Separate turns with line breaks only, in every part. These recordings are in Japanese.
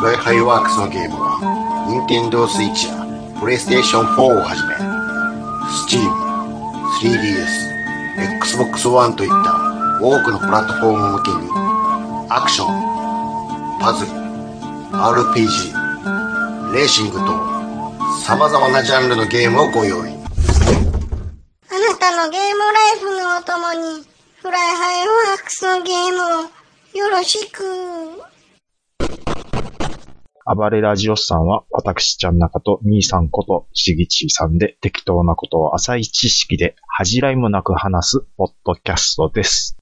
ドライハイワークスのゲームは、Nintendo Switch や PlayStation 4をはじめ、Steam、3DS、Xbox One といった多くのプラットフォーム向けに、アクション、パズル、RPG、レーシングと、様々なジャンルのゲームをご用意。
あなたのゲームライフのお供に、フライハイワークスのゲームをよろしく。
暴れラジオスさんは、私ちゃん中と兄さんこと、しぎちさんで適当なことを浅い知識で恥じらいもなく話すポッドキャストです。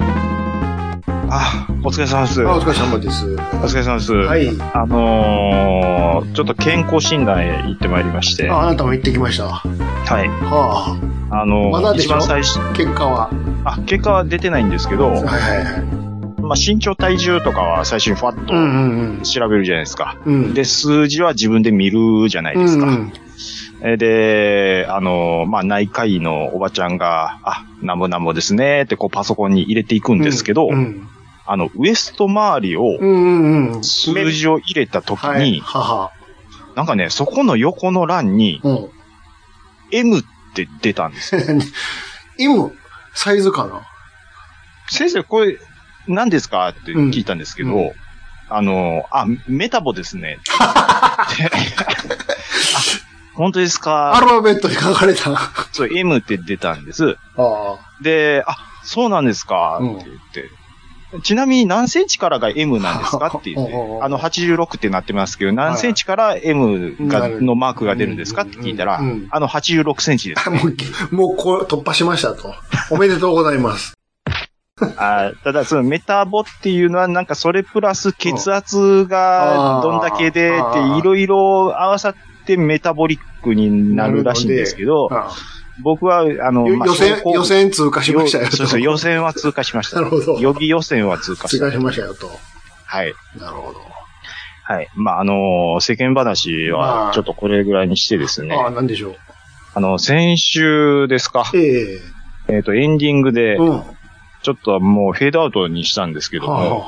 あ、お疲れ様です。
あ
お
お疲れ様です。
疲れ様です。
はい。
あのー、ちょっと健康診断へ行ってまいりまして、
あ
は。
あなたも行ってきました。はいあ、
あのー、
まだでしょ
一番最初、
結果は。
あ、結果は出てないんですけど、
はいはいはい。
まあ、身長体重とかは最初にファッ
うん
と
うん
調べるじゃないですか。
うん。うん。
で、数字は自分で見るじゃないですか。
うんうん
えーで、あの、まあ、内科医のおばちゃんが、あ、なんぼなんぼですね、ってこうパソコンに入れていくんですけど、
うん
あの、ウエスト周りを
うんうんうん。
数字を入れた時
はい。
に、
はは。
なんかね、そこの横の欄に
うん
M って出たんです。
M、サイズかな
先生、これ何ですかって聞いたんですけど、
うんう
あの、あ、メタボです ね。ってあ本当ですか
アルファベットに書かれた。あ
そう、M って出たんです。
あ。
で、あ、そうなんですか、
うん
って言って。ちなみに何センチからが M なんです かって言っ
おうおうお
て、
う
あの86ってなってますけど、何センチから M
な
が
る
のマークが出るんですかって聞いたら
うんうんうん、
あの86センチです。
もう、 もうこう突破しましたと。おめでとうござ います。
あーただ、そのメタボっていうのはなんかそれプラス血圧がどんだけで
うんあ
っ
ー
ていろいろ合わさってメタボリックになるらしいんですけど、
あ
僕はあ
あ
の、
よ
まあ
予選
走、行
予選通過しましたよと。
そうそう、予選は通過しました。
なるほど
予備予選は通過し
通
た
過。しましたよと。
はい。
なるほど。
はい。まあ、あのー世間話
ま
は
あ
ちょっとこれぐらいにしてですね。
ああ、
あ
なんでしょう。
の、先週ですか。
ええ
えっ、と、エンディングで、
うん。は
ちょっともうフェードアウトにしたんですけど
あ
も、
は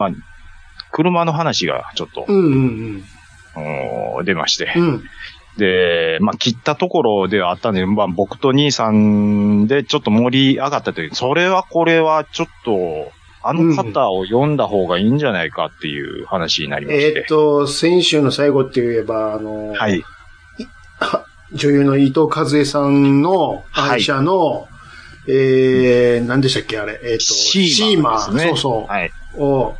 あはあ
車の話がちょっと、
うんうん
おー出まして
う。ん。うん。
で、まあ、切ったところではあったんで、まあ、僕と兄さんでちょっと盛り上がったという、それはこれはちょっと、あの方を読んだ方がいいんじゃないかっていう話になりまし。
えーってと、先週の最後って言えば、あの、
はい。
女優の伊藤和恵さんの愛車の、えー、何でしたっけあれ。えー、と、
シーマーですね
そうそう。
はい。
を、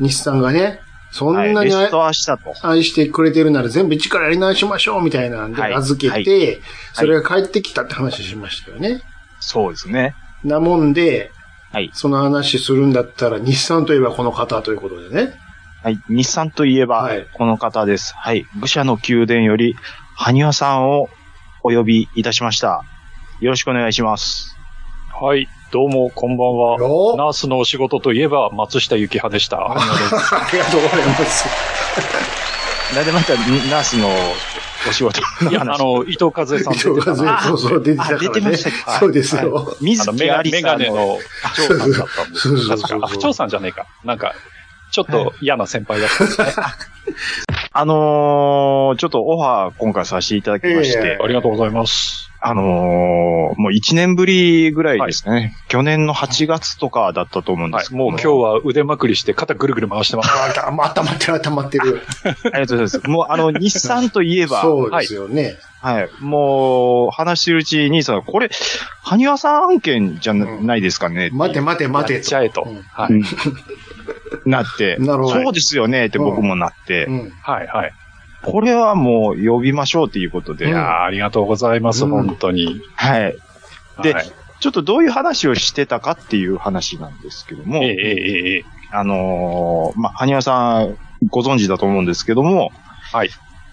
日産がね、そんな
はい、レ
に愛
ストアしたと。
愛してくれてるなら全部一からやり直しましょうみたいなんで
はい
名付けて、それが帰ってきたって話しましたよね。
そうですね。
なもんで、
はい
その話するんだったら日産といえばこの方ということでね。
はい。日産といえば
はい、
この方です。はい。愚者の宮殿より、羽生さんをお呼びいたしました。よろしくお願いします。
はい、どうも、こんばんは。
よー
ナースのお仕事といえば、松下幸葉でした。
ありがとうございます。
なんでまた、ナースのお仕事の
いや、あ
話。
の、伊藤和 恵さん
伊
出
藤
てた
和
な
恵、そうそう、出てたから
あ
ね。
出てましたか
そうですよ。
あ
水
の、
木
メ
あ
ガ
り
メ
さ
ガ
ん
ネ
の。
の長さんだったんです
そうそうそうそう
確か、あ、不長さんじゃねえか。なんか、ちょっと嫌な先輩だったんですね。
あのーちょっとオファー今回させていただきまし
いえい
て
え、
ありがとうございます。
あのーもう1年ぶりぐらいですね、去年の8月とかだったと思うんで
はい
す、けど
もう今日は腕まくりして肩ぐるぐる回してます。
あ、たまたまってる、たまってる。
ありがとうございます。もうあの、日産といえば、
そうですよね。
はい。もう、話してるうちに、兄さん、これ、羽生さん案件じゃな,、
うん
ないですかね
待て待て待
や
て
っちゃえと。
うん
はい。
なって。
なるほど
そうですよねって僕もなって、
うん。
はい、はい。
これはもう呼びましょうっていうことで、
うん
いやーありがとうございます、
うん
本当に。
はい。で
はい
ちょっとどういう話をしてたかっていう話なんですけども、
ええええええ
あのーまあ、羽生さんご存知だと思うんですけども、
はい。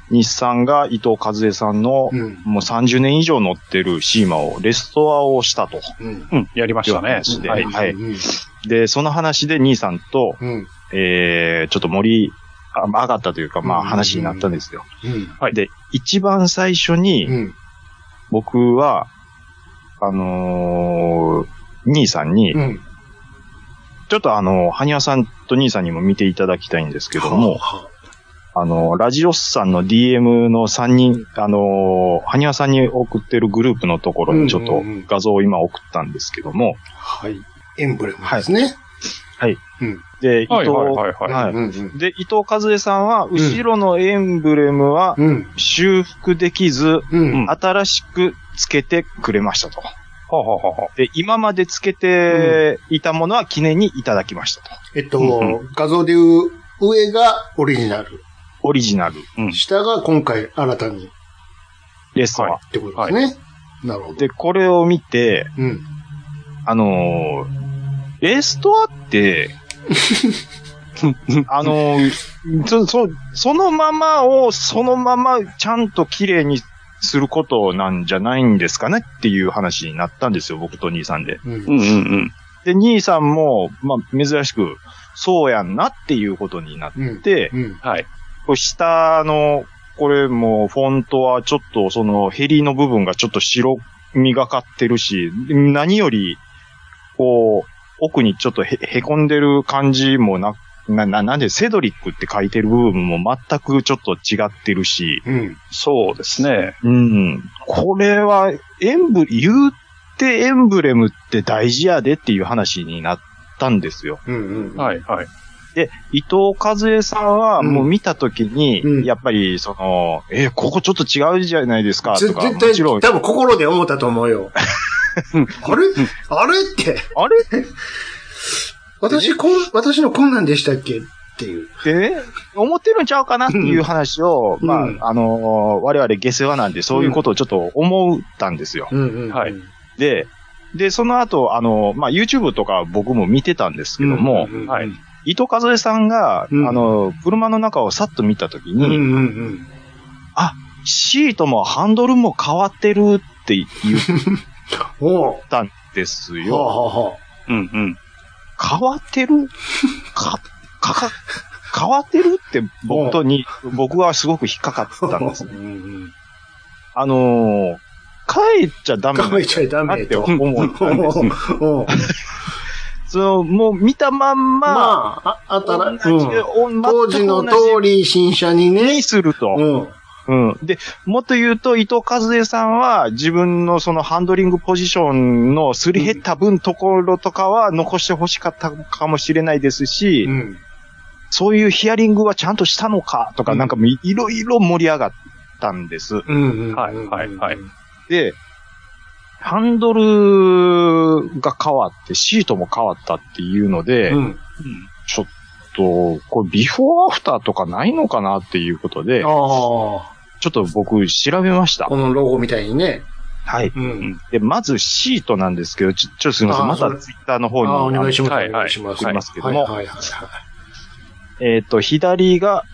日産が伊藤和恵さんの、
うん。
もう30年以上乗ってるシーマをレストアをしたと。
うん。
うん、やりましたね
で。
はい。
はい
うん。
で、その話で兄さんと、
うん。
えー、ちょっと盛りあ上がったというか、ま
う
あ
ん
話になったんですよ。
うん
はい
で、一番最初に、
うん。
僕は、あのー兄さんに、
うん。
ちょっとあの、はにわさんと兄さんにも見ていただきたいんですけども、
は
あの、ラジオスさんの DM の3人、あのー、はにわさんに送ってるグループのところにちょっ
うん
と
うんうん
画像を今送ったんですけども、
あはい。エンブレムですね。
で、伊
はい
藤、
はいはいはい。
はい
うんうん
で、伊藤和恵さんは、後ろのエンブレムは
うん。
修復できず、
うん。
新しく付けてくれましたと。
はあはあはあはあ
で、今まで付けていたものは記念にいただきましたと。
えっと、
うん
画像でいう上がオリジナル、
オリジナル。うん
下が今回新たにっ
レストラン。
は
てことですね。なるほど。
で、これを見て、
うん。
あのーレストアって、あのーそ、そ、そのままを、そのままちゃんと綺麗にすることなんじゃないんですかねっていう話になったんですよ、僕と兄さんで。
う。
うんんうんうん。
で、兄さんも、まあ、珍しく、そうやんなっていうことになっ
うん。
て、
うん。
はい。
これ下の、これもフォントはちょっとそのヘリの部分がちょっと白みがかってるし、何より、こう、奥にちょっとへ、へこんでる感じもな、な、な、なんでセドリックって書いてる部分も全くちょっと違ってるし、
うん。
そうですね。
うん。これは、エンブ、言うてエンブレムって大事やでっていう話になったんですよ。
うん。い。
はいはい。
で、伊藤和恵さんは
うん
もう見たときに、
うん
やっぱりその、えーここちょっと違うじゃないですか、と
絶
か、
対、
もちろん、
多分心で思ったと思うよ。あれあれって、
あれっ
私こん、私のこんなんでしたっけっていう。
てね、思ってるんちゃうかなっていう話を、
うん
ま
うん
あ、あのー我々下世話なんでそういうことをちょっと思ったんですよ。
うんうん。
はい
で、で、その後、あのーまあ、YouTube とか僕も見てたんですけども、
うんうんうん
はい
伊藤和恵さんが、
うん
あのー車の中をさっと見たとき
うんう
に、
んうん。
シートもハンドルも変わってるって言っ
おう。
たんですよ。
はあ、はあはあ、
うんうん。
変わってるか、かか、変わってるって僕とに、僕はすごく引っかかったんです。
うんうん。
あのー、帰っちゃダメ
考えちゃダ
だな
メ
って
と。
思ったん です。
おう
その、もう見たまんま、
まあ、あ、あったら、
同
うん
じ、うん
当時の通り新車に
全く同じ
ね
に、する
う
と。
ん。
うん。で、もっと言うと、伊藤和恵さんは、自分のそのハンドリングポジションのすり減った分ところとかは残して欲しかったかもしれないですし、
うん。
そういうヒアリングはちゃんとしたのかとか、
うん
なんかもういろいろ盛り上がったんです。
うんうん。
はいはいはい
で、ハンドルが変わって、シートも変わったっていうので、
うん。
ちょっと、これビフォーアフターとかないのかなっていうことで、
あ
ち
あ、
ょっと僕調べました
こ。のロゴみたいにね。
はい。
うん。
で、まずシートなんですけど、ちょ、ちょっとすみませ
あ
ん。
ー
ま
そ
た
れ
ツイッターの
あ
方に。
あ、お願いします。
はい
お願いします。
はい
はいはいは
えっ、と、左が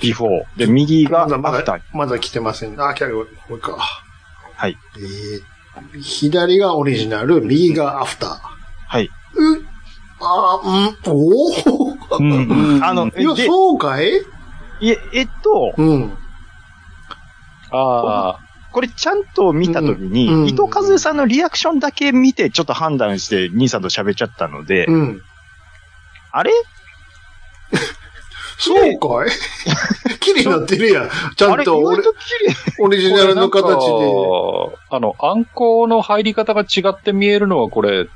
ビフォー。で、右
い。ま
がア
だま
フター
だ。、まだ来てません。あ、キャリア、これか。
はい。
えー、左がオリジナル、右がアフター。
はい。
うあー、うん、おお
うんあの、
いや、
で、
そうかい
いえ、えっと、
うん。
あ
これちゃんと見たときに、
うん
伊藤和恵さんのリアクションだけ見て、ちょっと判断して、兄さんと喋っちゃったので、
うん。
あれ
そうかい 綺麗になってるやん。ちゃ
あ
ん
れ意
とオ
外
リ
と綺麗。
オリ
あ。
ジナルの形で。
これなんかあの、アンコウの入り方が違って見えるのはこれ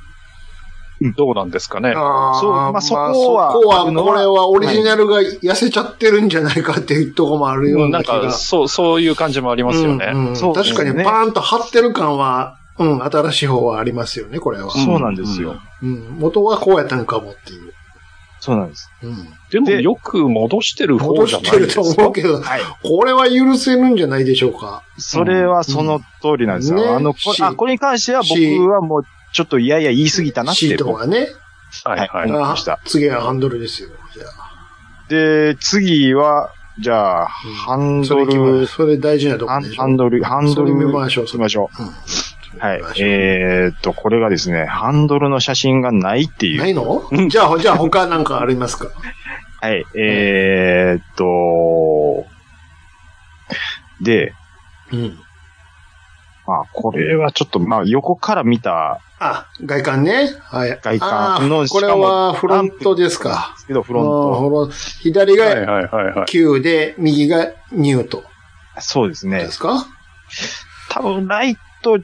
うん、
どうなんですかね。
あー
そうまあそこは
そこは、
あるの
こ
は
れはオリジナルが痩せちゃってるんじゃないかっていうところもあるよ
う
うん
な
なん気が。
か、そう、そういう感じもありますよね。
うんうん
そうです
確
ね
かにパーンと張ってる感は、うん、新しい方はありますよね、これは。
そうなんですよ。
うん
うん、元はこうやったんかもっていう。
そうなんです。
うん。
でも
で
よく戻してる方
戻
じゃ
し
な
て
いで
る
す
と
か。
思うけど、
はい。
これは許せるんじゃないでしょうか。
それはその通りなんですよ。
うんね
あのこ
し
あ、これに関しては僕
し
はもう、ちょっといやいや言い過ぎたなっ
シ
て
ート
僕。
はね。
はいはい。
思い
あ
ました
次はハンドルですよ。じゃあ。
で、次は、じゃあ、
うん
ハン
それ
ド
行きま
ル
す、それ大事なとこ
ハン
でしょ。
ハンドル、ハンドル、
それ見ましょう
見ましょ
うん
う。はい
見ま。しょう
えーっと、これがですね、ハンドルの写真がないっていう
な。いのじゃあ、じゃあ他なんかありますか
はい、えー、っと、で、
うん。
まあ、これはちょっと、まあ、横から見た
あ、外観ね。はい。
外観
あー
の、
これ
しかも
はフロントですか。。
けど、フロン
あー
ト。
フロン左
はい
が
はいはいはい。
9で、右がニュート
そうですね
で。すか
多分、ライト、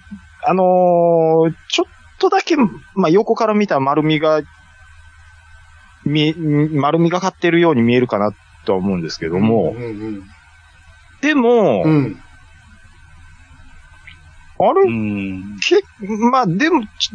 あのーちょっとだけ、まあ、横から見た丸みが、み、丸みがかってるように見えるかなとは思うんですけども、
うんうん
でも、
うん。うん。
あ
う
れ、
ん。
け、まあ、でも、ち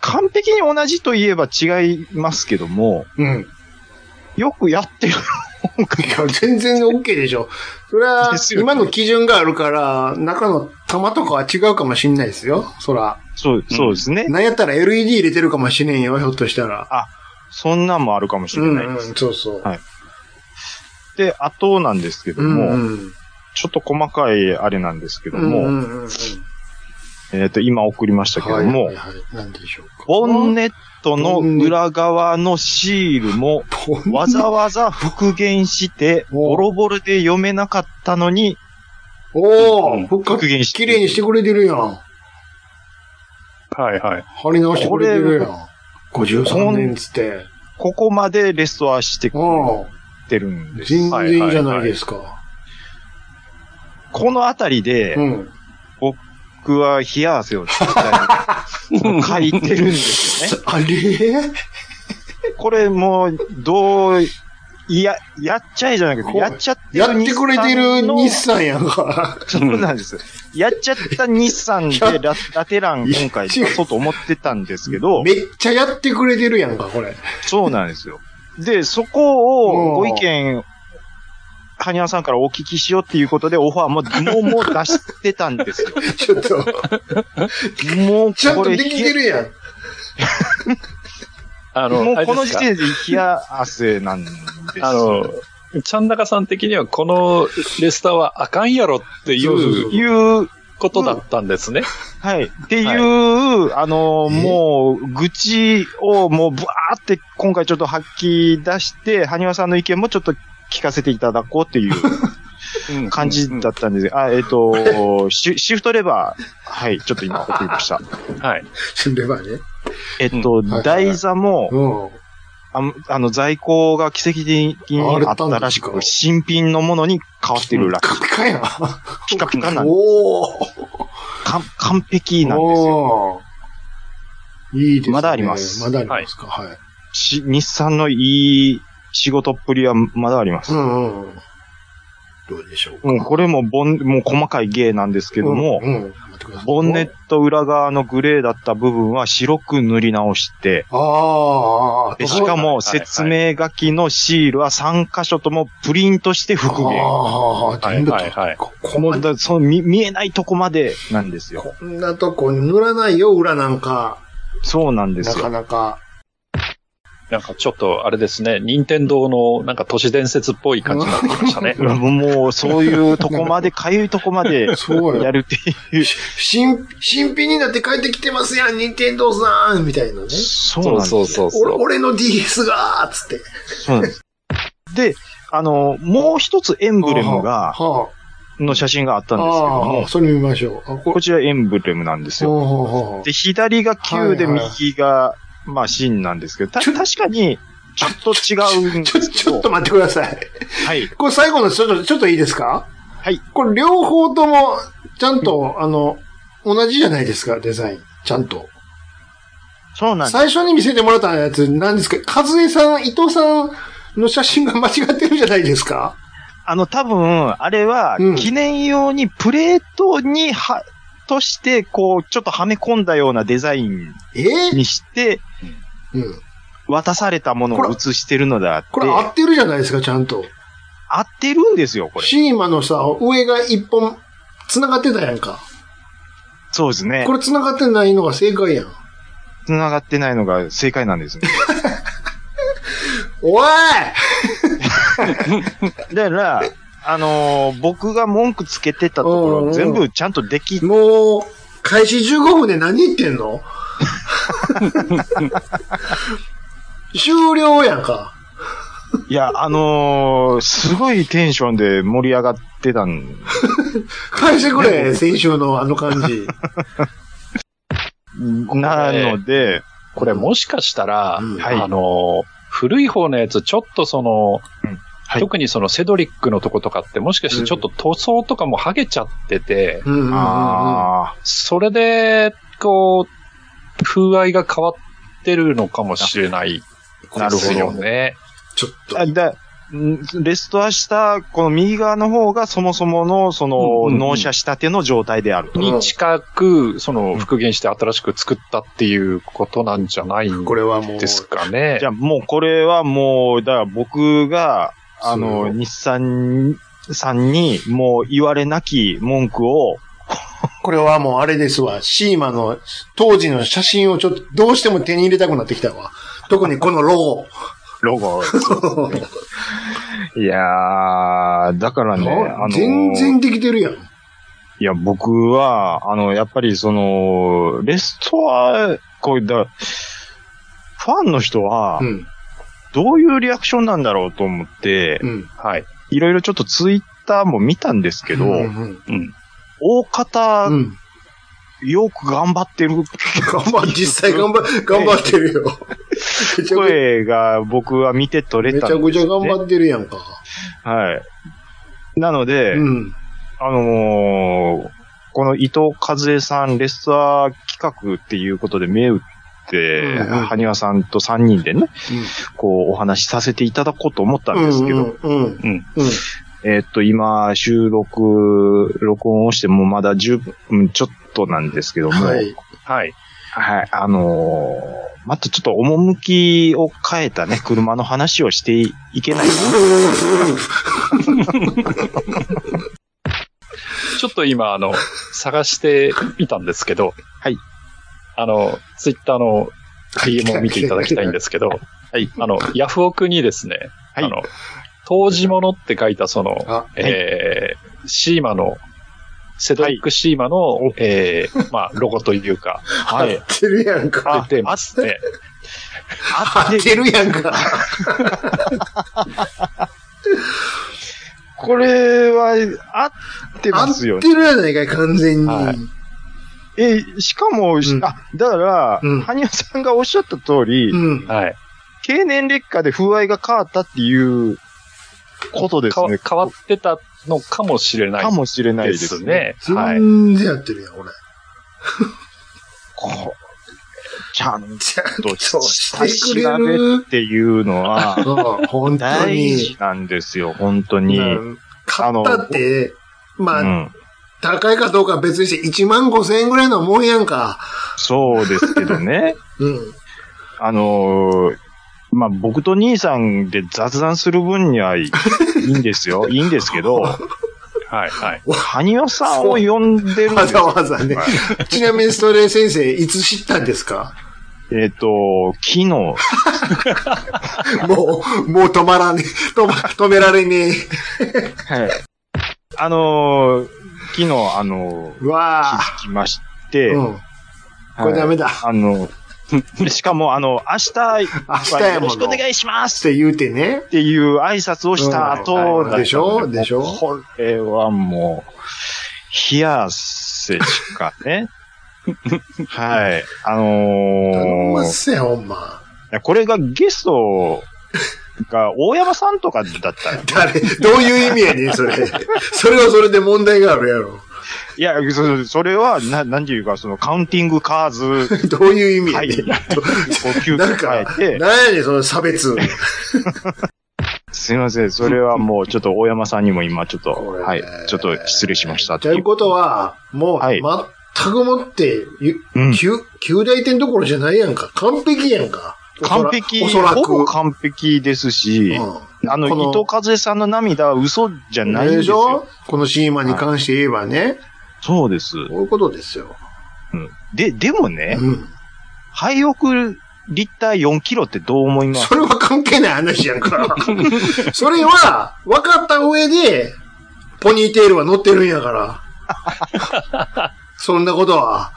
完璧に同じといえば違いますけども、
うん。
よくやってる。
いや、全然 OK でしょ。それは
で、すよね
今の基準があるから、中の玉とかは違うかもしんないですよ。そら。
そう、そうですね。
なんやったら LED 入れてるかもしれんよ、ひょっとしたら。
そんなんもあるかもし
う
れ
ん
ない。
うん、そうそう。
はいで、あとなんですけど
うん
も、
うん
ちょっと細かいあれなんですけども、
うんうんうんうん
えっ、と、今送りましたけども、
はいはいはい、なんでしょうか。
ボンネットの裏側のシールも、
ボンネ
わざわざ復元して、ボロボロで読めなかったのに、
お
うん
ー、復活、
復元して
綺麗にしてくれてるやん。
はいはい。
貼り直してくれてるやん。53年つって。
ここまでレストアしてく
うん。
れてるんです。
全然いいじゃないですか。
このあたりで、
うん。
僕は冷や汗をつけた り、書いてるんですよね。
あれ
これもう、どう、いや、やっちゃえじゃなくて、
こう
やっちゃって
やってくれてる
の
日産やんか。
そうなんです。やっちゃった日産でララテラン今回出そうと思ってたんですけど、
めっちゃやってくれてるやんか、 これ。
そうなんですよ。で、そこをご意見、はにわさんからお聞きしようっていうことでオファーも、もう、もう出してたんですよ。
ちょっと、
もう
ちゃん
ことれ、
できてるやん。
あの、
も
あ
う
れ
この
です
時
か
点で冷や汗なんです。
あの、ちゃん中さん的にはこのレスターはあかんやろってい
そうそうそう
う
いう、
ことだったんですね。
はい。っていう、あの、
え
もう、愚痴をもう、ぶわーって、今回ちょっと発揮出して、はにわさんの意見もちょっと聞かせていただこうっていう
うん
感じだったんです。あ、えっ、と、シュシフトレバー。はい、ちょっと今送りました。
はい。
死んでばね。
えっと、
んはいはいはい
台座も、
うん。
あのあの、在庫が奇跡的にあったらし
あれなんで
く、
す
新品のものに変わってるら
ピ
しい。
カピカやん。
ピカピカなんで
おー。
か完璧なんですよ。
おーいいですね。
まだあります
まだありますか、はい。
し日産のいい仕事っぷりはまだあります
う。んうん。どうでしょうか。
うん、これもボン、もう細かい芸なんですけども
う、ん、うん待ってください
ボンネット裏側のグレーだった部分は白く塗り直して、
ああああ、
でしかも説明書きのシールは3箇所ともプリントして復元。
ああ、全部、
はいはいはい
こ
この、だその見見えないとこまでなんですよ。
こんなとこ塗らないよ、裏なんか。
そうなんで
な
す
か
よ。
なか。
なんかちょっと、あれですね、任天堂のなんか都市伝説っぽい感じになってきましたね。
うんもう、そういうとこまで、かゆいとこま で
そうよ
やるっていう。
新、新品になって帰ってきてますやん、任天堂さんみたいなね。
そうなん
そう
です
そ
よ
うそう
俺
そう。
俺の DS がーっつって。
そうなんです。で、あの、もう一つエンブレムが、
は
の写真があった
あ、
んですけど
ああ
も
あ、、それ見ましょう。あ、こ
こちらエンブレムなんです
れ、
よ。
ほうほうほうほう
で、左が9で
はいはい
右が、まあ、芯なんですけど、た、確かに、ちょっと違うんで
ちょ、
すけ
ちょっ
ど
と、待ってください。
はい。
これ最後の、ちょっと、ちょっといいですか
はい。
これ両方とも、ちゃんと、あの、同じじゃないですか、デザイン。ちゃんと。
そうなんです。
最初に見せてもらったやつ、何ですか和江さん、伊藤さんの写真が間違ってるじゃないですか
あの、多分、あれは
うん、
記念用にプレートには、として、こう、ちょっとはめ込んだようなデザイン
ええ
にして、
うん。
渡されたものを写してるのであって、
これ合ってるじゃないですか、ちゃんと。
合ってるんですよ、これ。
シーマのさ、上が一本、繋がってたやんか。
そうですね
こ。れ繋がってないのが正解やん。
繋がってないのが正解なんですね。
おい
だから、あのー僕が文句つけてたとこ
うんう
ろ、
ん
全部ちゃんとでき
もう、開始15分で何言ってんの終了やんか。
いや、あのーすごいテンションで盛り上がってたん
返してく れ、先週のあの感じ。
なので、
これもしかしたら、
うん
はい
あの、古い方のやつ、ちょっとその、
うんはい
特にそのセドリックのとことかって、もしかしてちょっと塗装とかも剥げちゃってて、
うんうんうんうん
あ
それで、こう、風合いが変わってるのかもしれない
あ、なる
ですよ
ほ
ね。
ちょっと
ど。あ。だんレストアした、この右側の方がそもそもの、その、
うんうんうん
納車したての状態であると。
に近く、その復元して新しく作ったっていうことなんじゃないん
これはもう、
ですかね。
じゃあもうこれはもう、だから僕が、あ
そ
の、
う
日産さんにもう言われなき文句を、
これはもうあれですわ。シーマの当時の写真をちょっとどうしても手に入れたくなってきたわ。特にこのロゴ。
ロ ゴ。いやー、だからね、あの
全然できてるやん。
いや、僕は、あの、やっぱりその、レストア、こうだ、ファンの人は
う、ん。
どういうリアクションなんだろうと思って
う、ん。
はい。
いろいろちょっとツイッターも見たんですけど、
うんうん
大方、
うん。
よく頑張ってる
頑張っ、実際頑張、頑張ってるよ。めちゃくち
声が僕は見て取
ゃ、め
れ
ち
た
ゃ
んで
く
す
ちゃ
よ
頑
ね
張ってるやんか。
はい。なので、
うん。
あのーこの伊藤和恵さん、レストア企画っていうことで目打って、
うんうん
埴輪さんと3人でね、こうお話しさせていただこうと思ったんですけど、
うん。うん。
うん
うん。
えーっと、今、収録、録音をしてもまだ10分ちょっとなんですけども、
は
はい、
い。
はい。
あのーまたちょっと趣を変えたね、車の話をしていけない
ちょっと今、あの、探してみたんですけど、
はい。
あの、ツイッターの DM を見ていただきたいんですけど、はい。あの、ヤフオクにですね、
はい
あの、当時物って書いたその、
あ、
えー、シーマの、セドリックシーマの、えー、まあ、ロゴというか、
は
合ってるやんか。
出てますね。
合ってるやんか。
これは、合って
合
ま
っ
すよね。
てるやないかい、完全に。
はい
え、しかも、
ん
あ、だから、
うん
羽生さんがおっしゃった通り、
うん。
はい。
経年劣化で風合いが変わったっていうことです
か
ね。
変わってたのかもしれない
かもしれない
で
です
す
ね。
ね。はい。
全然合ってるやん、俺。
こうちゃん
ちゃ
と
んとして
し
くれ
調べっ
る。
ていうの は、
うん、本当
大
に
事。なんですよ、本当に。
う
うん
買ったって、まあ、
ん、
高いかどうかは別にして1万5千円ぐらいのもんやんか。
そうですけどね。
うん。
あのーまあ、僕と兄さんで雑談する分にはいいいいんですよ。いいんですけど、
はい。はい。
羽生さんを呼んでるんで
わ
す
ざ
よ
わざ ね。ちなみにストレイ先生、いつ知ったんですか
えっ、と、昨日、
もう、もう止まらねえ。止ま、止められね
あのー昨日、あのー
え。わあ。
気づきまして、
うん。これダメだ。
はいあの、 しかも、あの、明日、
明日
よ
やも
ろ
の。
しくお願いします
って言うてね。
っていう挨拶をした後、
うんでしょでしょ
これはもう、冷や汗しか ね。はい。あの
頼ま
ー、い
せよ、ほんま。
やこれがゲストが大山さんとかだったら
誰、どういう意味やねん、それ。それはそれで問題があるやろ。
いや、そそれは、な、なんていうか、その、カウンティングカーズ、
どういう意味や
はい
ねん。
呼吸
なん
変
か、
えて、
なんやねん、その差 別。
すいません、それはもう、ちょっと、大山さんにも今、ちょっと、
これ
はい、ちょっと失礼しましたって
とい
いう
う。ことは、もう、
はい
全くもって、ゆ
うん
旧、旧大点どころじゃないやんか。完璧やんか。おそら
完璧、
おそらく。
ほぼ完璧ですし、あの、
この
伊藤和恵さんの涙は嘘じゃ
うん。
ないんで
ですし
よ。
ょこのシーマに関して言えばね、
そうです、う
こういうことですよ。
ん。で、でもね、
うん。
廃屋立体4キロってどう思います
それは関係ない話やん か。それは、分かった上で、ポニーテールは乗ってるんやから。 そんなことは。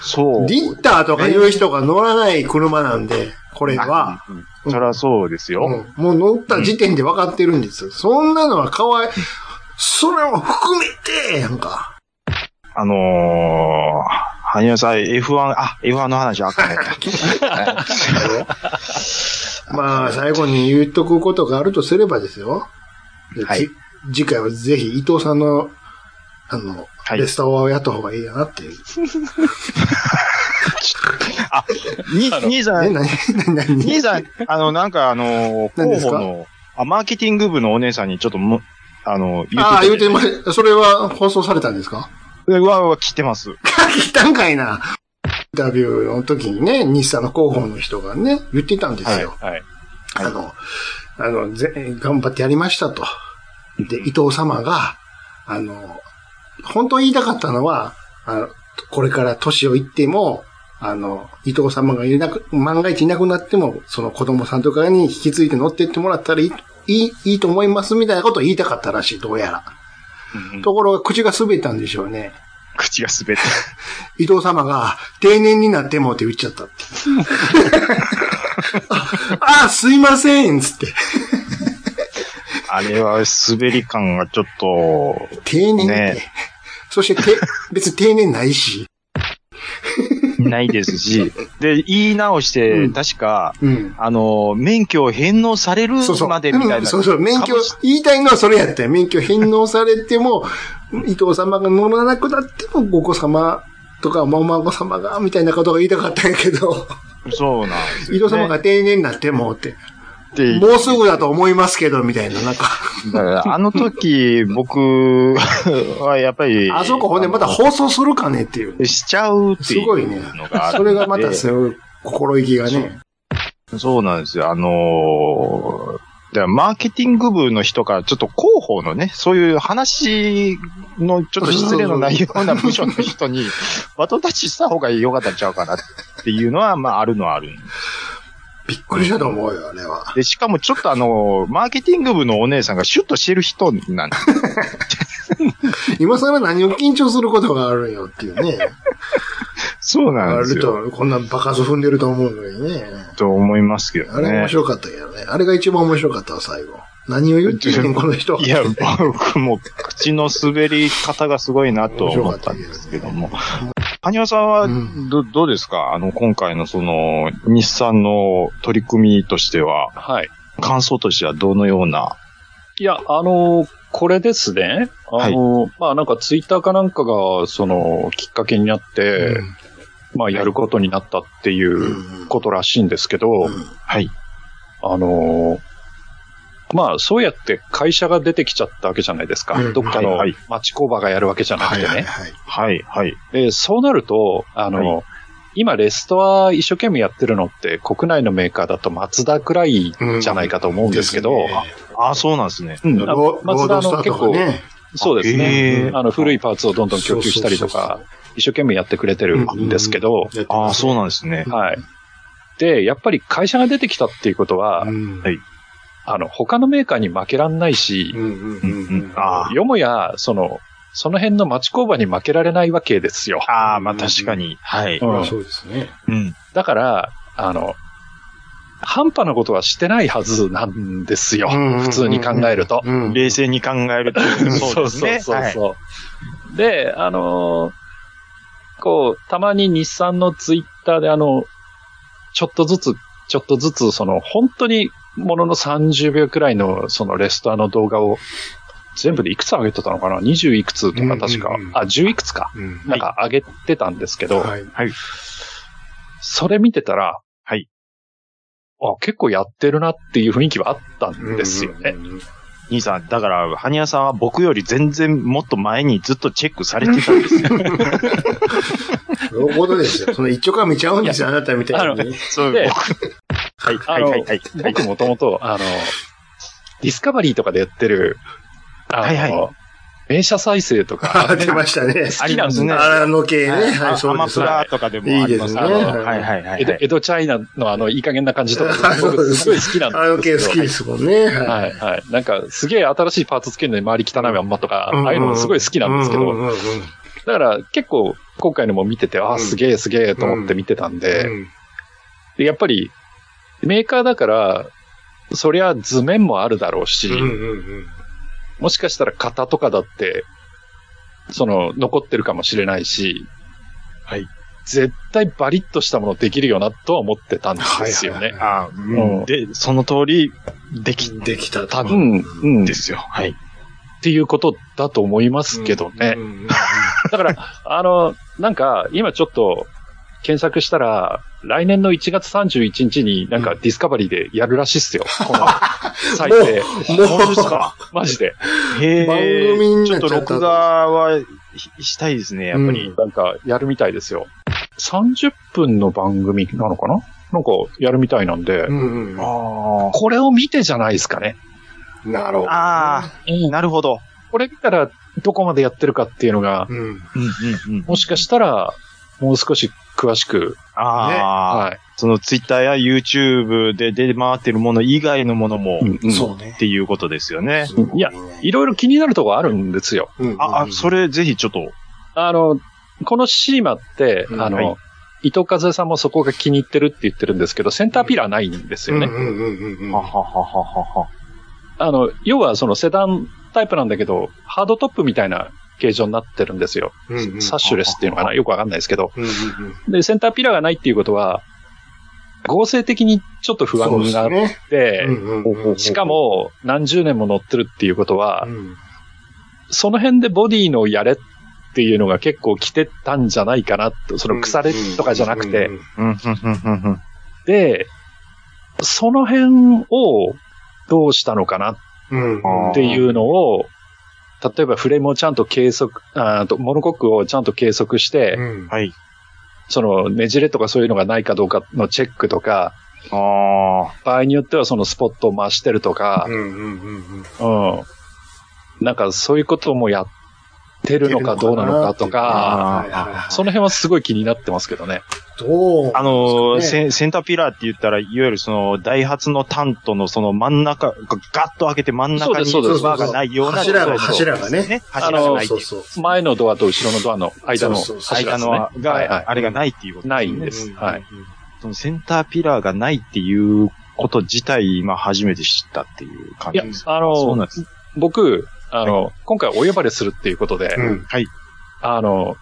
そう。
リッターとかいう人が乗らない車なんで、これは。
うんそりゃそうですよ。
うんもう乗った時点で分かってるんです。そんなのはかわい、それも含めて、やんか。
あのー、はにわさん F1、あ、F1 の話あかんや った。
まあ、最後に言っとくことがあるとすればですよ。で
はい
じ次回はぜひ伊藤さんの、あの、
はい
レスタワーをやった方がいいやなっていう。
に、兄さ
え、
ん、
何、何、何
兄さん、あの、なんかあのー、
何で
広
すか
報の、あ、マーケティング部のお姉さんにちょっとも、あの、言
ああ、言うて
ま
ました、それは放送されたんですか
す。うわうわ、来てます。
来たんかいな。インタビューの時にね、日産の広報の人がね、言ってたんですよ。
はい。
はい
あの、あの、ぜ頑張ってやりましたと。で、伊藤様が、あの、本当言いたかったのは、あのこれから年をいっても、あの、伊藤様がいなく、万が一いなくなっても、その子供さんとかに引き継いで乗ってってもらったらいい、いい、いいと思いますみたいなことを言いたかったらしい、どうやら。
うん
ところが口が滑ったんでしょうね。
口が滑って。
伊藤様が、定年になってもって言っちゃった って。あ、あ、すいませんつって。
あれは滑り感がちょっと、
定年って。
ね
そして て、別に定年ないし。
ないですし、で、言い直して、
うん
確か、
うん。
あの、免許を返納される
そうそう。
までみたいな。
うんそうそう。免許
かもし、
言いたいのはそれやったよ。免許返納されても、伊藤様が乗らなくなっても、ご子様とか、お孫様が、みたいなことが言いたかったんやけど、
そうなんですよ、ね。
伊藤様が定年になってもって、
って
もうすぐだと思いますけど、みたいな、なんか、
だからあの時、僕はやっぱり。
あそこほんでまた放送するかねっていう。
しちゃうってい
すごいね
うのがあるんで
それがまたすごい心意気がね。
そうなんですよ。あのー、だからマーケティング部の人から、ちょっと広報のね、そういう話のちょっと失礼のないような部署の人 に、バトンタッチした方が良かったんちゃうかなっていうのは、まあ、あるのはあるんで
びっくりしたと思うよ、あれは。
で、しかもちょっとあの、マーケティング部のお姉さんがシュッとしてる人なんで、
今更何を緊張することがあるんよっていうね。
そう
あ
なんで
る
すよ。
と、こんなバカず踏んでると思うのにね。
と思いますけど
あれ面
ね。
白かったけどね。あれが一番面白かったわ、最後。何を言ってんねん、この人は。
いや、僕も口の滑り方がすごいなと思ったんですけども。はにわさんは
うん
ど、どうですかあの、今回のその、日産の取り組みとしては、
はい。
感想としてはどのようない
や、あのーこれですね。あのーまあなんかツイッターかなんかが、その、きっかけになって、まあやることになったってい
うん
うことらしいんですけど、
うん
はい。
あのーまあ、そうやって会社が出てきちゃったわけじゃないですか。
うん
どっかの
はいはい
町工場がやるわけじゃなく
は
て
い
ね。
はいはい。
はい、はい。
でそうなると、あのー今レストア一生懸命やってるのって国内のメーカーだとマツダくらいじゃないかと思うんですけど、
ですね
あ、そうなんですね。
うんあ
ロ
マ
ロー
ツダ
ドスタ
の
ー
結
とか
構、
ね。
そうですね、
へー
あの古いパーツをどんどん供給したり
そ
と
うそう
か、一生懸命やってくれてるんですけど、
あ、そう
な
なんですね。
はい。で、やっぱり会社が出てきたっていうことは、
うん
はい
あの、他のメーカーに負けらんないし、
うんうんうんうん。
あー
よもや、その、その辺の町工場に負けられないわけですよ。
ああ、まあ確かに。はい。
うん
まあそうですね。
うん。
だから、あの、半端なことはしてないはずなんですよ。
うんうんうん
普通に考えると。
うん
冷静に考えると。そうですね。
そうそうそう
はい
そう、で、あのーこう、たまに日産のツイッターであの、ちょっとずつ、ちょっとずつ、その、本当に、ものの30秒くらいの、そのレストアの動画を、全部でいくつ上げてたのかな ?20 いくつとか確か、
うんうんうん
あ、10いくつか。
うん
なんか上げてたんですけど、
はい。
それ見てたら、
はい。
あ、結構やってるなっていう雰囲気はあったんですよね。
うんうんうん。
兄さん、だから、ハニヤさんは僕より全然もっと前にずっとチェックされてたんですよ。
そういうことですよ。その一丁か見ちゃうんですよ、あなたみたいに。
そう
で
はい、
あ
はい、
の
はい、はい。
僕もともと、 あの、ディスカバリーとかでやってる、あの、
はいはい
名車再生と
あ
か、
出ましたね。
好きなんですね。
あ
あの系ね。
はい
はい、
あ
そ
ア
う
マ
で
プ
す。
ラとかでもあります
いい
あ
です
の
ね
はいはいは
江
い
戸
はい。
江戸チャイナのあの、いい加減な感じと
あ
か、
そう
僕
です
すごい好きなん
あの系
です
好
け
き
ど。
ですもんね。はい。
はい、はい。なんか、すげえ新しいパーツつけるのに周り汚いまんまとか、
うんうん
ああいうのすごい好きなんですけど、
うんうんうん
だから結構、今回のも見てて、あ
う
あ、
ん
すげえすげえと思って見てたんで、
うん
でやっぱり、メーカーだから、そりゃ図面もあるだろうし、
うんうんうん
もしかしたら型とかだって、その、残ってるかもしれないし、
はい。
絶対バリッとしたものできるよなとは思ってたんですよ
はい
ね
はい。
あ
うん
で、その通り、でき
できた。
多分、うん、
で
っ
すよ。はい。
ていうことだと思いますけどね。
うん。
だから、あの、なんか、今ちょっと、検索したら、来年の1月31日になんかディスカバリーでやるらしいっす よ。このサイト。
も
本当ですか
う、
マジで。
へ
番組に
ちょ
なっ
っ
ち
と
ゃった
録画はひしたいですね、やっぱり。
うん
なんかやるみたいですよ。30分の番組なのかななんかやるみたいなんで、
うんうん。
あ
これを見てじゃないですかね。
なるほど。
あー、なるほど。
これ見たらどこまでやってるかっていうのが、
うん。
うんうんうん
もしかしたらもう少し詳しく、
ああ、
はい。
そのツイッターや YouTube で出回ってるもの以外のものも、
うんうん
そうね
っ。ていうことですよね。
いや、いろいろ気になるとこあるんですよ。
あ、あ、そ
れ。
れぜひちょっと、
あの、このシーマって、
うん
あの、
はい
伊藤和恵さんもそこが気に入ってるって言ってるんですけど、センターピラーないんです
う
よ
んう
ね。
んうんうんうん。
はははは
あの、要はそのセダンタイプなんだけど、ハードトップみたいな形状になってるんですよ。
うんうん
サッシュレスっていうのかなよくわかんないですけど。
うんうんうん
で、センターピラーがないっていうことは、合成的にちょっと不安が
そ
あ
う
っ
ですね
て、
うんうんうん
しかも何十年も乗ってるっていうことは、
うん
その辺でボディのやれっていうのが結構来てたんじゃないかなと、その腐れとかじゃなくて
う、
う
ん
ん、うん、うん、うん。
で、その辺をどうしたのかな
うん
あー
っていうのを、例えばフレームをちゃんと計測、あーとモノコックをちゃんと計測して、
うん
はい。
そのねじれとかそういうのがないかどうかのチェックとか、
あ
場合によってはそのスポットを回してるとか
う、んうんうんうん
うん。なんかそういうこともやってるのかどうなのかとか、
はいはいはい
その辺はすごい気になってますけどね。
どう
あ、あのー
ですかね
センセンターピラーって言ったら、いわゆるその、ダイハツのタントのその真ん中、ガッと開けて真ん中に
そうですそうです
バーがないような
柱
状態
が
の
柱がね
柱がないって
そ
いう
う。そう。
前のドアと後ろのドアの間の
そうそうそう
間
柱です
の
ね
は。が、
はいはい
あれがないっていうこと
ない
ね
んです。はい。
そのセンターピラーがないっていうこと自体、今初めて知ったっていう感
い
じ
や
です。、
あ
そうな
の
ん、です。
僕、あの、今回お呼ばれするっていうことで、
うん。
あの、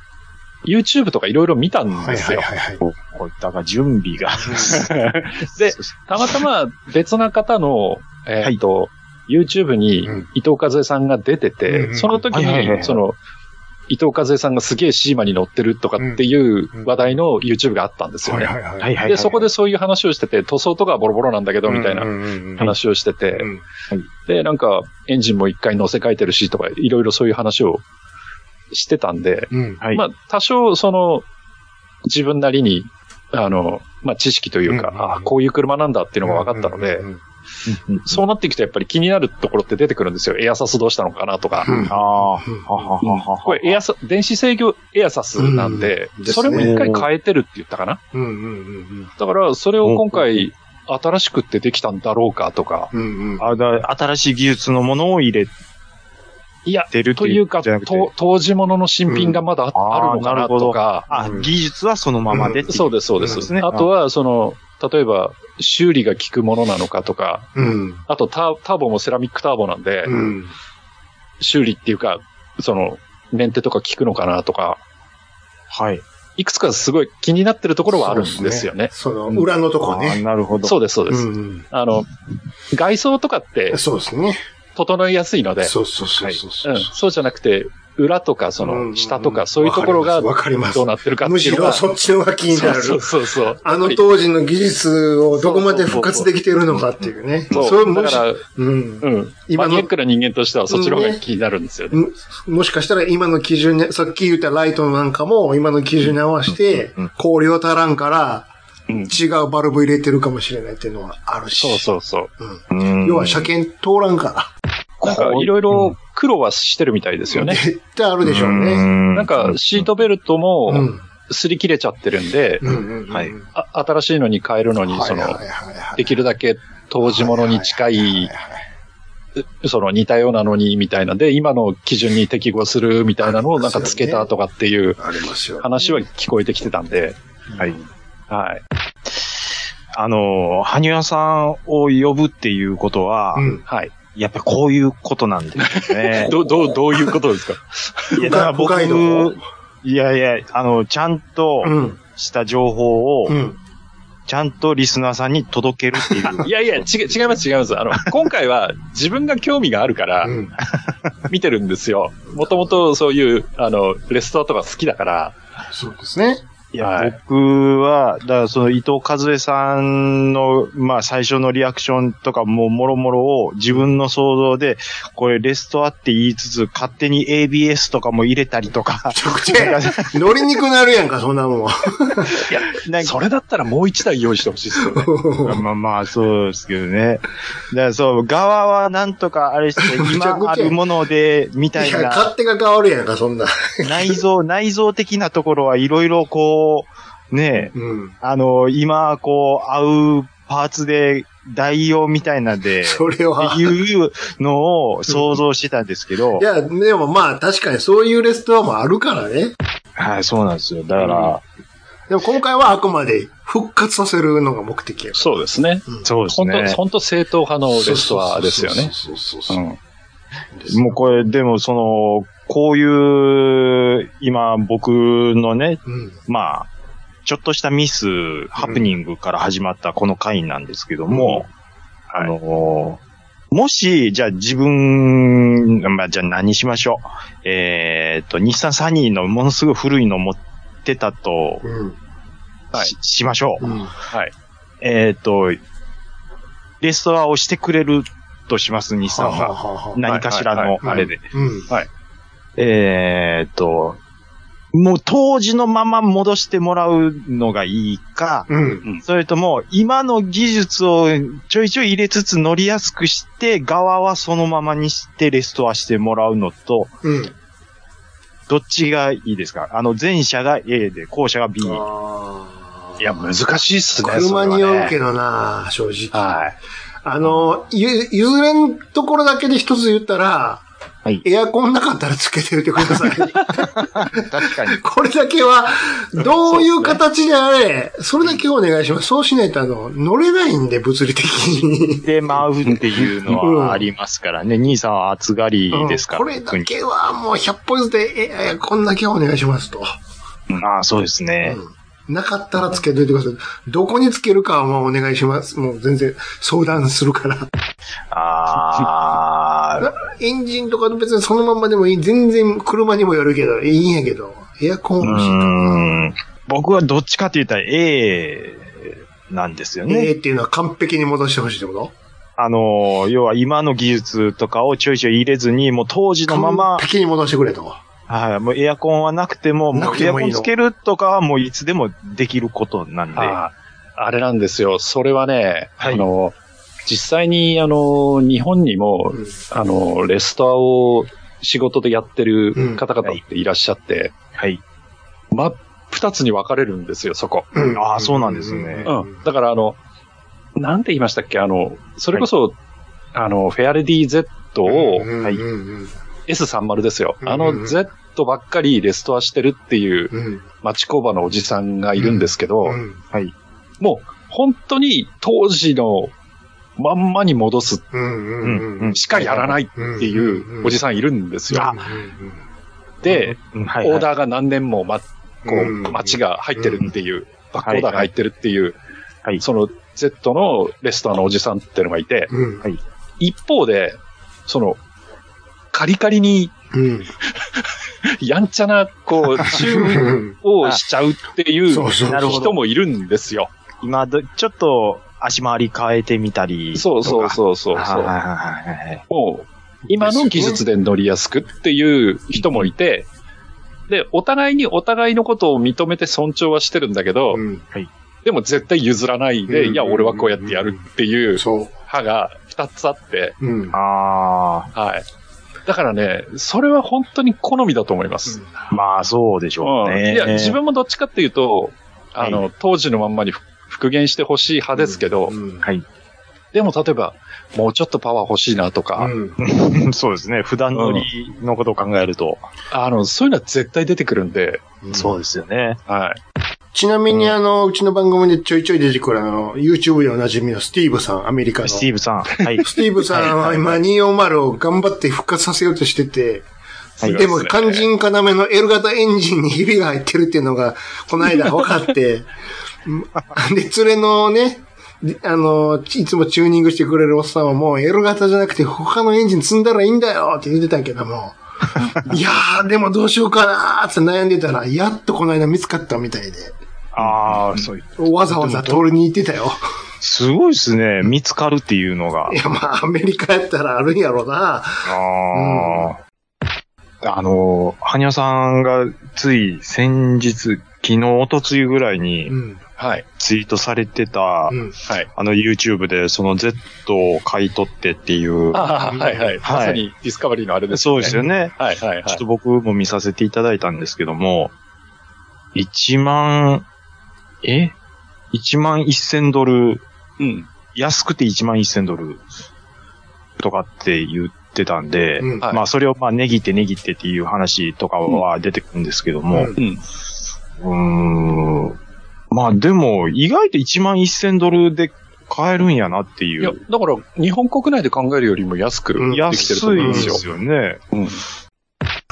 YouTube とかいろいろ見たん
は
で
いは
す
い
よ。
はいはい。
こうこういったが準備が。
で
そうそう
たまたま別な方の、えっと、YouTube に
うん
伊藤和恵さんが出てて、
うん
その時
はいはいはいは
に、
い
その、伊藤和恵さんがすげえシーマに乗ってるとかっていう
うん
話題の YouTube があったんですよ
はい
ね。
はいはい。
はいはいはい
で、そこでそういう話をしてて、塗装とかはボロボロなんだけど、みたいな
話
話をしてて、で、なんか、エンジンも一回乗せ替えてるしとか、いろいろそういう話をしてたんで、
うん。
はい。
まあ、多少、その、自分なりに、あの、まあ、知識というか、
うんうんうん
あこういう車なんだっていうのが分かったので、
うん
うんうん
そうなっていくとやっぱり気になるところって出てくるんですよ。エアサスどうしたのかなとか。
うん
ああ、は
うん
はははは。
これエアサ、電子制御エアサスなんで、
うんですね
それも一回変えてるって言ったかな。
うんうん
だから、それを今回、新しくってできたんだろうかとか、
うんうん。うん
あだ新しい技術のものを入れ
いや、
てるって
と
いう。
いうか、
じゃなくて
と当時物の新品がまだあ,、
うん
あるのかなとか、
あ、技術はそのままでってい
そうです、そうで。
そう
ですすね
あとは、その、例えば、修理が効くものなのかとか、
うん。
あとターターボもセラミックターボなんで、
うん。
修理っていうか、その、メンテとか効くのかなとか、
はい。
いくつかすごい気になってるところはあるんですよね。
その裏のとこ
あ
ね。
なるほど。
そうです、そうで
う
す。
ん。
あの、外装とかって
そうですね。
整いやすいので、
そうそうそうそう
う
そ
ん、そうじゃなくて、裏とか、そ
うん
の、下とか、そういうところが
わかります
どうなってるかって
む
い
し
うのが、
ろそっちのが気になる。
そうそうそうそう。
あの当時の技術をどこまで復活できているのかっていうね。
そう
それ
だ
もし
から、
うん
うん。
今
マ
の
ニアックな人間としてはそっちの方が気になるんですよね。
ももしかしたら今の基準に、さっき言ったライトなんかも今の基準に合わせて
うんうんうん、
香料足らんから
うん
違うバルブ入れてるかもしれないっていうのはあるし。
そうそうそ
う
う。
ん
うん。
要は車検通らんか
なんか、いろいろ苦労はしてるみたいですよ
ら。
ね。
絶対あるでしょうね。
ん
なんか、シートベルト
う
も
ん。
擦り切れちゃってるんで、
うん。
はい
うん
あ新しいのに変えるのに、その、できるだけ当時物に近い、その似たようなのにみたいなで、今の基準に適合するみたいなのをなんかつけたとかっていう
ありますよ。
話は聞こえてきてたんで、
はい。
はい。
あの、羽生さんを呼ぶっていうことは、
うん。
はい。。
やっぱこういうことなんですね
ど、どう、どういうことですか
いや、だから僕
北海道、
いやいや、あの、ちゃんと
うん。
した情報を
う、ん。
ちゃんとリスナーさんに届けるっていう。
いやいや、ち違います違います。あの、今回は自分が興味があるから
う、ん。
見てるんですよ。もともとそういう、あの、レストアとか好きだから。
そうですね。
いや、
はい
僕は、だからその伊藤和恵さんの、まあ最初のリアクションとかももろもろを自分の想像で、これレストアって言いつつ、勝手に ABS とかも入れたりとか、
ちょくちょ、乗りにくなるやんか、そんなもん。
いや、
なんか
それだったらもう一台用意してほしいですよね。
まあまあ、そうですけどね。だからそう、側はなんとかあれして、
むちゃくち
今
ゃ
あるもので、みた
い
い
や、
な、
勝手が変わるやんか、そんな。
内臓、内臓的なところはいろいろこう、ねえ、
うん。
あの、今、こう、合うパーツで、代用みたいなん で、
それは
って。いうのを想像してたんですけど
い、や、でもまあ確かにそういうレストアもあるからね。
はい、そうなんですよ。だから、
でも今回はあくまで復活させるのが目的やか
そうですね。
そうです
本当
ね。
本当正統派の
ら。
レストアですよね。
そうそう
う
そう。
ん
です
もうこれ、でもその、こういう、今僕のね、
うん。
まあ、ちょっとしたミス、ハプニングから始まったこの回なんですけども、あのーもし、じゃあ自分、まあ、じゃあ何しましょう。えーっと、日産サニーのものすごい古いの持ってたと
うん。
はい
ししましょう。
うん。
はい。
えっ、と、レストアをしてくれるとします、日産
は
が。
はは
何かしら
はい
の
は、
あれで。
うん。
えっ、と、もう当時のまま戻してもらうのがいいか、
うん。
それとも今の技術をちょいちょい入れつつ乗りやすくして、側はそのままにしてレストアしてもらうのと、
うん。
どっちがいいですかあの、前者が A で、後者が B。
あー
いや、難しいっすね。
車によるけど
ど。
な、正直。
はい。
あの、ゆ、譲れんところだけで一つ言ったら、
はい
エアコンなかったらつけておいてください。
確かに。
これだけは、どういう形であれ、それだけお願いします。そうしないと、あの、乗れないんで、物理的に。
でまうっていうのはありますからね。兄さんは暑がりですから。
うんこれ
特
だ
に
けはもう100歩譲って、え、えこんだけはお願いしますと。
ああ、そうですね。
うんなかったらつけといてください。どこにつけるかはもうお願いします。もう全然相談するから。
あ あ、
エンジンとか別にそのまんまでもいい。全然車にもよるけど、いいんやけど。エアコ
う
ン欲しい。
ーん。僕はどっちかって言ったら A なんですよね。
えーっていうのは完璧に戻してほしいってこと
あの、要は今の技術とかをちょいちょい入れずに、もう当時のまま
完、璧に戻してくれと。
はい、もうエアコンはなくても、
なく
エ
て
ア
もい
コ
いの
ンつけるとかはもういつでもできることなんで。
ああれなんですよ。それはね、
はい
あの、実際に、あの、日本にも、
うん
あの、レストアを仕事でやってる方々っていらっしゃって、
はい。
真っ二つに分かれるんですよ、そこ。
うん
ああそうなんですね
う
うん
ん。だから、あの、なんて言いましたっけあの、それこそ、あの、フェアレディ Z を、
うん
はい
うん
S30 ですよ。あ
うんうんう
の
ん
Z ばっかりレストアしてるっていう
うんうん
町工場のおじさんがいるんですけど、
うん
もう本当に当時のまんまに戻す
うんうんうん
しかやらないっ
って
いうおじ
さ
さんいるんですよ。
ん
で、
うんは
オ
いはい
ーダーが何年も、ま、こ
うん
う、町が入ってるっていう、バックオーダーが入ってるっていう、
はい
その Z のレストアのおじさんっていうのがいて、
うんうん
一方で、その、カリカリに、
うん
やんちゃな、こう、チュー
うん
をしちゃうってい
あ
う
そうそう
なるほど
人もいるんですよ。
今ど、ちょっと足回り変えてみたりとか。
そうそうそうそうそ
はいは
う。
いはいはいはい。
もう、今の技術で乗りやすくっていう人もいて、で、お互いにお互いのことを認めて尊重はしてるんだけど、
うん
でも絶対譲らないで、
うん
いや、俺はこうやってやるっていう
そ
歯が二つあって、
ううん
あ
はい。だからね、それは本当に好みだと思います。
あ、まあそうでしょう
うん
ね。
いや、自分もどっちかっていうと、あの、
は
当時のまんまに復元してほしい派ですけど、
うん
でも例えば、もうちょっとパワー欲しいなとか、
うん
そうですね。普段乗りのことを考えると。
あの、そういうのは絶対出てくるんで、
うん
そうですよね。
はい。
ちなみにあの、うちの番組でちょいちょい出てくるあの、YouTube でおなじみのスティーブさん、アメリカの。
スティーブさん。はい。
スティーブさんは今240を頑張って復活させようとしてて、
はい
でも肝心要の L 型エンジンにひびが入ってるっていうのが、この間分 かって、で、連れのね、であの、いつもチューニングしてくれるおっさんはもう L 型じゃなくて他のエンジン積んだらいいんだよって言ってたけ ども、いやー、でもどうしようかなーって悩んでたら、やっとこの間見つかったみたいで、
ああ、そう。
わざわざ取りに行って たよ。
すごいですね。見つかるっていうのが
い。や、まあ、アメリカやったらあるんやろうな。
ああ。あの、はにゃさんがつい先日、昨日、おとついぐらいに
うん。
はい。
ツイートされてた、
うん。
はい。
あの YouTube でその Z を買い取ってっていう、
ああ、はいはい。
はい
まさにディスカバリーのあれですね。
そうですよね。
はいはいはい。
ちょっと僕も見させていただいたんですけども、1万、え ?1 万1000ドル、
うん。
安くて1万1000ドルとかって言ってたんで、
うん
はい
まあそれをまあ値切って値切ってっていう話とかは出てくるんですけども、
うん
うん。
うーんまあでも、意外と1万1000ドルで買えるんやなってい
いや、
う。
だから、日本国内で考えるよりも安く
うん
できてると
安
思
い
うん
で
ですよ。
すよね。
うん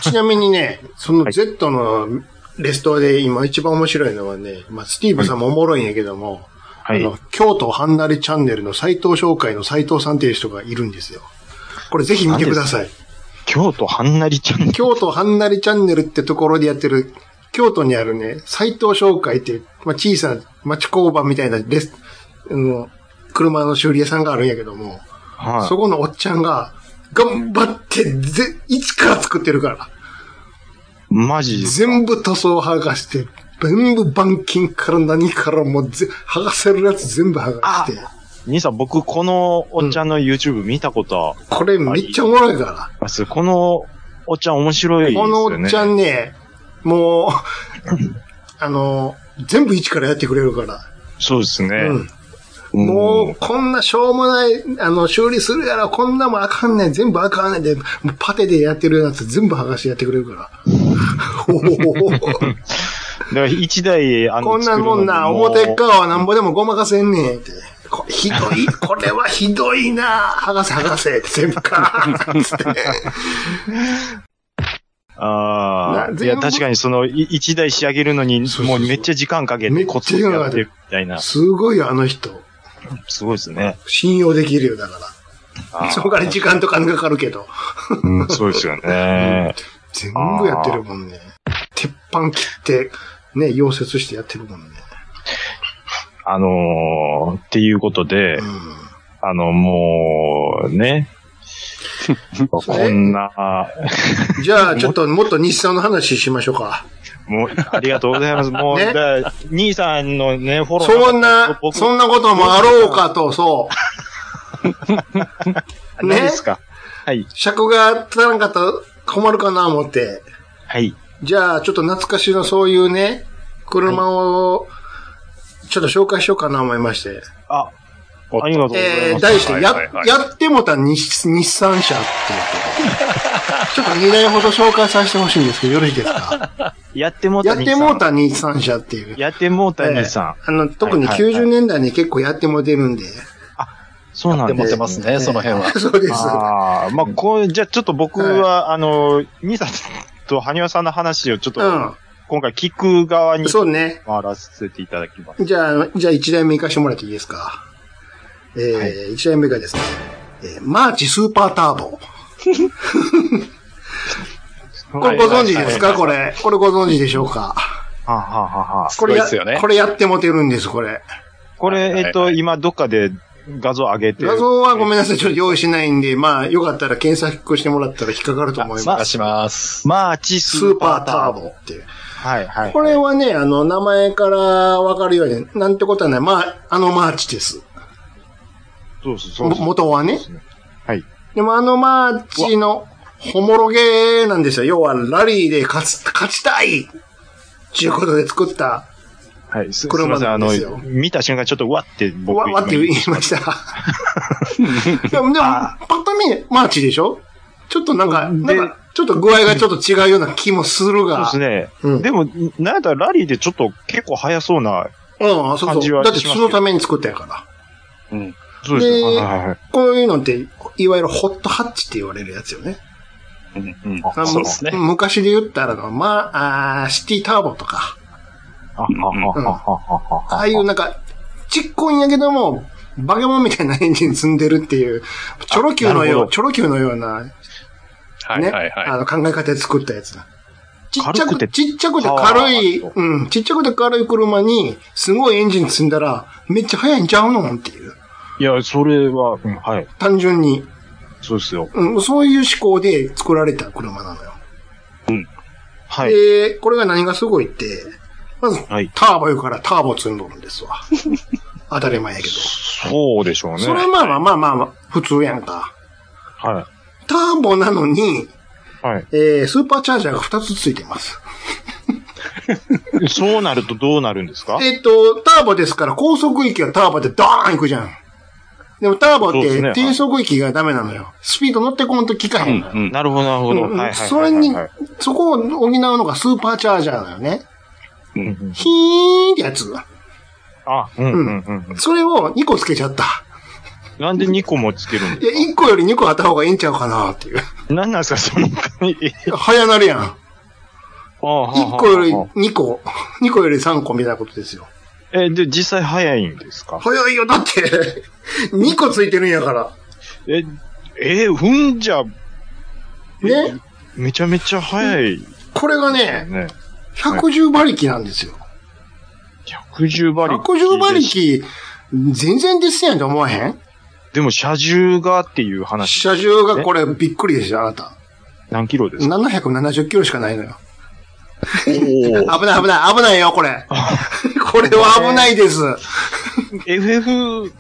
ちなみにね、その
はい
Z のレストで今一番面白いのはね、まあ、スティーブさんもおもろいんやけども、
はい。
あの、京都ハンナリチャンネルの斎藤紹介の斎藤さんっていう人がいるんですよ。これぜひ見てください。
京都はんなりちゃん。
京都ハンナリチャンネルってところでやってる、京都にあるね、斎藤紹介っていう、まあ、小さな町工場みたいなレス、あの、車の修理屋さんがあるんやけども、
はい
そこのおっちゃんが、頑張って、ぜ、一から作ってるから。
マジです
全部塗装剥がして、全部板金から何からもぜ、剥がせるやつ全部剥がして、
兄さん、僕、このおっちゃんの YouTube 見たことあ
これめっちゃおもろいか
ります。このおっちゃん面白い
ら。
ですよ
こ
ね。
のおっちゃんね、もう、 あの、全部一からやってくれるから。
そうですね。
うん、もう、こんなしょうもない、あの、修理するやら、こんなもんあかんねん、全部あかんねんで、もうパテでやってるやつ全部剥がしてやってくれる から。おー
だから一台、あの、
こんなもんな、
作るのにも
表っ側はなんぼでもごまかせんねんって。こひど い、これはひどいな剥がせ剥がせって全部かつって。
ああ。
な
いや、
全部
確かにその、い一台仕上げるのに
そう、そ
も
う
う
そう
めっちゃ時間かけ
めってちゃ
コツコツやってるみたいな。
すごいよあの人。
すごいですね。
信用できるよ、だから。
あー
そこから時間と金かかるけど。
うんそうですよね。
全部やってるもんね。鉄板切って、ね、溶接してやってるもんね。
あのー、っていうことで
う、ん。
あの、もう、 ね。こんな、
じゃあ、ちょっともっと日産の話しましょうか。
もう、ありがとうございます。もう、
ね
だから兄さんのね、フォロー
そんな、
僕
そんなこともあろうかと、 そう。
何
ね
で。すかはい、
尺が足らんかったら困るかな思って。
はい、
じゃあ、ちょっと懐かしのそういうね、車を、ちょっと紹介しようかな思いまして。
あ、ありがとうござい
え
ま
ー、
す。
題して、や、
はいはいはい
やってもた日日産車って いうとこちょっと2台ほど紹介させてほしいんですけど、よろしいです か
やってもう
や
た
っ
兄
て
さん。
もうた日産車っていう。
やってもうた兄さん。
あの、特に
はいはいはい
90年代に結構やっても出るんで。
そうなん
で
で
持
す
ってますね、その辺は。
そうです。
ああ、まあ、こう、じゃあちょっと僕は、あの、兄さんと羽生さんの話をちょっと、
う
今回聞く側に
ん。そうね。
回らせていただきます。
じゃあ、じゃあ1台目行かしてもらっていいですか。えー1台目がですね、えーマーチスーパーターボ。これご存知ですか、
はいは
これ。これご存知でしょうか
はあはあはあはあ
これ
すごいですよね
これやってもてるんです、これ。
こ
はいはい
れ、
はい
えっと、今どっかで画像上げて。
画像はごめ
ん。
んなさい、ちょっと用意しないんで、まあ、よかったら検索してもらったら引っかかると思い
ま
ま
あ、
す。
します。
マーチ
スーパーターボ。っていう。
はいはい。
これはね、あの、名前からわかるように、なんてことはない。まあ、あのマーチです。
そうそうそう
も
そう。
元はね。
はい。
でもあのマーチのホモロゲーなんですよ。要はラリーで勝つ、勝ちたいっていうことで作った、
はい。す
これ
すいません、
な
あ
んで
の
すよ、
見た瞬間ちょっとうわって僕。
わ、わって言いました。 でも、でもパッと見、マーチでしょちょっとなんか、
で
なんか、ちょっと具合がちょっと違うような気もするが。
そうです
う
ね。
ん。
でも、なんやったらラリーでちょっと結構早そうな、
うん、そう
感じ
そう。
は
だって
しますけ
そ
ど
のために作ったんやから。
そうですね。
で
はいはいはい。
こういうのって、いわゆるホットハッチって言われるやつよね。
うん
あの
そうですね
昔で言ったらの、まあ、あーシティターボとか、
あああああ
ああいうなんか、ちっこいんやけども、バケモンみたいなエンジン積んでるっていう、チョロ Q の
なる
よ
ほ
う、
ど
チョロ Q のような、
はい
ね、
はいはい。
あの考え方で作ったやつだ。ちっちゃ
軽
く
くて
ちっちゃくて軽い、
パワー
うん、ちっちゃくて軽い車に、すごいエンジン積んだら、めっちゃ速いんちゃうのっていう。
いや、それは、うんはい。
単純に。
そうですよ。
うん、そういう思考で作られた車なのよ。
はい。
で、これが何がすごいって、まず、
はい
ターボ言うからターボ積んどるんです わ。当たり前やけど。
そうでしょうね。
それはまあまあまあまあまあ、普通やんか。
は
ターボなのに、
い。はい。
えー、スーパーチャージャーが2つついてます。
そうなるとどうなるんですか
えっ、と、ターボですから、高速域はターボでドーン行くじゃん。でもターボっ
そうです
て
ね
低速域がダメなのよ。スピード乗ってこんと効かへんのよ。
なるほど、なるほど。
うんうん
はいはいはいはい。
それに
はい、
そこを補うのがスーパーチャージャーだよね。
うんうん
ヒーンってやつ。
あ、うんうんうん。
それを2個つけちゃった。
なんで2個もつけるん
いや、1個より2個あった方がいいんちゃうかなっていう。
なんなんですか、その 紙。
早なるやん。1
1
個より2個、2個より3個みたいなことですよ。
え、で、実際早いんですか
早いよ、だって、2個ついてるんやから。
え、え、うんじゃ、
ね。
めちゃめちゃ早い
これがね、
ね。
110馬力なんですよ。
110馬力。
110馬。力、全然ですやんと思わへん
でも、車重がっていう話。
車重がこれびっくりでした、あなた。
何キロですか
770キロしかないのよ。
おー
危ない危ない、危ないよ、これ。これは危ないです。
FF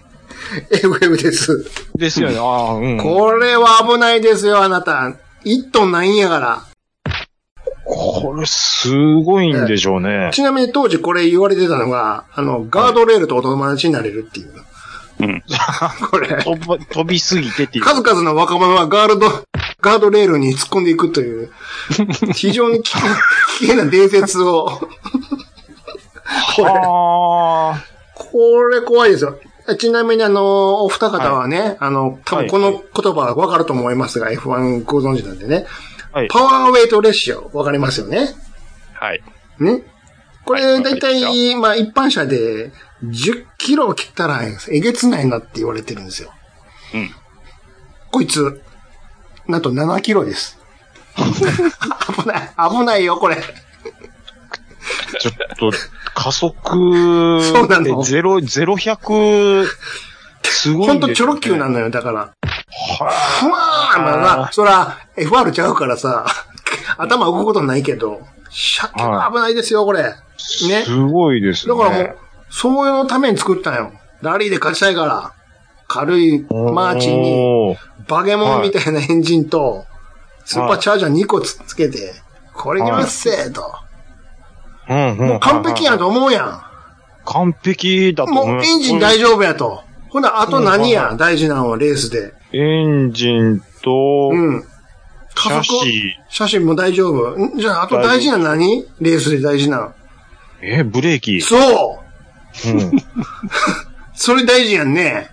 FF です。
ですよね。ああ、うん。
これは危ないですよ、あなた。1トンないんやから。
これ、すごいんでしょうね。
ちなみに当時これ言われてたのが、あの、ガードレールとお友達になれるっていう。
うん。
これ。
飛ば飛びすぎてっていう。
数々の若者はガールド、ガードレールに突っ込んでいくという、非常に危険危険な伝説を。これ、
ああ。
これ怖いですよ。ちなみにあの、お二方はね、あの、多分この言葉はわかると思いますが、F1 ご存知なんでね。
はい
パワーウェイトレシオ、わかりますよね。
はい。
ね。こ
は
れ、
い
だいた
わか
い、まあ一般車で10キロ切ったらえげつないなって言われてるんですよ。
うん。
こいつ、なんと7キロです。 危ない、危ないよ、これ。
ちょっと、加速、
そうなの
えゼロ、ゼロ百、すごい、ね。
ほんとチョロ Q なのよ、だから。
は
ふわーまあまあ、そら、FR ちゃうからさ、頭動くことないけど、車検は危ないですよ、これ。だか
い
ね
すごいです
ら
ね。
もう、そういうのために作ったんよ。ラリーで勝ちたいから、軽いマーチに、
おー。
バゲモンみたいなエンジンと、スーパーチャージャー2個つつけて、これにまっせーと。
うんうん、
もう完璧や
ん。
と思うや
完璧だ
ん。
と思い
もう
ます
エンジン大丈夫やと。ほな、あと何や大事なのはレースで。
エンジンと、
うん。加
車
速。
種、
写真も大丈夫。んじゃあ、あと大事なの何レースで大事なの。
え、ブレー キ。
そう
うん
それ大事やんね。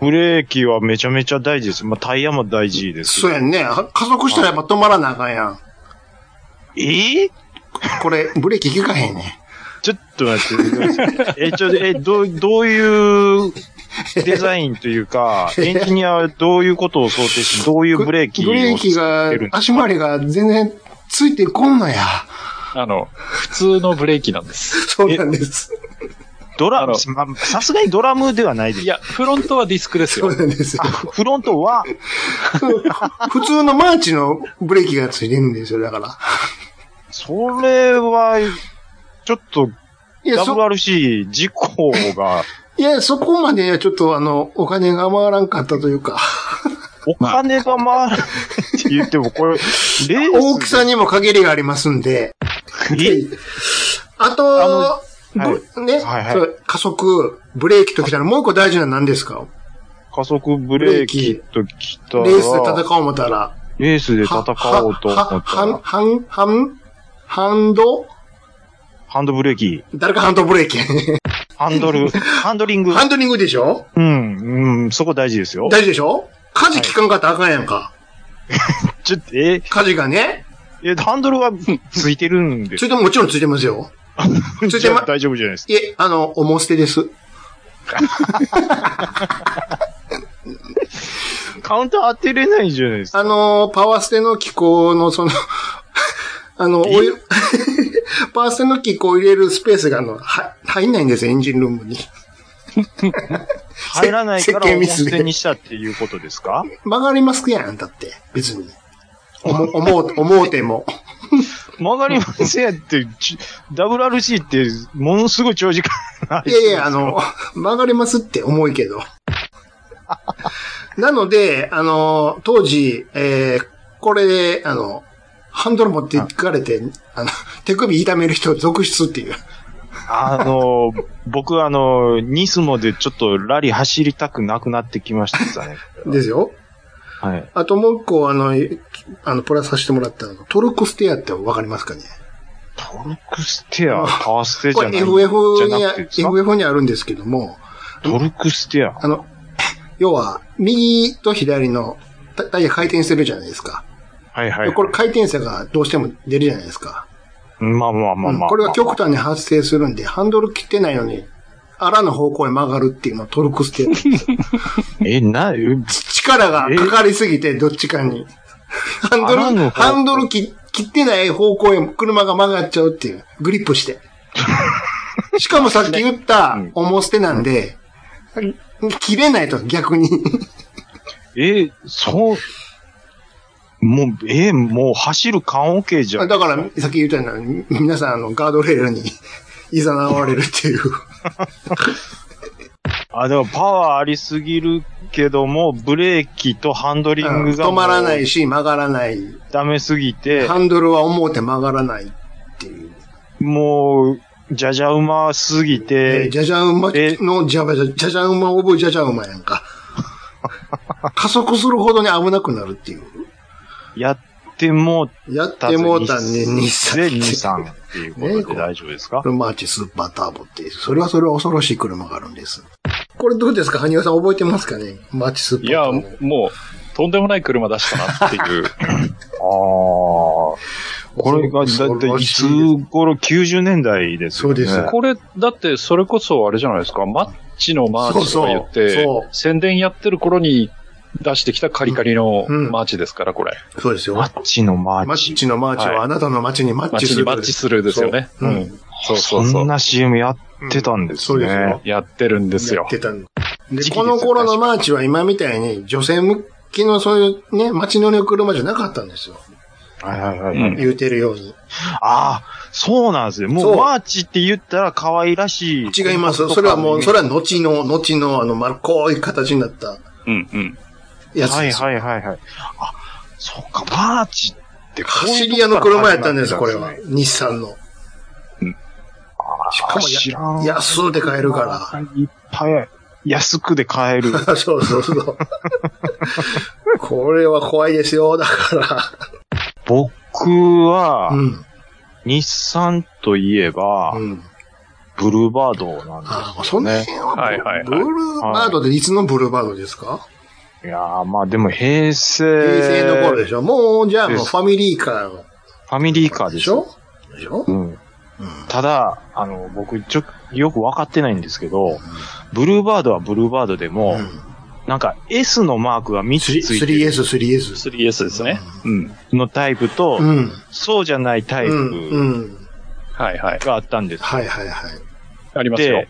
ブレーキはめちゃめちゃ大事です。まあ、タイヤも大事です。
そうやんね。は加速したらやっぱ止まらなあかんやん。
えー
これ、ブレーキ効かへんね。
ちょっと待って。 え、ちょ、え、どう、どういうデザインという か、エンジニアはどういうことを想定し、どういうブレーキを
ブレーキ
つ
が
けるん、です
足回りが全然ついてこんのや。
あの、普通のブレーキなんです。
そうなんです。
ドラム
あ、
まあさすがにドラムではないです。
いや、フロントはディスクです
そ
よ
う。なんですよ
あ。フロントは、
普通のマーチのブレーキがついてるんですよ、だから。
それは、ちょっと、
いや、そ、
WRC 事故が、
いや、そこまではちょっとあの、お金が回らんかったというか、
お金が回るって言っても、これ、レースで
大きさにも限りがありますんで、
え
あと、
あのはい
ぶね、
はいはい
そう加速、ブレーキときたら、もう一個大事なのは何ですか
加速ブレーキときた
レ
ら、
ースで戦おう思ったら、
レースで戦おうと思
は
った
は
ら、
はん、はん、ハンド、
ハンドブレーキ、
誰かハンド ブレーキやね。
ハンドル、ハンドリング。
ハンドリングでしょ
うん、うん、そこ大事ですよ。
大事でしょ火事聞かんかったらあかんやんか。
ちょっと、え、
火事がね。
え、ハンドルはついてるんで
つ
す
いてももちろんついてますよ。ついて
じゃ
ま
あ大丈夫じゃないですか。
いえ、あの、おも捨てです。
カウンター当てれないじゃないですか。
あの、パワーステの機構の その、あの、お湯、 パワーステの機構を入れるスペースがあの、は入んないんですよ、エンジンルームに。
入らないから
設計
お
ミスで
店にしたっていうことですか
曲がりますやん、だって、別に。おも、思う、思うても。
曲がりませんって、ち WRC ってものすごい長時間
いやいや、あの、曲がりますって重いけど。なので、あの、当時、えー、これで、あの、ハンドル持っていかれて、あの、手首痛める人続出っていう。
あの、 僕あの、ニスモでちょっとラリー走りたくなくなってきましたね。
ですよ。
はい。
あともう一個、あの、あの、プラスさせてもらったのが、トルクステアってわかりますかね
トルクステア、パワーステじ
こ
ゃ
れ
ない。
FF に
じゃな
あ、
くてですか
FF にあるんですけども、
トルクステア。
あの、要は、右と左のタタイヤ回転してるじゃないですか。
はいはい。
これ回転差がどうしても出るじゃないですか。
まあまあまあまあ。
うんこれは極端に発生するんで、ハンドル切ってないのに、あらの方向へ曲がるっていうのをトルクステア。
え、な、え
力がかかりすぎて、どっちかに。ハンド
あら
ル、
の方向
ハンドル切切ってない方向へ車が曲がっちゃうっていう。グリップ して。しかもさっき言った
うん
重捨てなんで、切れないと逆に。
え、そう、もう、え、もう走る缶オケじゃ
だ
ん。
から、さっき言ったように、皆さん、あの、ガードレールに誘われるっていう。
あ、でもパワーありすぎるけども、ブレーキとハンドリングが、
止まらな。いし、曲がらない。
ダメすぎて、
ハンドルは思うて曲がらないっていう。
もう、じゃじゃ馬すぎ
え
て、
じゃじゃ馬
え
のジャバジャ、じゃじゃ馬オブじゃじゃ馬やんか。加速するほどに危なくなるっていう。
やってもう
やったてもうたね、日産
で、
って。
日産っていうことで大丈夫ですか、
フルマーチスーパーターボっていう、それはそれは恐ろしい車があるんです。これどうですか羽生さん覚えてますかねマーチスーパ
い
ータ
や、
ーボ。
もう、とんでもない車出したなっていう。
ああ。これが、だって、いつ頃90年代ですよね。
そうです
これ、だって、それこそあれじゃないですか、マッチのマーチとか言っ
そう
て
そうそう、
宣伝やってる頃に出してきたカリカリの
うんうん
マーチですから、これ。
そうですよ。
マ
マ
ッチのマ
ッ
ーチ。
チのマーチ
はい
はあなたの街にマ
マ
ッ
ッ
チ
チ
す
に
る。
マッチするですよね。
そう
う
うん
ん。そうそう
そ
そ
ん
う。
な CM やってたんです
そう
ね。
ですよ
やってるんですよ
やっ。てたの。で、
時期ですよ
この頃のマーチは今みたいに女性向きのそういうね、街乗りの車じゃなかったんですよ。
はいはいはい。
うん
言うてるように。
ああ、そうなんですね。も
そう
うマーチって言ったら可愛らしい。
違います。それはもう、それは後の、後のあの丸っこい形になった
うんうん。
やつ
は
で
い
すよ。
はいはいはい。あ、そうか、マーチってこういう
走り屋の車やったんです、
とこ
こ
か
れ
ら始ま
は
って。
日産の。
たんですね。
し
知
からも
ん。
や、安うて買えるか
いっぱい、安くで買え る。
ら。そうそう そう。これは怖いですよ、だか
僕は
ら。う、ん。
日産といえば、
うん。
ブルーバードなんです。
ああ、そんな辺は、
はいはいはい
ブルーバードでいつのブルーバードですか
いやー、まあでも平成。
平成の頃で
フ
しょ。もう、じゃあ
で
もう
す
ファミリーカーの。
ァミリーカーでしょ。
でしょ
うん。ただ、あの、僕、ちょ、よくわかってないんですけど、ブルーバードはブルーバードでも、なんか S のマークが3つついてる
3S、3S。
3S ですね。
うんのタイプと、
うん。
そうじゃないタイ
うん。う
プ
ん。
はいはい。
があったんです。
はいはいはい。
ありますよ
で。、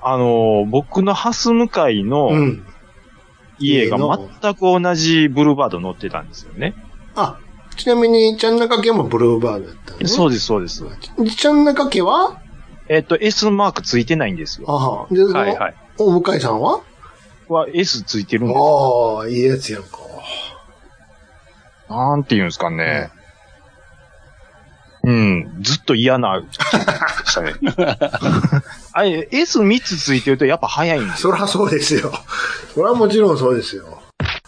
あのー僕のハス向かいの
ん。
家が全く同じブルーバード乗ってたんですよね。
あ、ちなみに、ちゃん中家もブルーバードだったのね。
そうです、そうです。
でちゃん中家は
えっと、S マークついてないんですよ。
あは。で、その
はいはい。
お向かいさんは
は S ついてるんですよ。
ああ、いいやつやんか。
なんて言うんですかね。うん。ずっと嫌な気がした ね。あれ、S3 つついてるとやっぱ早いんですよ。
そりゃそうですよ。そりゃもちろんそうですよ。
は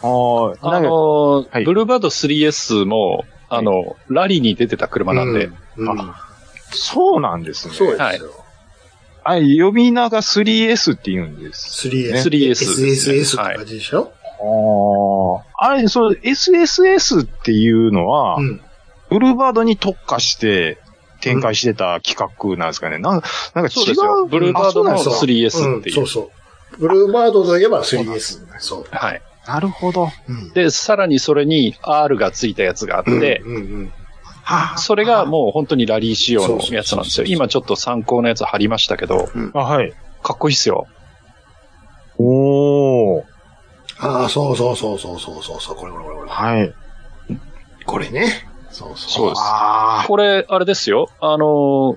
ーい。
あ
なんか
のー
はい
ブルーバード 3S も、あの、ラリーに出てた車なんで、
うん、うん
そうなんですね。
そうですよ。
あ呼び名が 3S って言うんです。
3S。
3S ですね
SSS って感じでしょ
あーあれ、そう、SSS っていうのは、
うん。
ブルーバードに特化して展開してた企画なんですかね。なんなんか違う。
そうですよ。ブルーバードの
あそうなんですよ
3S って
うん
いう。
そうそう。ブルーバードといえば 3S。そう。
はい。
なるほど。
うん
で、さらにそれに R がついたやつがあって、
うんうん
はあ
それがもう本当にラリー仕様のやつなんです
そうそうそうそ
よ。
う
今ちょっと参考のやつ貼りましたけど、
あ、はい。
かっこいいっすよ。
おー。
ああ、そうそうそうそうそうそうそう、これこれこれこれ。
はい。
これね。そう
そう
そう。
です
あ
これ、あれですよ。あの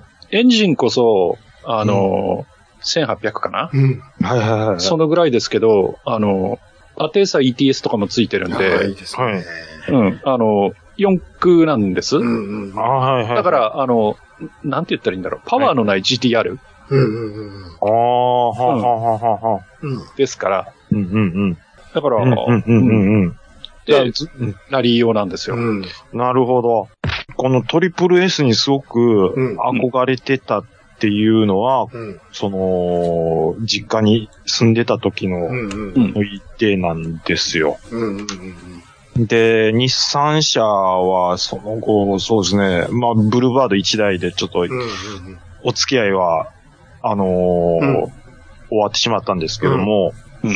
ー、エンジンこそ、あのー、1800かな
うん。
ーはいはいはい。
そのぐらいですけど、あのー、アテーサ ETS とかもついてるん
ああい
で、
いですね。
はい
うん、あのー、4駆なんです。
うんうん。
あはいはい。
だか、ら、あの、なんて言ったらいいんだろう。パワーのない GTR
うんうんうん
あーはあ、はあはあはあはあ。
うん。
ですから、
うんうん
だから、
うん。うんうんうんうん。
で、
うん
ラリー用なんですよ。
うん。
なるほど。このトリプル S にすごく
うん
憧れてたっていうのは、
うん。
その、実家に住んでた時の
うんうん
うん
一定なんですよ。
うんうんうん。
で、日産車はその後、そうですね、まあ、ブルーバード1台でちょっと
うんうん
お付き合いは、あのー
うん
終わってしまったんですけども、
う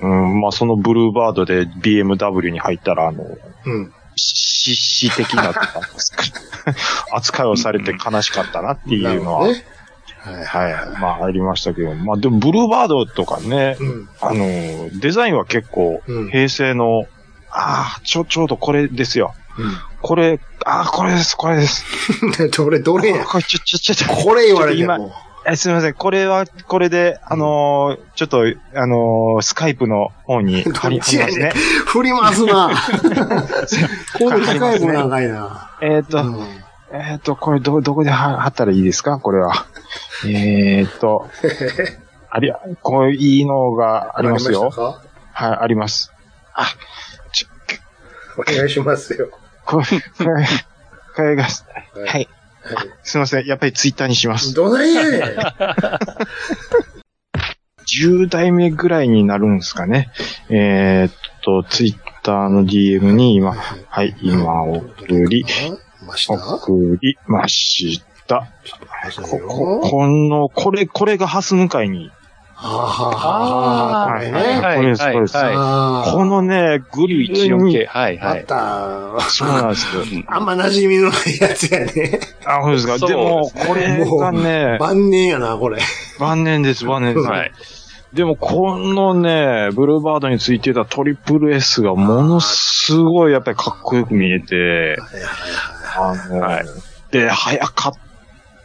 うん、まあ、そのブルーバードで BMW に入ったら、あの、
うん。うん。
し死的な 扱いをされて悲しかったなっていうのは、
なるほどね。はいは
はいい
は、
まあありましたけど、まあでもブルーバードとかね
い。、うん。
あの、デザインは結構
うん。
平成の、ああ、ちょ、ちょうどこれですよ。これ、ああ、これです、これです。
うん。どれ、どれや
あーこれ、ちょ、ちょ、ちょ、ちょ、
これ言われて
ちょっと
も。
えすみません、これは、これで、あのーちょっと、あのースカイプの方に貼り、
どっ
貼
ち
りま
やねん
すね。
振りますな。こういう
貼りま
高い
す
も
ね。
長いな。
えっ、と、
うん
えっ、と、これ、ど、どこで貼貼ったらいいですかこれは。えっ、 と、ありゃ、こういいのがあります
わ
よ。
かり
はい、あります。 あ、ちょ、
ましたかお願いしますよ。
これ、これ、これが、はい。
は
すいません。やっぱりツイッターにしま
い。
す。
どないやねん。
10代目ぐらいになるんですかね。えーっと、ツイッターの DM に今、はい、今送り、
ました
送りました。こ、こ、
こ
この、これ、これがハス向かいに。
ははは
あ
は
ー
こ
い
れ
は
ね。
い、これです、これです。
はい
あー
このね、グリに
14K。はい、
あ
は
っ
い。
た。
そうなんです
あんま馴染みのないやつやね。
あ、そうですか。
そう
でも、
ですね
これがね、
晩年やな、これ。
晩年です、晩年です。
はい。
でも、このね、ブルーバードについてたトリプル S がものすごいやっぱりかっこよく見えて、あの、
はい
で、早かっ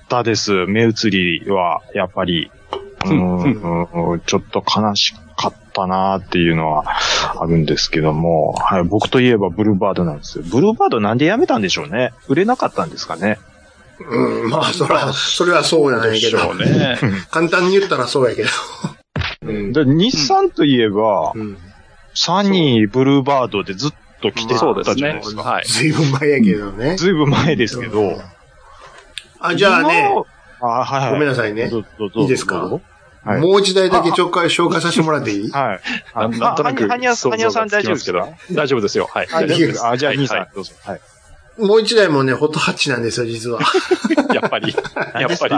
たです。目移りは、やっぱり、うんうんちょっと悲しかったなっていうのはあるんですけども、はい、僕といえばブルーバードなんですよ。ブルーバードなんでやめたんでしょうね売れなかったんですかね
うん、まあ、そら、それはそうなんやけど。
ね。
簡単に言ったらそうやけど。うん
で日産といえば、
うん
サニー、ブルーバードでずっと来て
まあ
た
そう
じ
で
ゃな
す
い
ね
です。か。
はい。
ずいぶん前やけどね。
ずいぶん前ですけど。
あ、じゃあね、
今は、あはいはい。
ごめんな
さ
さいね。
どうぞどうぞ
いいですか
どうぞはい
もう一台だけちょっかい紹介させてもらっていい
はい。
ななんとなく
はにゃ
想
はに
像
ゃさ
が
ん
つ
大丈夫です
きまけ
す
ど
か。
大丈夫ですよ。はい。
あ
大丈夫です。
あ、じゃあ、
はい
兄さ
は
ん、どうぞ。はい。
もう一台もね、ホット8なんですよ、実は。
い やっぱり、やっぱり。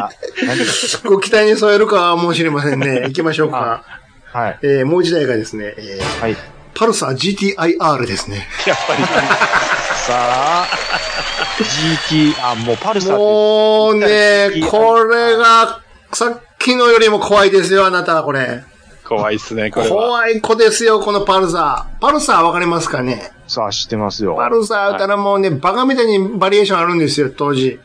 何です
ご期待に添えるかはもしれませんね。行きましょうか。
か。はい。
えー、もう一台がですね、えー
はい。
パルサー GTIR ですね。
やっぱり。
さあ、GT、あ、もうパルサーって
もうね、これが、さっきのよりも怖いですよ、あなたはこれ。
怖いっすね、これは。
怖い子ですよ、このパルサー。パルサーわかりますかね
さあ、知ってますよ。
パルサー言ったらもうね、バカみたいにバリエーションあるんですよ、当時。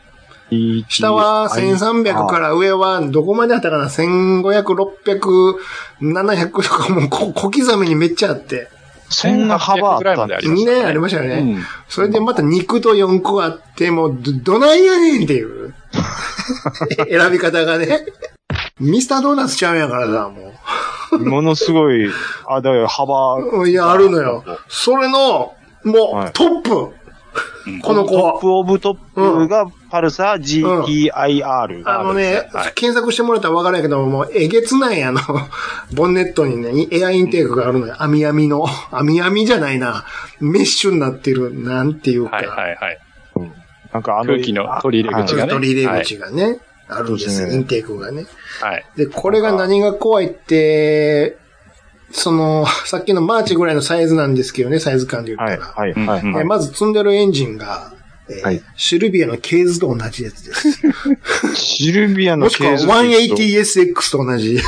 GT
下は1300から上は、どこまであったかな ?1500、600、700とかもうこ小刻みにめっちゃあって。
そんな幅あっ
ぐらい
た
ま
ん
で
だ
ありました
ねありましたよね
うん
それでまた肉と4個あって、もうど、どないやねんっ ていう。選び方がね。ミスタードーナツちゃうんやからさ、もう。
ものすごい、あ、だから幅。
いや、あるのよ。それの、も
は
う、
い
トップ。この子
トップオブトップがパルサー GTIR。
あのね、
はい
検索してもらったらわからないけど、もう、えげつない、あの、 ボンネットにね、エアインテークがあるのよ。網網の、 網網じゃないな。メッシュになってる、なんていうか。
はいはいはい。
なんかあの
空気の取り入れ口
ちょ
が
っ
ね。
とリレー口がね、あるんですよ、
そうですね
インテークがね。
はい。
で、これが何が怖いって、その、 さっきのマーチぐらいのサイズなんですけどね、サイズ感で言っ
は
た
い、
ら。
はい、はい。
うん
えーまず積んでるエンジンが、えー
はい
シルビアのケーズと同じやつです。
シルビアの
もしくは 180SX と同 じ。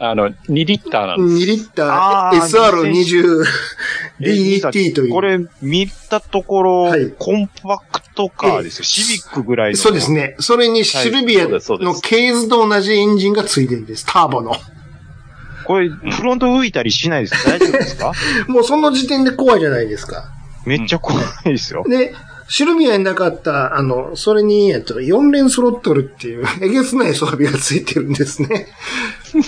あの、2リッターなんです。
2リッタ
あ
ー
ー
SR20DET という。
これ見たところ、
はい
コンパクトカーですよ。シビックぐらいの。
そうです
ね。
ね。それにシルビア
そうですそうで
の
す
ケーズと同じエンジンがついてるんです。ターボの。
これ、フロント浮いたりしないです。大丈夫ですか
もうその時点で怖いじゃないですか。
めっちゃ怖いですよ。
で、シルビアになかった、あの、それに、えっと、4連揃っとるっていう、 えげつない装備がついてるんですね。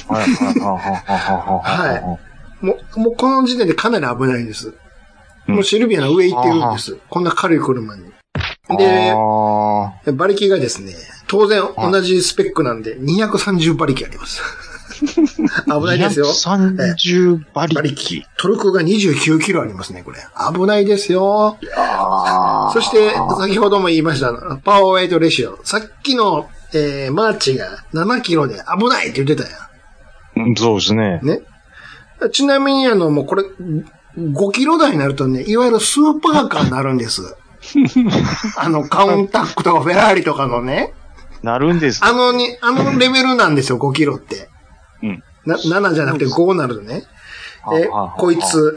はい、はい、はい、は
もう、もうこの時点でかなり危ないです。
うん
もうシルビアの上行ってるんです。こんな軽い車に。
い。
で
あ、ー
馬力がですね、当然同じスペックなんで、230馬力あ ります。危ないですよ。
230馬力。
馬力。トルクが29キロありますね、これ。危ないですよ。
あ
そして、先ほども言いました、パワーウェイトレシオ。さっきの、えー、マーチが7キロで危ないって言ってたや
ーそうですね。
ん。ね。ちなみに、あの、もうこれ、5キロ台になるとね、いわゆるスーパーカーになるん です。あの、カウンタックとかフェラーリとかのね。
なるんです。
あのに、あのレベルなんですよ、5キロって。
うん
な、7じゃなくて5になるのね。
は
え
あはあ、
こい。つ、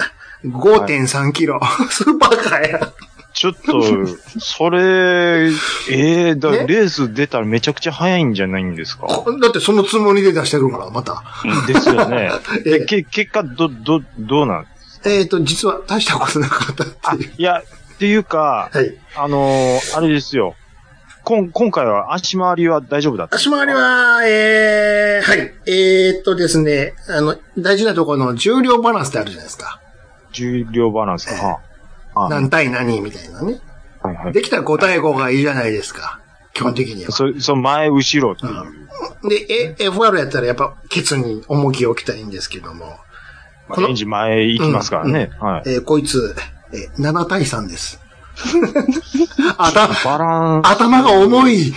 5.3キ ロ。スーパーカーや。
ちょっと、それ、ええだ
ね
レース出たらめちゃくちゃ早いんじゃないんです か
こだってそのつもりで出してるから、また。
ですよね。
え
で、け結果、ど、ど、どうなん
えーと、実は大したことなかったっていう。
いや、っていうか、
はい。
あのーあれですよ。こん、今回は足回りは大丈夫だった。
足回りは、えー、はい。えー、とですね、あの、大事なところの重量バランスってあるじゃないですか。
重量バランス
え
か。あ
何対何みたいなね。
はいはい。
できたら5対5がいいじゃないですか。基本的には。
そ、その前、後ろっていう。
で、え FR やったらやっぱケツに重きを置きたいんですけども、
ま
こ
あ
の
エンジン前行きますからね。はい。
えーこいつ、えー7対3です。 頭、
バランス。
頭が重い。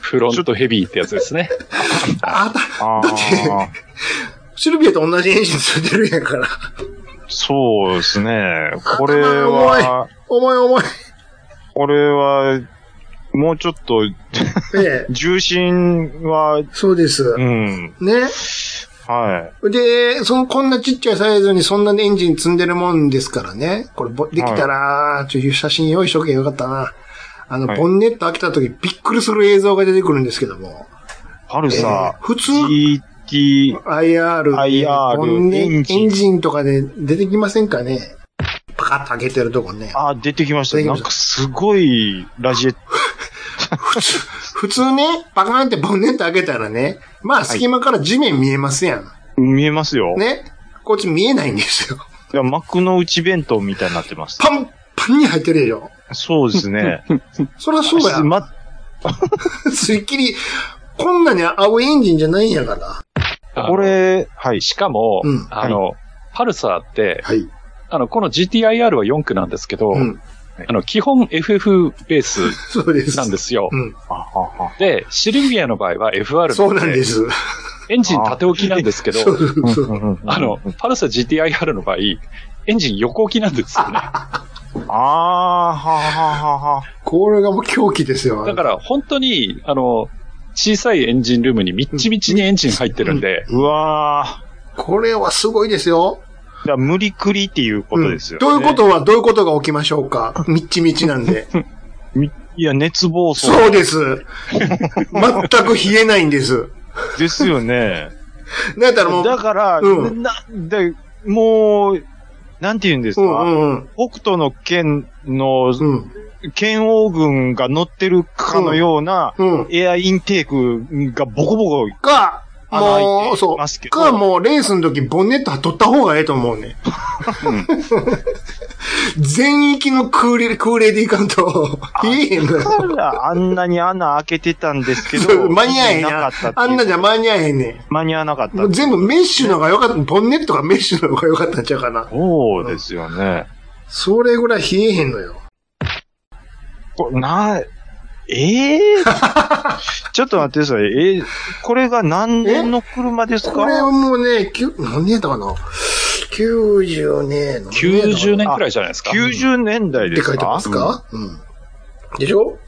フロントヘビーってやつですね。
あた
ああ。
シルビアと同じエンジンついてるやんから。
そうですね。これ
頭が
は、
重い重い。
これは、もうちょっと、
ええ
重心は、
そうです
う。ん、
ね。
は
で、その、こんなちっちゃいサイズにそんなエンジン積んでるもんですからね。これ、ぼできたら、ちょっと写真用意しとけばよかったな。あの、
はい
ボンネット開けた時、びっくりする映像が出てくるんですけども。
い。パルサ
えー普通
ー、GT、
IR、
IR
ボンネ
エンジン
エンジンとかで出てきませんかねパカッと開けてるとこね。
あ、出てきました。
出てき
な
ま
ん
した
かすごいラジエ、
普通ね、パカーンってボンネット開けたらね、まあ隙間から地面見えますやん。
見えますよ。
ね。こっち見えないんですよ。
いや、幕の内弁当みたいになってます。
パンパンに入ってるでしょ。
そうですね。
そりゃ そうや。
ま、
すっきり、こんなに青いエンジンじゃないんやから。
これ、はい。
しかも、
うん
あの、パルサーって、
はい。
あの、この GTIR は4区なんですけど、
うん。
あの、基本 FF ベース
そうです。。
なんですすよ
う。ん。
あはは
で、シルビアの場合は FR で
そうなんです。
エンジン縦置きなんですけど、
そうそうそう。
あの、パルサ GTIR の場合、エンジン横置きなんですよね。
ああ、はははは。
これがもう狂気ですよ。
だから本当に、あの、小さいエンジンルームにみっちみちにエンジン入ってるんで、
うわ
これはすごいですよ。
ー。いや無理くりっていうことですよ、ね
うんということは、どういうことが起きましょうかみっちみちなんで。
みいや、熱暴走。
そうです。全く冷えないんです。
ですよね。
だったらもう、
だから、
うん
な、で、もう、なんて言うんです
う
か、
んうん
北斗の剣の、
うん。
剣王軍が乗ってるかのような、
うん。うん。
エアインテークがボコボコ
が、
穴開い
もう、
て
そう。
ますけ
僕は
ど、
もうレースの時ボンネット取った方がええと思うね。全域の空冷、空冷でいかんと、言えへんの
だ
よ
からあんなに穴開けてたんですけ
そ
ど、
う間に合えへん
なか
や
ったっ
ん。
ていう
あんなじゃ間に合えへんね
間に合わなかっ
ん。も
たっ
う
ていう。
全部メッシュの方が良かった。ボンネットがメッシュの方が良かったんちゃうかな。
そうですよね。
それぐらい冷えへんのよ。
これな、 ええちょっと待ってください。えーこれが何年の車です
これ
か
はもうね、きゅ何年だかな ?90 年。
90
っ
年くらいじゃないですか。
?90 年代で
て
すか
書いてますかうん。でしょ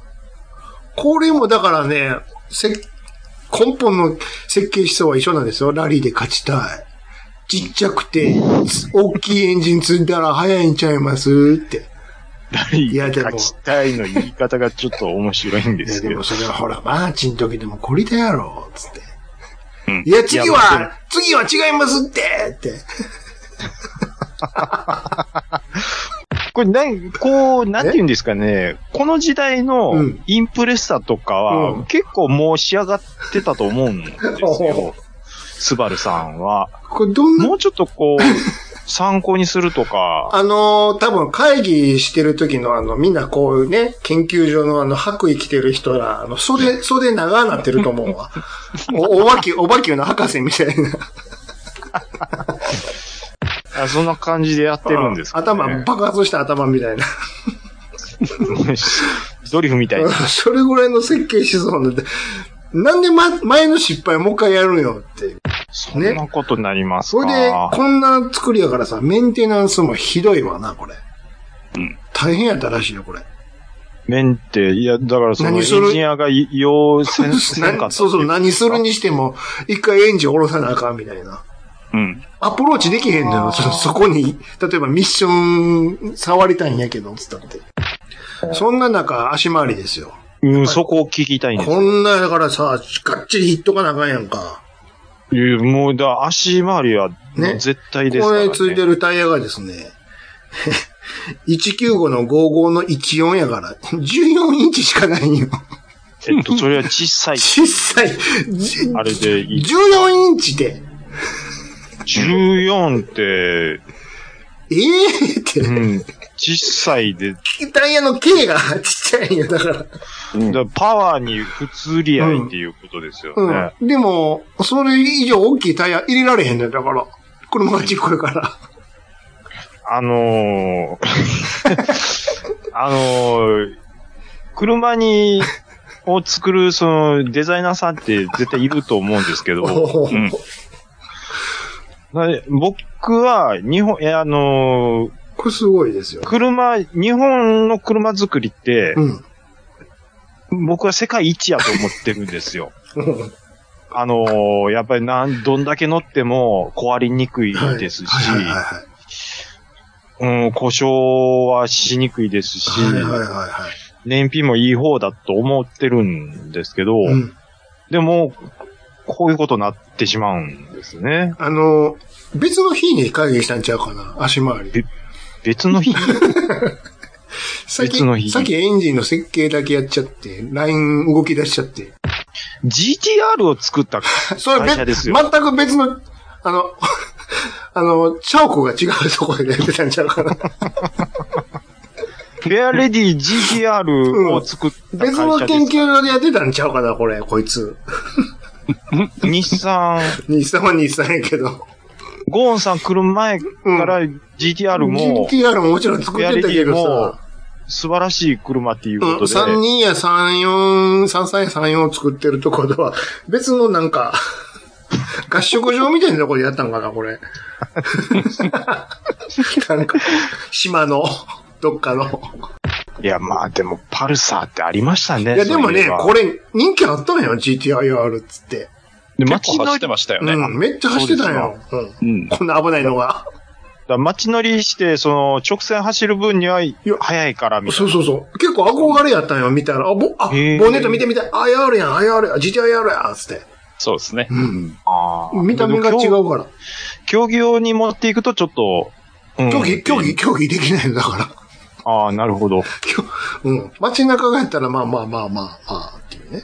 これもだからね、せ根本の設計思想は一緒なんですよ。ラリーで勝ちたい。ちっちゃくて、つ大きいエンジン積んだら速いんちゃいますって。
い
やでも
勝ちたいの言い方がちょっと面白いんで
いや
す
で
けど
も。それはほら、マーチの時でもこりだやろ、つって。
うん
いや、次
いや
は、次は違いますってって。
これ、なん、こう、なんて言うんですかね、この時代の
うん
インプレッサとか
う
は
ん、
結構もう仕上がってたと思うんです
お
よ。スバルさんは。
これどんな
もうちょっとこう、参考にするとか、
あのー多分会議してる時のあの、みんなこういうね、研究所のあの、白衣着てる人ら、あの、袖、袖長なってると 思うわ。お、おばきゅう、おばきゅうの博士みたいな。
あそんな感じでやってるんですか、ね、
頭、爆発した頭みたいな。
ドリフみたいな。
それぐらいの設計思想なんで、なんでま、前の失敗もう一回やるんよっていう。
そんなことになります
そ
か、
れで、こんな作りやからさ、メンテナンスもひどいわな、これ。
うん
大変やったらしいよ、これ。
メンテ、いや、だからそのエン
何する
ジニアが要せんせんかったってい
なそうそう、何 するにしても、一回エンジン下ろさなあかんみたいな。
うん。
アプローチできへんのよ。そそこに、例えばミッション触りたいんやけど、つったって。そんな中、足回りですよ。
うん、そこを聞きたいんです
こんな、だからさ、がっちりヒットかなあかんやんか。
いやもう、だ、足回りは、
ね
絶対です
こ
から、ね。
れついてるタイヤがですね、195の55の14やから、14インチしかないんよ。
えっと、それは小さ い。
小さい。じ
あれでいい、
14インチで、
14って、
ええー、って、
うん、小さいで、
タイヤの K が ちっちゃいんよ。だから。
だパワーに不釣り合いっていうことですよね。
うん。でも、それ以上大きいタイヤ入れられへんねん。だから、車がちっこいから。
あのー、 あのー、車に、を作る、その、デザイナーさんって絶対いると思うんですけど、
おー
うんな僕は、日本、え、あのー、
これすごいですよ。
車、日本の車作りって
う、ん。
僕は世界一やと思ってるんですよ。 あのーやっぱりなん、どんだけ乗っても壊れにくい
はい
ですし、
はいはいはい
うん、故障はしにくいですし、
はい。はいはいはいはい。
燃費もいい方だと思ってるんですけど、
うん
でも、こういうことになってしまうんですね。
あの、別の日に会議したんちゃうかな足回り。
別 の日
さっき
別の日
さっきエンジンの設計だけやっちゃって、ライン動き出しちゃって。
GTR を作った。
それ
会社で
別、
す
全
よ
く別の、あの、 あの、チャオコが違うところでやってたんちゃうかな
フェアレディ GTR を作った会
別
社
の
で
研
す。
究所でやってたんちゃうかなこれ、こいつ。
日産、
日産は日産やけど。
ゴーンさん来る前から
う
GTR も
GTR ももちろん作ってたけど
やり
さ。
素晴らしい車っていうことで、
うん、32や34、33や34を作ってるところでは、別のなんか、 合宿場みたいなところでやったんかな、これ。 なんか、島の、どっかの。
いや、まあでも、パルサーってありましたね。
いや、でも
そう
ね
えば、
これ、人気あったんよ、GTIR っつって。
で
結
街
構走
乗
っ
り
て、ましたよね。
うん、めっちゃ走ってたんよ。うん。
うん。だか
こんな危ないのが。
ら街乗りして、その、直線走る分には、
や
速いから、みたい
そう
な。
そうそう。結構憧れやったんよ、見たら。あ、ぼ、あ、ボン
へー
ネット見て見て、IR やん、IR やん、GTIR やん、つって。
そうですね。
うん。
あー
見た目が違。
でも
うから。
競競技用に持っていくと、ちょっと、うん
競技、競技、競技できないのだから。
ああ、なるほど。
うん。街中がやったら、まあまあまあまあまあ、っていうね。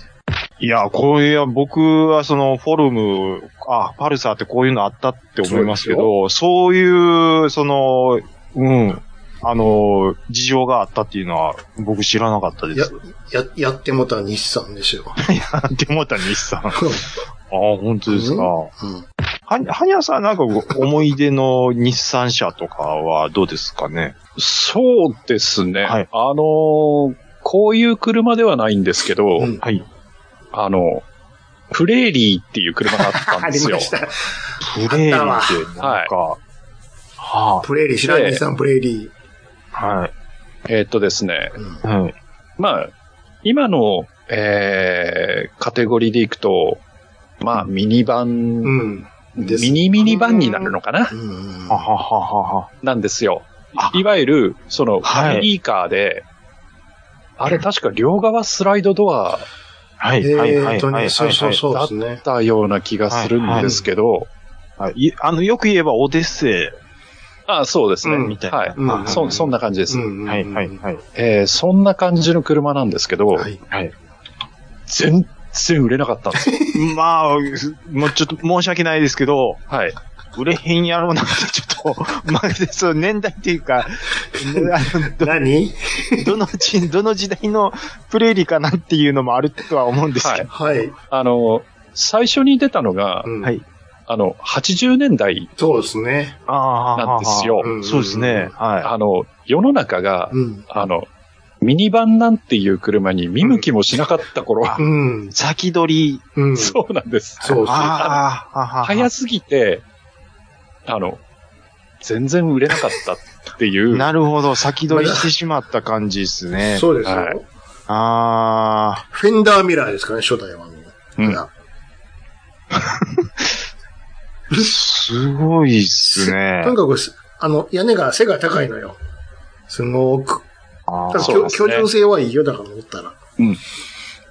いや、こういう、僕はそのフォルム、あ、パルサーってこういうのあったって思いますけど、そういう、その、うん、あの、事情があったっていうのは僕知らなかったです。
や、やってもた日産ですよ。
でもた西さ ん。あ本当ですか。
う
は、
うん。
はにゃさんなんか思い出の日産車とかはどうですかね。
そうですね。
はい
あのーこういう車ではないんですけど、
うん
はい。
あの、プレーリーっていう車があっ た
あ
んで
り
すよ
ま。した。
プレイってなんか、は
プレーリー、知らん日産プレーリー。
い、はい、
えーっとですね。
うん
はい、
まあ、今の、えー、カテゴリーでいくと、まあ、ミニバン、
うん。です
ミニミニバンになるのかな
うん
ははははは。
なんですよ
あ。
いわゆる、その、フ
はい
ァミリーカーで、あれ確か両側スライドドア
はい、
え
はい、は
ー
い、
っと
は
ね、
い。
そうそうそうですね
だっ。たような気がするんですけど、
はいいあの、よく言えばオデッセ
あそうですね。
うん
みたいな
はい。
うん
あ
そ、そんな感じです。
うん
イ。はい、はい、はい。
えーそんな感じの車なんですけど、
はい。
全然売れなかったんです よ。
まあ、もうちょっと申し訳ないですけど、
はい。
売れへんやろうなって、ちょっと、 まあ、そう、年代っていう か、あ
何
のどのち、どの時代のプレイリーかなっていうのもあるとは思うんですけど、
はい。
あの、最初に出たのが、
うん
はい
あの、80年代、
そうですね。
ああ
なんですよ
うんそうですね。は
あの、世の中が、
うん。
あの、ミニバンなんていう車に見向きもしなかった頃、
あ
うん
い。。先取り。
うん。
そうなんです。
そう
ああ、はは
早すぎて、あの、全然売れなかったってい う、
なるほど。先取りしてしまった感じですね。
そうです
は
よ。
あ
フェンダーミラーですかね、初代はもう。
あ、うん。すごいっすね
とに。かくす、あの、屋根が背が高いのよ。すごく。
あー
だから
そうです
居
ね
居住性はいいよ、だから思ったら。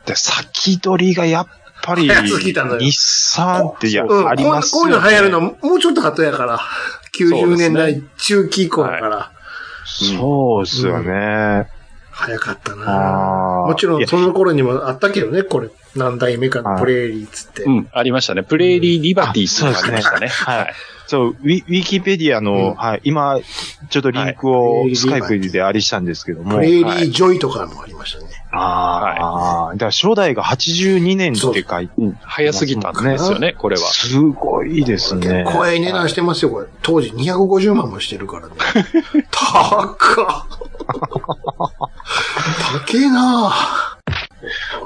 で先取りがやっぱり、
早すぎたのよ
日産って、いや、
うん
あります
こ
よ
う
ね
いうこういうの流行るのもうちょっと後やから。
そ
90
うです
年
ね
代中期以降だから、
そうっすよね。
早かった
あ
な
ー
もちろ
い
ん
や
その頃にもあったけどね、これ。何代目かの
はい
プレーリーっつって。
うん、ありましたね。プレーリーリバティっていうのがありましたね。
そうですね
はい。
そう、ウィウィキペディア
うん
の、はい、今、ちょっとリンクを
はい
スカイプでありしたんですけども。
プレーリ
はい
ージョイとかもありましたね。
ああ、だから初代が82年って書いて、
早すぎたんですよね、これは。
すごいですね。
結構ええ値段してますよ、これ。当時250万もしてる からね。高っ高えなぁ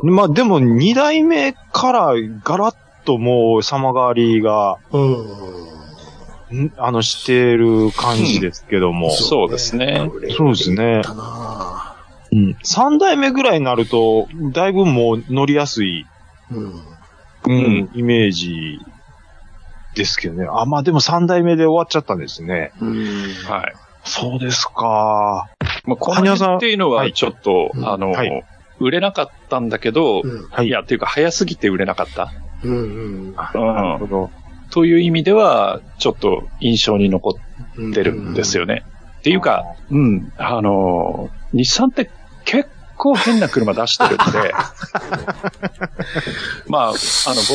まあでも、2代目からガラッともう様変わりが、
うん。
んあの、してる感じですけども。
そうですね。
そうですね
だな
う
ぁ
ん。三代目ぐらいになると、だいぶもう乗りやすい、
うん。
うん、イメージですけどね。あ、まあでも三代目で終わっちゃったんですね。
うん。
はい。
そうですか。
まあ、こ
羽
の
生さん
辺っていうの
は
はいちょっと、
うん
あの、
はい
売れなかったんだけど、
うん。
はい
いや、っていうか早すぎて売れなかった。
うん。
あ
うん
なるほど。
という意味では、ちょっと印象に残っ
うん。
てるんです
よ。
よね。っていうか、うん、あのー、日産って結構変な車出してるんで、 まあ、あの、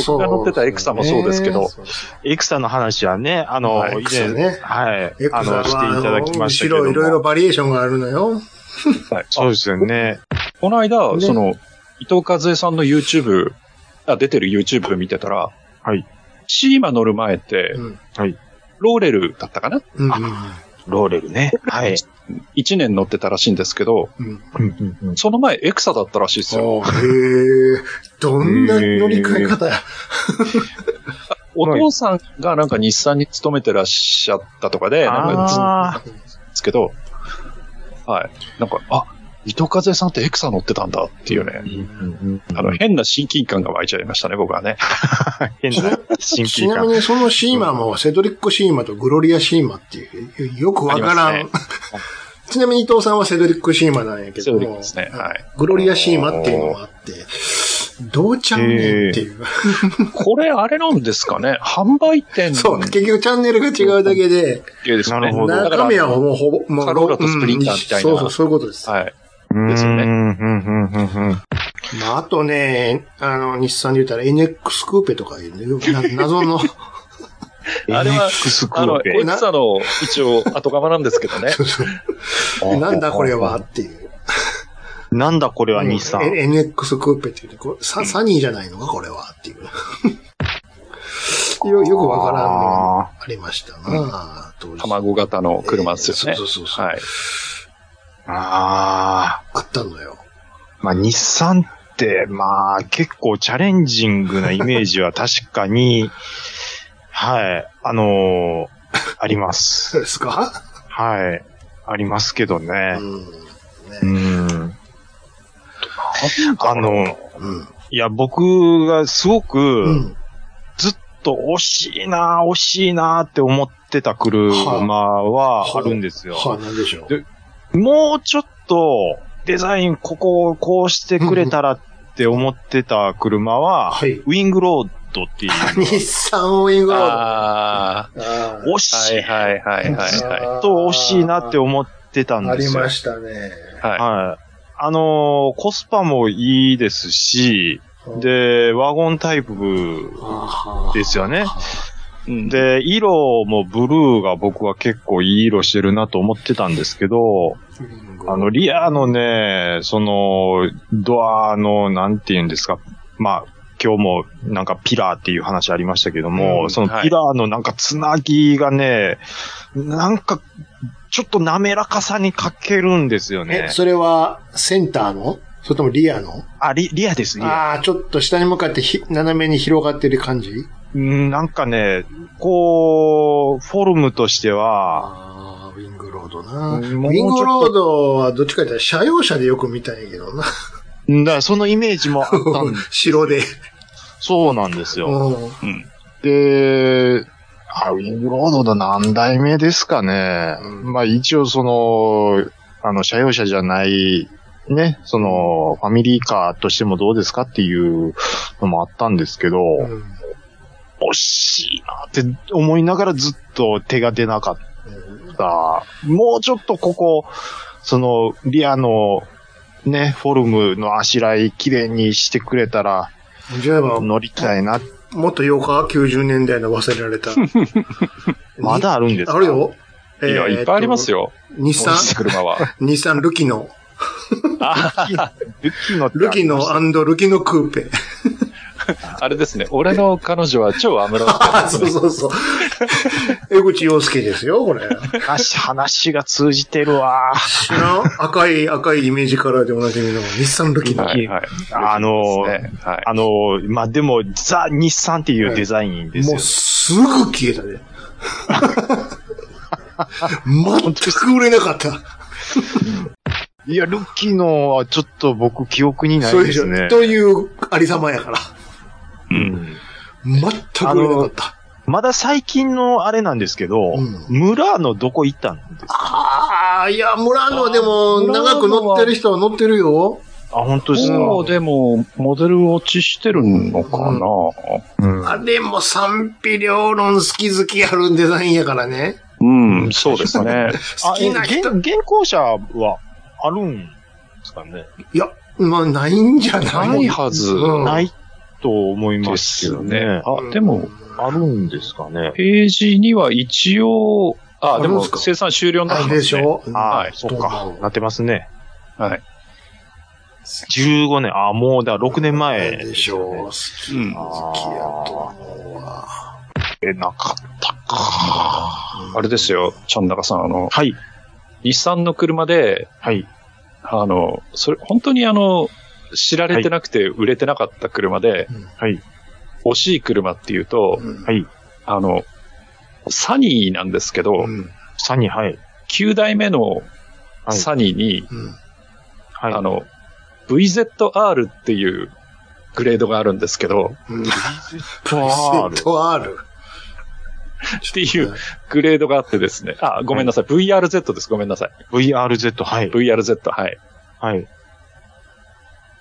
僕が乗ってたエクサもそうですけど、
そう
エクサの話はね、あの、
はいエクサね
以前はい
エ、クサ
あの、していただきましたけど
後
も。
ろいろいろバリエーションがあるのよ。
はい
そうですよね。
この間、
ね
その、伊藤和恵さんの YouTube、あ、出てる YouTube 見てたら、
はい。
シーマ乗る前って、
うん。
ローレルだったかな
うん。
ローレルね。はい。
?1 年乗ってたらしいんですけど、
うん。
その前エクサだったらしいですよ。
おーへえ。どんな乗り換え方や。
お父さんがなんか日産に勤めてらっしゃったとかで、なんかずっと
あ
ですけど、はい。なんか、あ、伊藤和恵さんってエクサ乗ってたんだっていうね、
ーうんうん
あの、変な親近感が湧いちゃいましたね、僕はね。
変な神
ち
秘
なみ
感。
にそのシーマも、セドリック・シーマとグロリア・シーマっていう、よくわから
あり
ん。 ちなみに伊藤さんはセドリック・シーマなんやけど
セドリッ
も、
クですねはい
グロリア・シーマっていうのがあって、どうちゃうねんっていう。
これ、あれなんですかね、 販売店
そう、結局チャンネルが違うだけで、
系ですよ
な
ね。
るほど
だか
中
ら
身はもうほぼ、もう
カローラとスプリンターみたいな
うんそうそう、そういうことです。
はい。
うん
ですよね
うんうんうんうんうん
まあ、あとね、あの、日産で言ったら NX クーペとかいうね、な謎 の、
あれは
NX ク
あ
ー
の、
ペ
エクサの一応後釜なんですけ どね。
なんだこれはっていう。
なんだこれは日産。
え NX クーペっていうね、これササニーじゃないのかこれはっていう。 よよくわからんのがありましたな、当時。
卵型の車ですよね
そう。そうそうそう、
はい。
あ
あったのよ。
あ。まあ、日産って、まあ、結構チャレンジングなイメージは確かに、 はい、あのーありま
そ
す。
うですか
はい。ありますけど
う
ね。
ん。ね
うん。あの、
うん。
いや、僕がすごく、
うん。
ずっと惜しいな、惜しいなって思ってた車はあるんですよ。
はあ、なんでしょう。
もうちょっとデザインここをこうしてくれたらって思ってた車は、
はい。
ウィングロードっていう、
日産ウィングロード。
あ
あー
惜
あ、は
し
い
い、
はいはいはいはい。
と惜しいなって思ってたん
あ
で
り
すよ。
ましたね。
は
はい。あのーコスパもいいですし、で、ワゴンタイプ
あー、
ですよね。
い。で、
で、色もブルーが僕は結構いい色してるなと思ってたんですけど、あの、リアのね、その、ドアの、なんて言うんですか、まあ、今日もなんかピラーっていう話ありましたけども、
うん
その
はい
ピラーのなんかつなぎがね、なんか、ちょっと滑らかさに欠けるんですよ
え、
ね。
それはセンターのそれともリアの
あ、リリアです、リア。
ああ、ちょっと下に向かってひ斜めに広がってる感じ
うんなんかね、こう、フォルムとしては、
ああ、ウィングロードな。
う
ウ
ん
ィン
もう
グロードはどっちかというと車用車でよく見たんやけどな。
うんだからそのイメージもあった ん
白で。
そうなんですよ。
うん
で、あ、ウィングロードの何代目ですかね。
うん
まあ一応その、あの、車用車じゃない、ね、その、ファミリーカーとしてもどうですかっていうのもあったんですけど、
うん
惜しいなって思いながらずっと手が出なかった。もうちょっとここ、その、リアの、ね、フォルムのあしらい綺麗にしてくれたら
じゃあ、も
乗りたいな。
っと8日、90年代の忘れられた。
まだあるんですか
あるよ。え
いや、いっぱいあります
よ。
よ。
日産
美味しい車は。
日産ルキノ。
ルキノってあ
ル
り
キ
まし
ノ
た
ルキノクー ペ。
あれですね。俺の彼女は超安室の
あそうそう そう。江口洋介ですよ、これ。
話、話が通じてるわ。
知らん赤い、赤いイメージカラーでおなじみの日産ルキノ。
はいはい。
あの
ですねはい。
あのー、まあ、でも、ザ・日産っていうデザインです
も
よ
う。すぐ消えたで。 全く売れなかった。
いや、ルッキーのはちょっと僕記憶にない
そうで
で
しょ
すね。。
というありさまやから。
うん
全く売れなかった。
まだ最近のあれなんですけど、
うん
村のどこ行ったんですか
ああ、いや、村のでも
あー村のは
長く乗ってる人は乗ってるよ。
あ、本当ですか
もうでも、モデル落ちしてるのかな、
うん
あれも賛否両論好き好きあるデザインやからね。
うん、そうですね。
好きな
あえ
人。
現現行車はあるんですかね、
いや、まあ、ないんじゃない
ないはず
うん
ないと思い
で
ますけ
す
ど
ね
ね。。
あ、でも、、
あるんですかね。
ページには一応、あ、で
あ
も
るんですか
生産終了になっ
あ
て
れ
ます、ね。
でしょ
あ
は
あ
い、
そっか。なってますね。
はい。
15年、ああ、もうだ、6年
あ
前
れでしょ好き、
うん
好きやと思うわ。
え、なかったか。
あれですよ、ちゃんだかさん、あの、
はい、
日産の車で、
はい。
あの、それ、本当にあの、知られてなくて売れてなかった車で、
うん
はい
惜しい車っていうと、
うん
はい
あの、サニーなんですけど、
うん
サニー、はい。
9代目の
はい。
サニーに、
うん
はい、
あの、VZR っていうグレードがあるんですけど、
うん
あー、
ZR。
っていうグレードがあってですね。あ、ごめんなさい。VRZ です。ごめんなさい。
VRZ、はい。
VRZ、はい。
はい。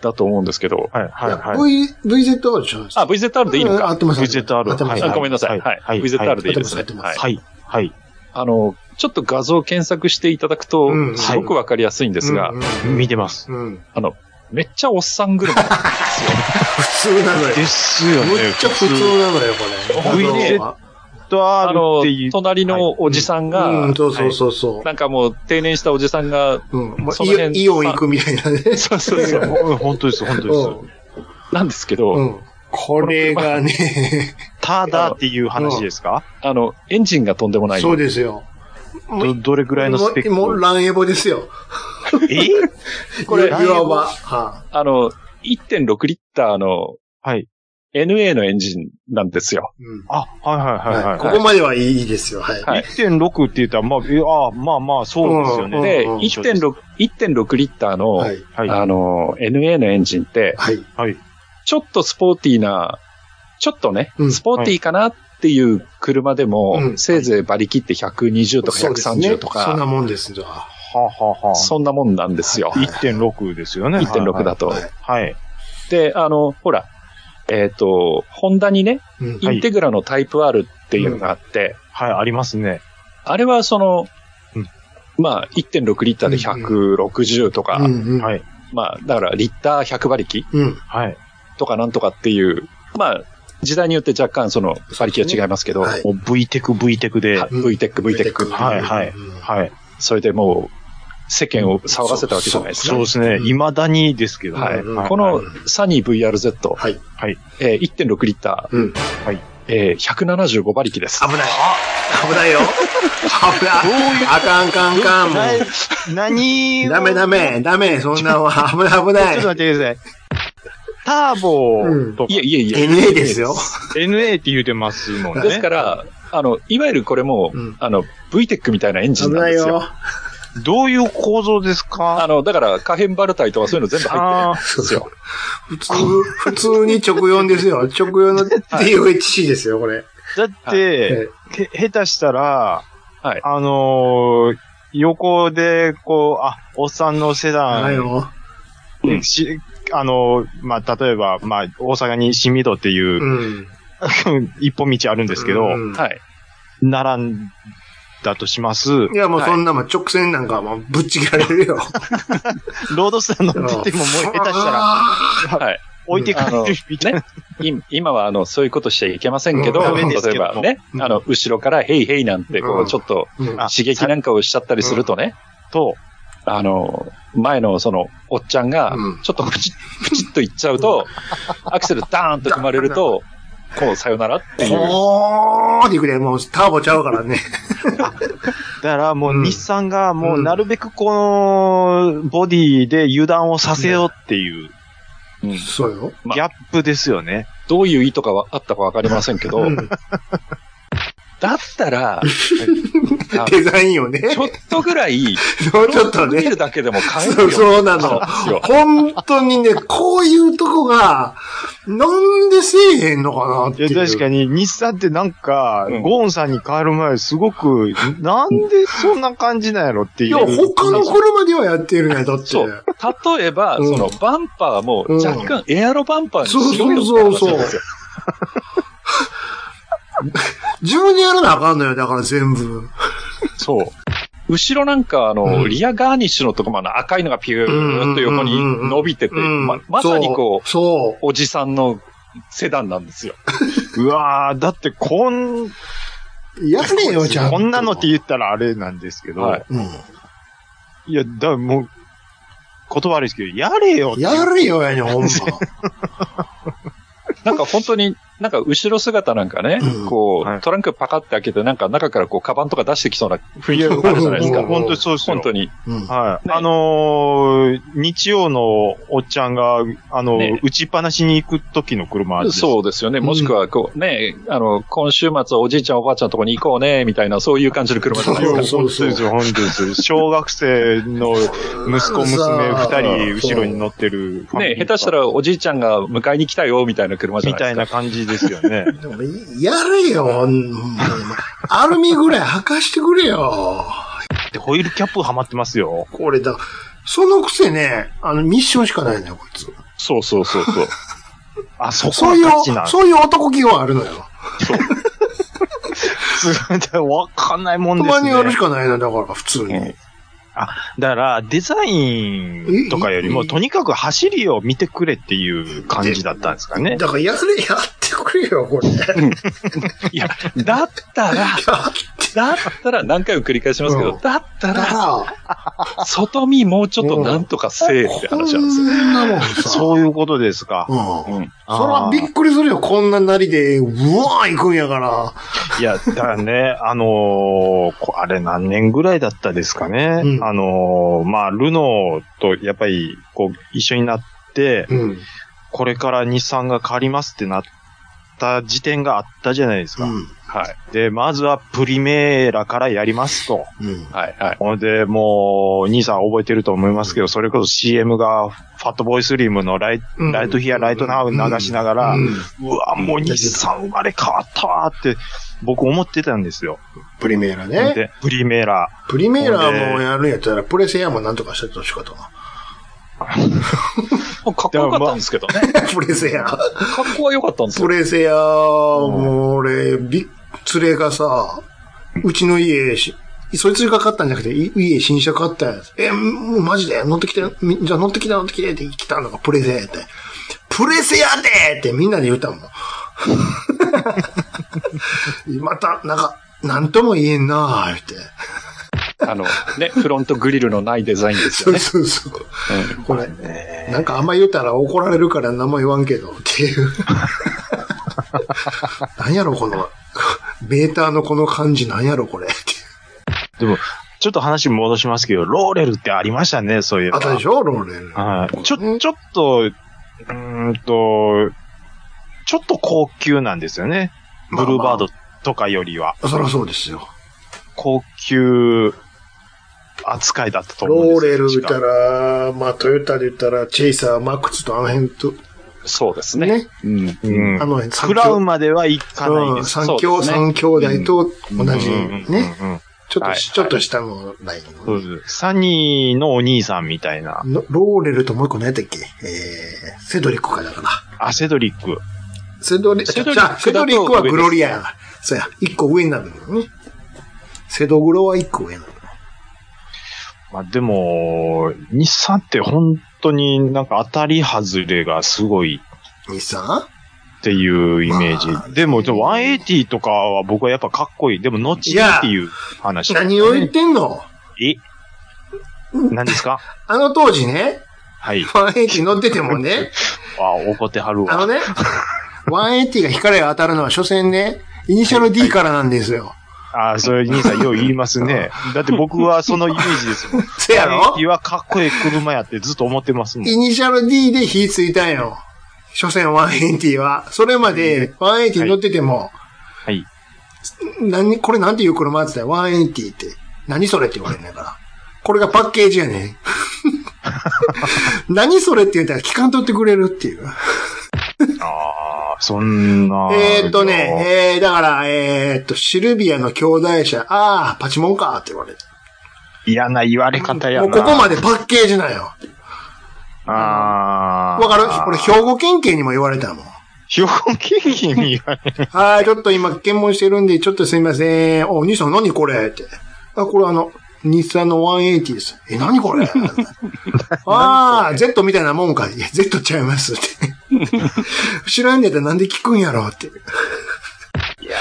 だと思うんですけど。
はい、はい、はい。
いや V、VZR じゃないですか。
あ、VZR でいいの
うん合
か。
ってます。
VZR
合ってます
は
あごめんなさい。
は
はいい。
はい
VZR でいいです
合っ
ね
て。ま
は
す
い。
はい、はい。
あの、ちょっと画像を検索していただくと
うん、
すごくわかりやすいんですが
うん、
見てます。
うん。
あの、めっちゃおっさん車なんですよ。
普通なのよ。
ですよね。
むっちゃ普通なのよ、これ。
VZ
あ
R っ
の
てい、う。
隣のおじさんが、
うん、そうそう
は
そうそ
いなんかもう定年したおじさんが、
う。うん。まあ
その辺
イイオン行くみたいなね。
そうそうそう、
うん本当です、本当です。
なんですけど、
うん。うんこれがね、
ただっていう話ですか
あの、エンジンがとんでもない。
そうですよ。も
ど、
う
どれぐらいのスペック
もう、もうランエボですよ。
え
これ、い
ランエボ
わば。は
あの、1.6リッターの
はい。
NA のエンジンなんですよ。
いうん
あ、はいはいは
はいい
は
こ
い。
こまではいいですよ。はい。
はい
1.6って言ったら、まあ、えあまあまあ、そうですよね。
うん
で、
うん
1.6、1.6リッターの、
はい。
はい。
あの、NA のエンジンって、
はい。
ちょっとスポーティーな、ちょっとね、
うん
スポーティーかなっていう車でも、
うん
せいぜい馬力って120とか
そうですね
130と
そんな
か、
もんですじゃあ。
はあはあはあ
そんなもんなんですよ。
1.6ですよね。
1.6だと。
はい
はい。
で、あの、ほら、えっ、と、ホンダにね、
うん
はい
インテグラのタイプ R っていうのがあって、
はい、ありますね。
あれはその、
うん
まあ、1.6リッターで160とか、
うんうん。
はい
まあ、だからリッター100馬力
うん。
はい。
とかなんとかっていう、まあ、時代によって若干その馬力は違いますけど、
はい
もう V テク V テクで、
は V テック、V テック。
はいはい
うん
はい。
それでもう、世間を騒がせたわけじゃないですか。
そうですね。
うん
未だにですけどね。
はい
うん
こ
は
の
い
サニー VRZ、
はい
はい
えー1.6リッター、
うん
えー175馬力です。
危ない。危ないよ。危ない。あかんあかんあかん。も
な
う
何を
ダメダ。メ、ダメ、そんなんは危ない危
ちょっと
ない。
待ってください。ターボとか
いえいえいえ。
NA ですよ。
NA って言うてますもんね。
ですから、あの、いわゆるこれも、
うん
あの、VTEC みたいなエンジ
危
ンなん
ない
ですよ。
よ。
どういう構造です
あ
か
の、だから、可変バルタイとかそういうの全部入って
あ
るんですよ。
普通、普通に直4ですよ。直4の DOHC ですよ、これ。
ーだって、へ下手したら、
はい
あのー横で、こう、あ、おっさんのセ
危
ダ
ない
ン、
よ。
うん
しあのーまあ、例えば、まあ、大阪に清水戸っていうう、
ん。
一本道あるんですけど、
うん
はい。
並んだとします。
いや、もうそんなもん直線なんかもうぶっちぎられるよ。
ロードスター乗ってても、もう下手したら、
ら。
はい。
置いてかれるみたいな。
い今は、あの、そういうことしちゃいけませんけど、
うんダ
メです
例
け
え
ど
ばね、
うん
あの、後ろから、ヘイヘイなんて、こ
う
う、
ん
ちょっと、
うん
あ
刺激なんかをしちゃったりするとね、
と、
あの、前のその、おっちゃんが
うん、
ちょっとプチ ッ、プチッといっちゃうと、アクセルダーンと踏まれると、こう、さよならっていう。
こーっていくで、もうターボちゃうからね。
だからも
う
うん日産がもううんなるべくこのボディで油断をさせようっていう
うん
そうよ。
まあ
ギャップですよね。
どういう意図があったかわかりませんけど、
うん
だっ たら、
デザインをね。
ちょっとぐらい、
そうちょっと
見
ね
る。だけでも変える
そ
よ。
うそうな
そう
の
なんですよ。
本当にね、こういうとこが、なんでせえへんのかなっ
い
てい
や、
う。
確かに日産ってなんか
うん、
ゴーンさんに変わる前すごく、なんでそんな感じなんやろっていう。
いや、他の車ではやってるね、だって。
そ
そう
う。例えば、
うん
そのバンパーも
うん
若干エアロバンパーにしろよ
そうそうそうそう
って話なんですよ
自分でやらなあかんのよ、だから全部。
そう。後ろなんか、あの、
うん
リアガーニッシュのとこもあの赤いのがピューっと横に伸びてて、
うん
ままさにこう、
そう。
おじさんのセダンなんですよ。
うわー、だってこん、
そう。やれよ、じゃんと
こんなのって言ったらあれなんですけど、
はい
い、
う
や、だからもう、言葉悪いですけど、やれよって
ん。やれよやねん、ほんま。
なんか本当に、なんか後ろ姿なんかね、
うん
こ、
はいう
トランクパカって開けて、なんか中からこう、カバンとか出してきそうな雰囲気があるじゃないです
う
か
ん。
本当にそうですよ
本当に。
うん。
はい。
ね
あのー日曜のおっちゃんが、あのー
ね
打ちっぱなしに行く時の車です。
そうですよね。もしくは、こう、ね、あの、今週末はおじいちゃんおばあちゃんのとこに行こうね、みたいな、そういう感じの車じゃないですか。
そう
本当
そう
ですよ、本当ですよ。小学生の息子、娘二人後ろに乗ってるファミリ
ね、
ー
下手したらおじいちゃんが迎えに来たよ、みたいな車じゃ
み
ないで
たい
すか。
な感じですよね。
でもやれよ、ほんまアルミぐらい履かしてくれよ。
で、ホイールキャップはまってますよ。
これだ、そのくせね、あの、ミッションしかないのよ、こいつ。
そうそうそうそう。
あ、そ
そ
こ
うい
が
う
価値な、ん
そういう男気はあるのよ。
す。わかんないもんです
マニ
ね。
ュアルしかないのよだから、普通に。
うん
だから、デザインとかより
え
も、
え
とにかく走りを見てくれっていう感じだったんですかね。
だからやれ、やってくれよ、これ。やっ
いや、だったら、だったら、何回も繰り返しますけど、
うん
だった
た
ら、
ら、
外見もうちょっとなんとかせえって
こ
話なんですよ。
んなもんさ。
そういうことですか。
うん。
うん
そらびっくりするよ、こんななりで、うわー行くんやから。
いや、だからね、あのーこあれ何年ぐらいだったですかね。
うん
あのーまあ、ルノーとやっぱり、こう、一緒になって、
うん。
これから日産が変わりますってなった時点があったじゃないです
う
か。
ん。
はい。
で、まずはプリメーラからやりますと。
うん。
はい、はい。
ほんで、もう、兄さん覚えてると思いますけど、それこそ CM が、ファットボーイスリムのライ,、
うん
ライトヒア、ライトナウ流しながら、う
うん
わ、もう日産生まれ変わったわーって、僕思ってたんですよ。
プリメーラ
ほん
ね。
で、プリメーラ。
プリメーラもやるんやったら、プレセアもなんとかしててほしかったな。
もうかっこよかったんですけどね。
プレセア。
かっこは良かったんです
プ
よ。
レセア、もう俺、び、連れがさ、うちの家し、そいつが買ったんじゃなくて、い家新車買ったやつ。え、もうマジで乗ってきて、みじゃあ乗ってきて乗ってきてって来たのがプレセアやって。プレセアでってみんなで言ったもん。また、なんか、なんとも言えんなぁ、って。
あの、ね、フロントグリルのないデザインです
そ
よ
う
ね。
そうそう。これ、なんかあんま言うたら怒られるから何も言わんけどっていう。 なんやろ、この、メーターのこの感じなんやろ、これってい
で
う。
も、ちょっと話戻しますけど、ローレルってありましたね、そういう
あったでしょ、ローレル。
はい。ちょ、ちょっと、うーんと、ちょっと高級なんですよね。ブ
まあ
ルーバードとかよりは。
そりゃそうですよ。
高級扱いだったと思うんで
ロー
す
レ
よ
ル言っ
確
た、
から
まあトヨタで言ったら、チェイサー、マックスとあの辺と、
そうですね。
ね、
うん。
うん
あ。の辺、
食らうまではいかない
うん
です。
三
そう
兄、
ですね
三兄弟と同じ、
うんうん
ね、
うんうん
ちょっと、
はい
ちょっと下のラインのね、
そうですサニーのお兄さんみたいな。
のローレルともう一個何やったっけえー、セドリックかだから。
アセドリック。
セドリ
セドリック
じゃあ
だと
セドリックはグロリアやな。そうや、一個上になるんだよね。セドグロは一個上なの。
まあでも、日産って本当になんか当たり外れがすごい
日産
っていうイメージ。
まあ
でも、でも180とかは僕はやっぱかっこいい。でも、後にっていう話、
何を言ってんの
え何ですか
あの当時ね、
はい。
180乗っててもね、
あ、怒ってはる
あの
わ。
ね、180が光が当たるのは所詮ね、イニシャル D からなんですよ。
あ、それ兄さんよう言いますね。だって僕はそのイメージ ですもん。
せやろ
180はかっこいい車やってずっと思ってますもん。
イニシャル D で火ついたんよ。所詮180は。それまで180乗ってても、
はい。
何、これなんていう車って言ったら、180って。何それって言われるんだから。これがパッケージやね ん。何それって言ったら聞かんとってくれるっていう。
ああ、そんな。
えーっとね、えー、だから、えーっと、シルビアの兄弟車、ああ、パチモンかって言われて。
嫌な言われ方や
も
な。
うここまでパッケージなんよ。
ああ。
わかるこれ兵庫県警にも言われたもん。
兵庫県民に言われ
はい、ちょっと今検問してるんで、ちょっとすみません。お、兄さん何これって。あ、これあの、日産の180です。え、何これああ、Z みたいなもんか。いや、Z ちゃいますって。 知らんねやったらなんで聞くんやろうって。
いや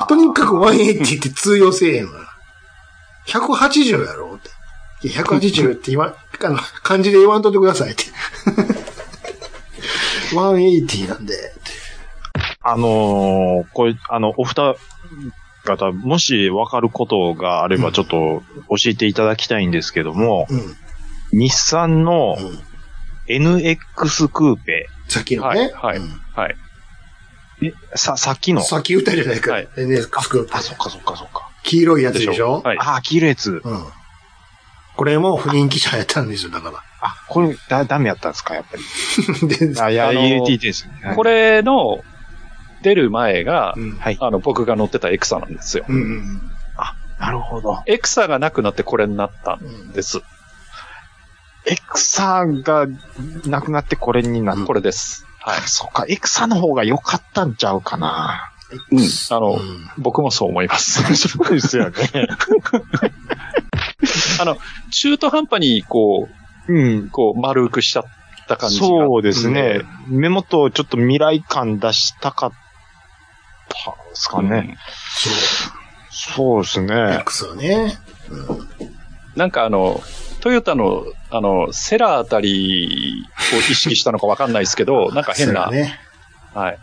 ー
とにかく180って通用せえへんわ。180やろうって。いや、180って今、あの、漢字で言わんとってくださいって。180なんで。って
あのーこれ、あの、お二方、もし分かることがあれば、ちょっと教えていただきたいんですけども、
うん。
日産の
うん。
NX クーペ、
さっきの
は
ね。
い、はい
うん、
はい。
さ、さっきの、
さっき言ったじゃないか。
はい
NX スクープ
あ、。そっかそっかそっか。
黄色いやつでしょ
はい。
あ、黄色いやつ。
うん。これも不人気者やったんですよ、だか
あ、これ、だ、ダメやったんですか、やっぱり。
ら。で、
あ、いや、
あのー
EUT ですね。はい
こ、れの出る前が
う、ん。
はい。
あの、僕が乗ってたエクサなんですよ。
うんうん
なるほど。
エクサがなくなってこれになったん
うん。うん
です。
エクサがなくなってこれになった。
これです。はい。
そっか、エクサの方が良かったんちゃうかな。
うん。あの、
うん
僕もそう思います。
そうですよね。
あの、中途半端にこ
うん
う、。こう丸くしちゃった感じが。
そうですね。目元をちょっと未来感出したかったですか
うん。
ね。そうですね。
X はね。
なんかあの、トヨタの、あの、セラあたりを意識したのかわかんないですけど、なんか変な、
セラね。
はい。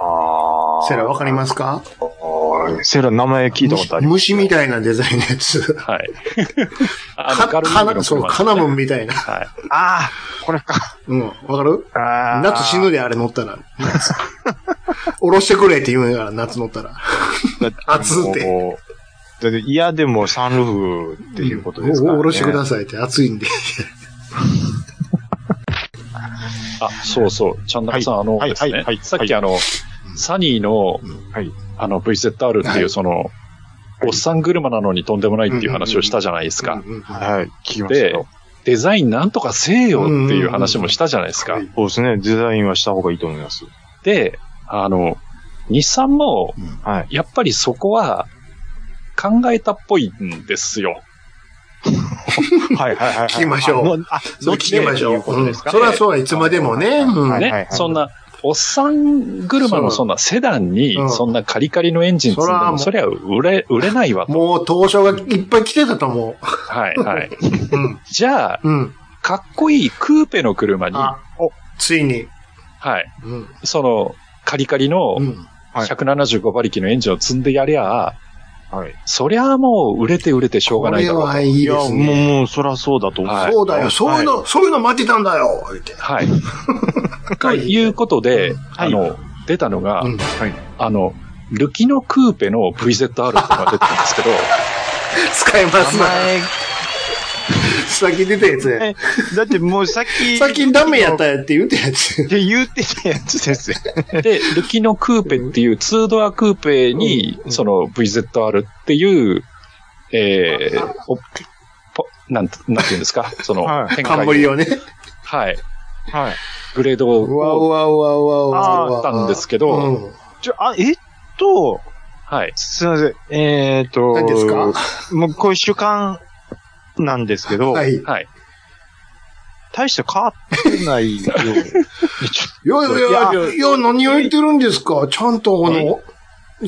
あ
セラわかり
ま
ますか
す。セラ名前聞いたことあります。
虫みたいなデザインのやつ。
はい。あの
か、
ガルミ
か
ーの
な、そう、
車
カナブンみたいな。
はい。
ああ、これか。
うん、わかる
あー
夏死ぬであれ乗ったら。 おろしてくれって言うんやから、夏乗ったら。暑っ。て
もうだって嫌でもサンルーフっていうことですから、ね。
おおろしてくださいって、暑いんで。
あ、そうそう。ちゃんなかさん、あの
はい
ですね、
はいはい
さっきあの、サニーの、
はい
あの VZR って
はいいう
その、おっさん車なのにとんでもないっていう話をしたじゃないですか。
うんうんうん
はい、聞きましたよ。
デザインなんとかせえよっていう話もしたじゃないですか。
うんうんうん
そうですね。デザインはした方がいいと思います。
で、あの、日産も、
はい。
やっぱりそこは、考えたっぽいんですよ。
はいはいはいはい。
聞きましょう
あのあ、
それ聞きましょう。
どっちでっていことですか
うんそれはそうはいつまでもね。うん
はい
ね、そんな、おっさん車の
そ
そ
うん
なセダンに
う、ん
そんなカリカリのエンジン積ん
そ
で
らも
も、
う
そりゃ売れ、売れないわと。
もう当初がいっぱい来てたと思
はい、はい。
う。うん。
じゃあ、
うん。
かっこいいクーペの車に、は
あ、お、ついに。
い、
うん。
その、カリカリの
うん。
はい
175馬力のエンジンを積んでやりゃ、
はい。
そりゃあもう売れて売れてしょう
こ
がない
れ
だろうと。
はいい
いや、
で
もう、
すね。
もう、そらそうだと思う。
はい
そうだよ。そういう
は
の、そういうの待ってたんだよ。言って。
はい。ということで、
い
あの、出たのが、
うん。
あの、ルキノクーペの VZR っていうのが出てたんですけど、
使えます
名
な。
前
先出たや つや。
えだってもうさっき。
最近ダメやったやって言うたやつ
っ。て言うてたやつですよ。
で、ルキノクーペっていうツードアクーペに、その VZR っていう、えー、おぽなんて、なんていうんですか、その
はい、
展開
冠をね。
はい、
はい。
グレード
うわう
を
わうわうわうわう
あ
わ。
ったんですけど
うん
ちょ、あ、えっと、
はい、
すいません。えーっと。
何ですか
もう、こういう主観なんですけど、
はい。よ
はい。
大して変わってないよ。
よよよ、よ、何を言ってるんですかちゃんとあの、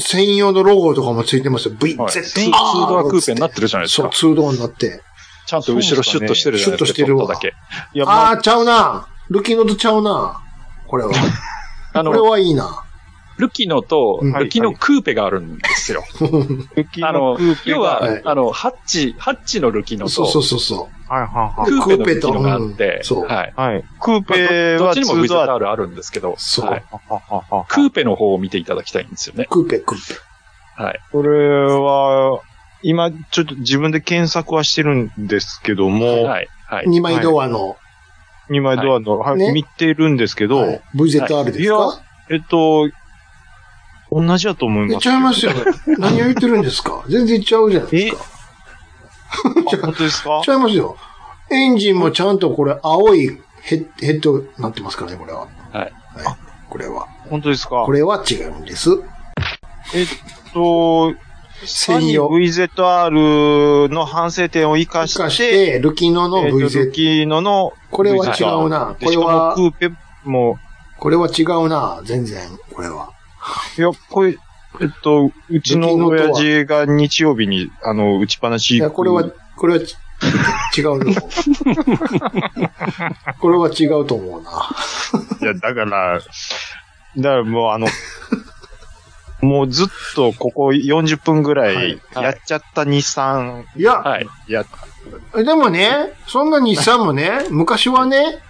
専用のロゴとかもついてますよ。VZ。
はい、ツーツードアクーペになってるじゃないです
そう、
か。
ツードアになって。
ちゃんと後ろシュッとしてるじゃないですか。
シュッとしてるわ
ちょっだけ。
いや、ま
あ
あ、
あー、ちゃうな。ルキノとちゃうな。これは。
あ
これ
の、
はいいな。
ルキノと、
うん
ルキノクーペがあるんですよ。あの、要は、
はい
あの、ハッチ、ハッチのルキノと、
そうそうそうそ
はいは
クーペの
クー
ル
ペと
キノがあっ
う
て
ん、そう
はい。
いはい。はい。クーペ
どっ
は
ち
ツ
にも
ードア。
VZR あるんですけど、
そう
はい、
はははは
クーペの方を見ていただきたいんですよね
う。。クーペ、クーペ。
これは、今、ちょっと自分で検索はしてるんですけども、
はい。はい。
二枚ドアの、
2枚ドアの、はい
ね
見てるんですけど、
はい VZR です
は
か
えっと、同じだと思い
え
ます。
ちゃいますよ。何を言ってるんですか全然ちゃうじゃないですか。
あ本当ですか
ちゃいますよ。エンジンもちゃんとこれ青いヘッヘッドになってますからね、これは。
はい。
これは。
本当ですか
これは違うんです。
えっと、サ
専
ニー
用
VZR の反省点を活か
し
して、
かして、ルキノの
えっと
VZ。
ルキーノの、
これは違うな。
で
これ
しか
は、
もクーペも、
これは違うな。全然、これは。
いや、これ、えっと、うちの
ルキーノとは
親父が日曜日に、あの、打ちっぱなし。
いや、これは、これはち違 うな。これは違うと思うな。
いや、だから、だからもう あの、もうずっとここ40分ぐらい
はい
やっちゃった日産
いや、
はい。
や、
でもね、そんな日産もね、昔はね、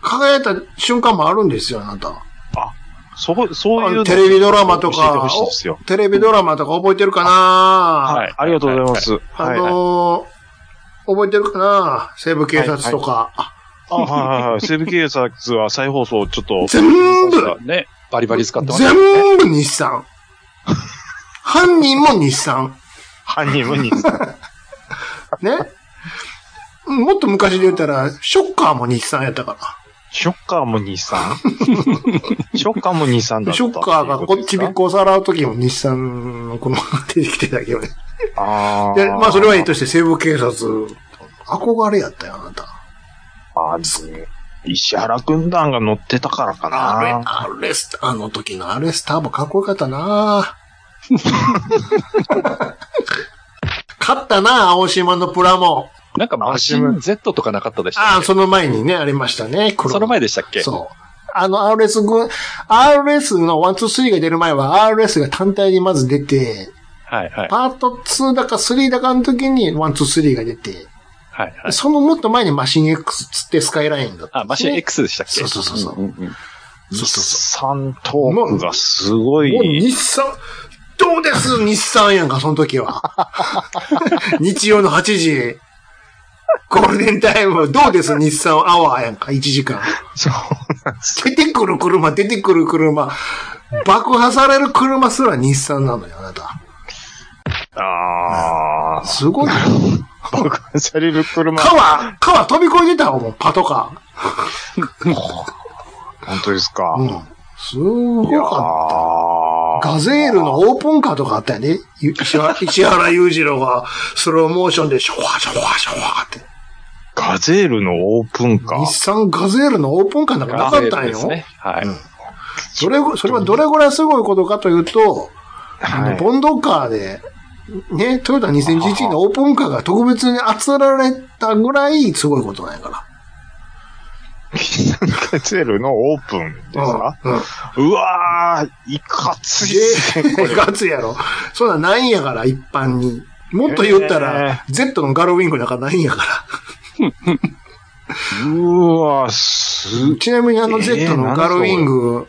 輝いた瞬間もあるんですよ、あなた。
そう、そういうの
テレビドラマと
教えて
か
ほしいですよ。
テレビドラマとか覚えてるかな
は
あ,、
い
ありがとうございます。はい。はい
のー覚えてるかな西部警察とか。あ
あ、はいはいはい。西部警察は再放送ちょっと。
全部
ね。バリバリ使ってます。
全部日産。犯人も日産。
犯人も日産。
ね。もっと昔で言ったら、ショッカーも日産やったか
ショッカーも日 産ショッカーも日産だ
ら。
った。
ショッカーがこっちびっ
こ
こをさらう時も日産のこの出てきてたけどね。
あ
で、まあそれはいいいとして西部警察、憧れやったよ、あなた。
あず石原軍団が乗ってたからか
あれ、
な。
あれスタ、あの時のあれスターもかっこよかったな 勝ったな青島のプラモ。
なんかマシン Z とかなかったでした
あ
っ
あ、
け
その前にね、ありましたね。黒
その前でしたっけ
そう。あの RS 軍、RS の1,2,3が出る前は RS が単体にまず出て、
はいはい。
パート2だか3だかの時に1,2,3が出て、
はいはい。
そのもっと前にマシン X つってスカイラインだった、
あ、マシン。X でしたっけ
そうそうそうそう。
うんうん
そうそう
日
そ
産トークがすご
う。もう
い。
日産、どうです日産やんか、その時 は。日曜の8時、ゴールデンタイム、どうです日産アワーやんか、1時間。
そうなんです。
出てくる車、出てくる車、爆破される車すら日産なのよ、あなた。
ああ。
すごいよ。
爆破される車。
川、川飛び越えてたわ、もう、パトカ
本当ですか。
ー。うん。すご
いや
かった。
ー
ガゼールのオープンカーとかあったよね。ゆ石原石原裕次郎がスローモーションでシャワーシャワーシャワーって。
ガゼールのオープンカ
日
ー。
産ガゼールのオープンカーなんかなかったん
で
よ。
すね。はい。
うんそれ、それはどれぐらいすごいことかというと、あ
は
の、
い
ボンドカーで、ね、トヨタ2011のオープンカーが特別にあつられたぐらいすごいことなんやか
ガゼールのオープンです
ら。
か
うん。うん。
うわー、いかついっすね、これ。
ガツやろ。そんなんないんやから、一般に。もっと言ったら、Z のガロウィングなんかないんやから。
うわー、す、
ちなみにあの
えー
Z の
なん
ガロウィング、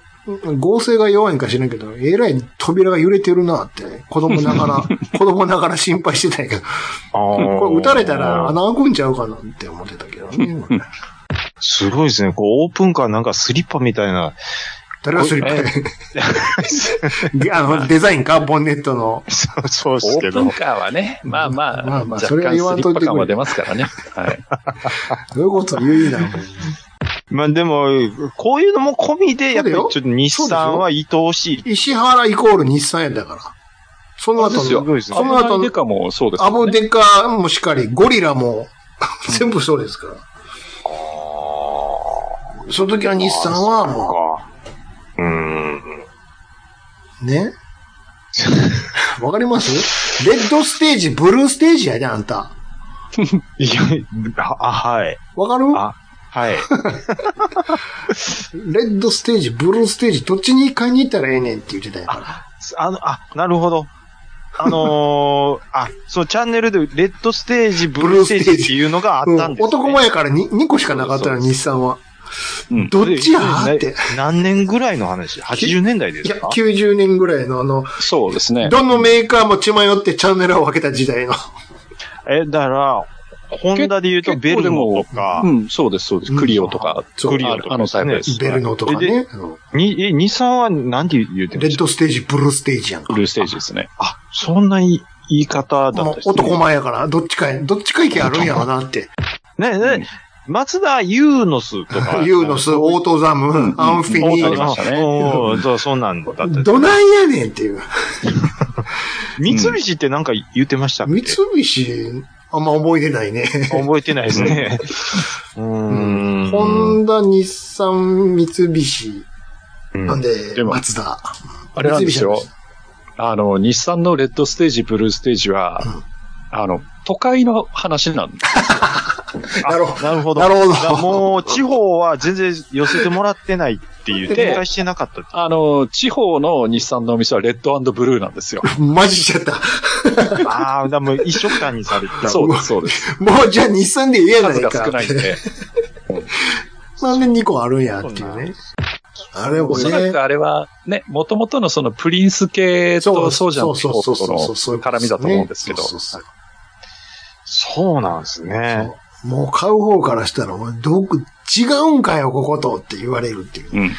合成が弱いんか知らんけど、えらい扉が揺れてるなって、子供ながら、 子供ながら心配してたんやけど、こ
こ
れ撃たれたら穴開くんちゃうかなって思ってたけど ね。
すごいですね。こう、オープンカーなんかスリッパみたいな。
誰がスリッパで あの、デザインかボンネットの。
そうそうで
オ
すけ
ープン
ど。
カーはね、まあま
ま
あ、
あまあ
若
それは
干スリ
言わんとい
ッ
てく
パ
れ
感は出ますからね。はい。
どういうこと言うな。
まあでも、こういうのも込みで、やっぱりちょっと日
そうでしょ
産は愛おしい。
石原イコール日産やったから。その後
そうですよ
の、
ごいです
そ
ね。
の
ア
後
ブデカもそうです
ア
よね
ボデカもしかり、ゴリラも、 全部そうですから。その時は日産はも
う
う、
ーん。
ねわかりますレッドステージ、ブルーステージやで、あんた。
いや、あ、はい。
わかる
あ、はい。
レッドステージ、ブルーステージ、どっちに買いに行ったらええねんって言ってたんやから。
あの、あ、なるほど。あのー、あ、そう、チャンネルで、レッドステージ、ブルーステージっていうのがあったんです、ね
うん男前やから 2, 個しかなかったの、
そうそう
日産は。
うん
どっちやって。
何年ぐらいの話 ?80 年代で
い
す
や、
か
90年ぐらいの、あの、
そうですね。
どのメーカーも血迷ってチャンネルを分けた時代の。
え、だから、ホンダで言うと
結
ベ
構で
ル
も
ノとか
う、ん、そうです、そうです。クリオとか、
そう
ク
クリ
リ
オ
オ
と
と
か、
か
あのタイプです。
ベルノとかね。うん
に、え、日産は何て言うてま
レ
し
ッ
た
ドステージ、ブルーステージやんか
ブ。ルーステージですね。
あ、そんな言い方だった
も
ん
う
ですね。
男前やから、どっちかや、どっちか意見あるんやろなって。
ねえねえ、松田ユーノスとか。
ユーノス、オートザム、アンフィ
オ
ニ
ー
あ
ト
り
ー
ましたね
うんうんそう、そうなんだった。
どないやねんっていう。
三菱ってなんか言ってましたっけ
三菱、あんま覚えてないね。
覚えてないですね。うーん。
ホンダ、日産、三菱、
うん
なんで、
でも
松田。
あれなんです
三
よ
菱や。
あの、日産のレッドステージ、ブルーステージは、あの、都会の話なんです。
なるほ
なるほど。
なるほ ど
だからもう、地方は全然寄せてもらってないっていう、
で
展開してなかった。
あの、地方の日産のお店はレッドブルーなん ですよ。
ど。マジしちゃった。
ああ、でもう一色単にされてた。
そうです、そうです。
も うじゃあ日産で言えな
数
い
が
か
少ないんで。
なんで2個あるんやっていうね。あれ
お
を
そら
ね
く。あれは、ね、もともとのそのプリンス系とそうじゃん系との絡みだと思うんですけど。
そうそうそう
そうなんですね。
もう買う方からしたら、おいどこ、違うんかよ、こことって言われるっていう。
うん、うん。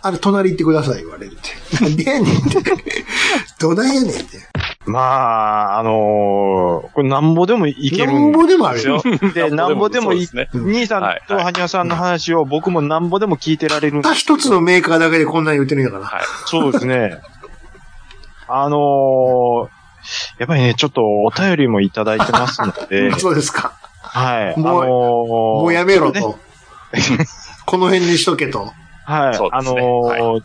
あれ、隣行ってください、言われるって。 なんでやねんって。どないやねんって。
まあ、あのーこれなんぼでもいける
なん
ん
ぼでもあ
で
る
す
よ
よ。。 で、なんぼでもい
そうですね
兄さん
はい
と
はい
はにわさんの話を僕もなんぼでも聞いてられるんで
たった一つのメー カーだけでこんなん言ってるんやから。
はい。
そうですね。あのーやっぱりね、ちょっとお便りもいただいてますので、
そうですか。
はい。
もう
あのー
もうやめろ
ね
と。この辺にしとけと。
はい。
そうで
あ
す
の
ね
ー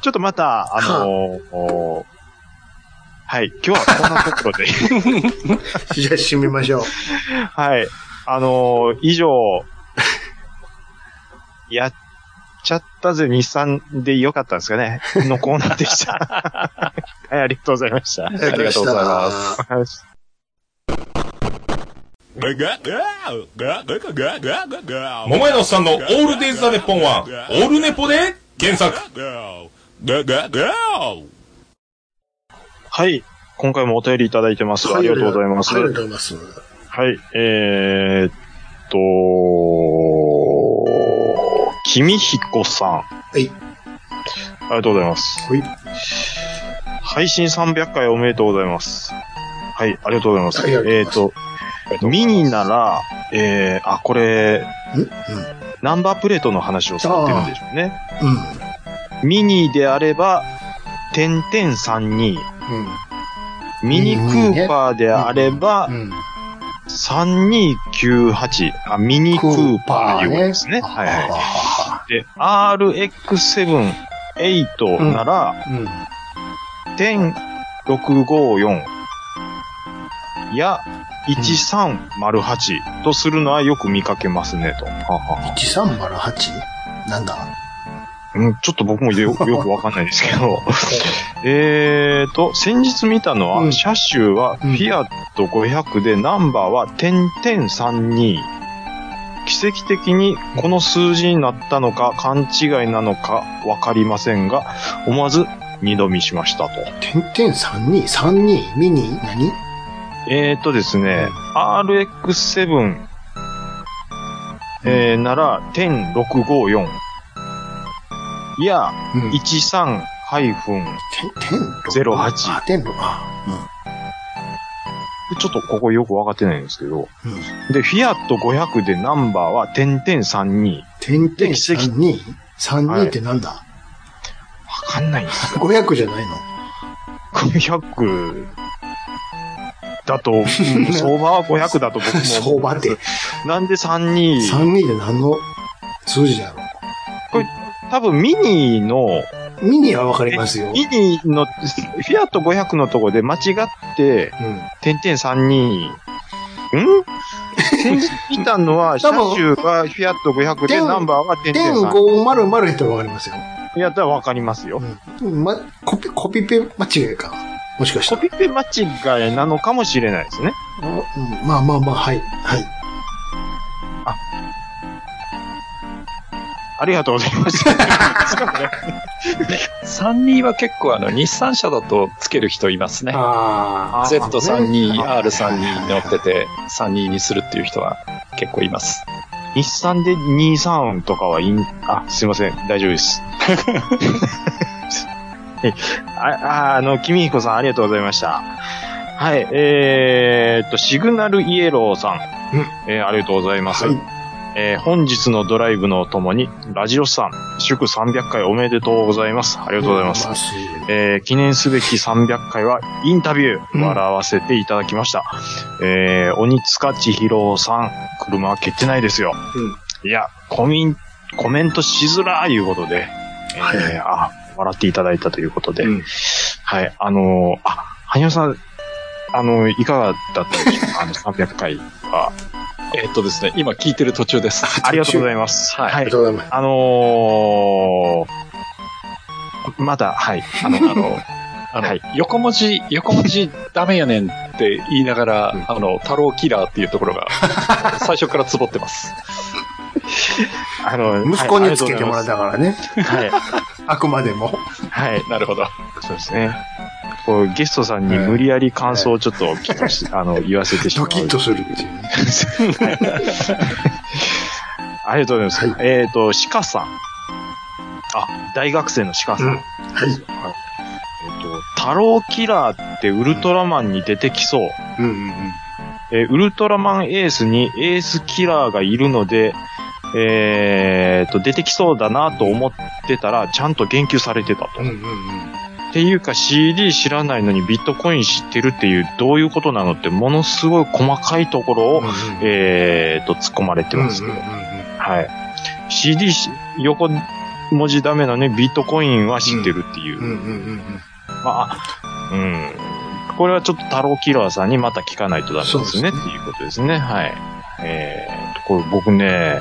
ちょっとまた、あのーおはい。今日はこんなところで。
じゃあ締めましょう。
はい。あのー以上、やっちゃったぜ、日産でよかったんですかね。のコーナーで した。はい、ありがとうございました。
あ
りがとうございます。
桃屋のおっさんのオールデイズ・ザ・ネッポンは、オールネポで原作。
はい。今回もお便りいただいてます。 ありがとうございます。
あり
は
が
い。
とうございます。
えー、っと、君彦さん。
は
あ
い。
りがとうございます。
はい。
配信300回おめでとうございます。はい、ありがとうございます。
はいあり
え
が
っ、
と
と、ミニなら、えー、あ、これ、
んうん。
ナンバープレートの話をされてるんでしょうね。
うん。
ミニであれば、点々32。ミニクーパーであれば
う、ん。うん。
3298。あ、ミニクーパーいうことですね。
クーパ
はい
ー
はい。
は
で、RX7、8なら、
い。うん。
1.654や1308とするのはよく見かけますねと。はあは
1308? なんだ
あうんちょっと僕も よよくわかんないですけど。えーと、先日見たの
う
は、
ん
車種はフ
うん
ィアット500でナンバーは点々32。奇跡的にこの数字になったのか勘違いなのかわかりませんが、思わず二度見しましたと。
点々32、32、ミニ何
えー、とですね、RX7、えー、なら、10654。いや、
うん。
13-、
点
08
08あ、点6。あ、
ちょっとここよくわかってないんですけど、
うん。うん。
で、フィアット500でナンバーは点々32。わ
点々
で奇跡
32、
はい
32ってなんだ
かんないんですよ。
?500 じゃないの
500だと、うん相場は500だと僕も。
相場で。
なんで32、
32で何の数字やろ
多分ミニの、
ミニはわかりますよ。
ミニの、フィアット500のとこで間違って、
うん。
点々三二。 ん先日見たのは、車
多分
種がフィアット500で、
点
ナンバーが点
点
々三。
500やったらわかりますよ。
いやったらわかりますよ。
うん。ま、コピ、コピペ間違いか。もしかした
コ
ら。
ピペ間違いなのかもしれないですね。
うん。まあまあまあ、はい。はい。
ありがとうございました。しかもね
32は結構あの、日産車だとつける人いますね。
あ
あ
Z32、
あ
R32 に乗ってて、32にするっていう人は結構います。
日産で23とかはいん、あ、すいません。大丈夫です。はいあ、ああの、君彦さんありがとうございました。はい、えー、っと、シグナルイエローさん。えーありがとうございます。
はい
えー本日のドライブのともに、ラジオさん、祝300回おめでとうございます。あり
り
がとうございます。。えー記念すべき300回はインタビュ
うん
ー、笑わせていただきました。えー鬼塚千尋さん、車は蹴ってないですよ。いや、コミン、コメントしづらいいうことで、えー
はい
あ、笑っていただいたということで、
うん
はい、あのーあ、はにさん、あのーいかがだったでしょうかあの、300回 は。
えっとですね、今聞いてる途中 です。
ありがとうございます。
はい
ありがとうございます。
あのーまだ、はい、あの、あの、
あの、
はい
横文字、横文字ダメやねんって言いながら、あの、太郎キラーっていうところが、最初からツボってます。
あの、
息子につけてもらったからね。
た。はい、
あくまでも。
はい、
なるほど。
そうですね。こう、ゲストさんに無理やり感想をちょっと聞かし、あの、言わせてしま
ド
う。
キッとするっていうね。
ありがとうございます。
は
えっ、と、シカさん。あ、大学生のシカさん。
うん
えっ、
はい。
と、太郎キラーってウルトラマンに出てきそう。
うんうん
えーウルトラマンエースにエースキラーがいるので、えー、と、出てきそうだなと思ってたら、ちゃんと言及されてたと。
うん。うんうんうん。
っていうか CD 知らないのにビットコイン知ってるっていう、どういうことなのって、ものすごい細かいところを、
え
えーと、突っ込まれてますね。はい。CD し、横文字ダメなね、ビットコインは知ってるっていう。まあ、うん。これはちょっと太郎キラーさんにまた聞かないとダメですね、
そうですね
っていうことですね。はい。えーと、これ僕ね、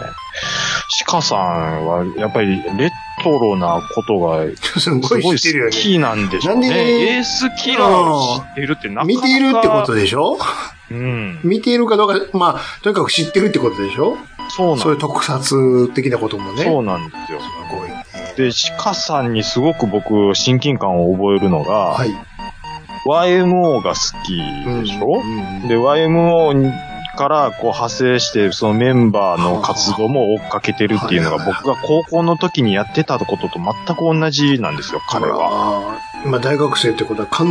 鹿さんはやっぱりレトロなことが
す
す
ご
ご
い
い
知ってるよ
好
ね。
きなんでしょうね。
なんで
エースキラーを知ってるってなかなか。
見ているってことでしょ
うん。
見ているかどうか、まあ、とにかく知ってるってことでしょ
そうなん
そういう特撮的なこともね。
そうなんですよ。
すごいね。
で、鹿さんにすごく僕、親近感を覚えるのが、
はい。
YMO が好きでしょ、で、YMO からこう派生して、そのメンバーの活動も追っかけてるっていうのが、
はいはいはい
僕が高校の時にやってたことと全く同じなんですよ、彼は。
は。今大学生ってことは完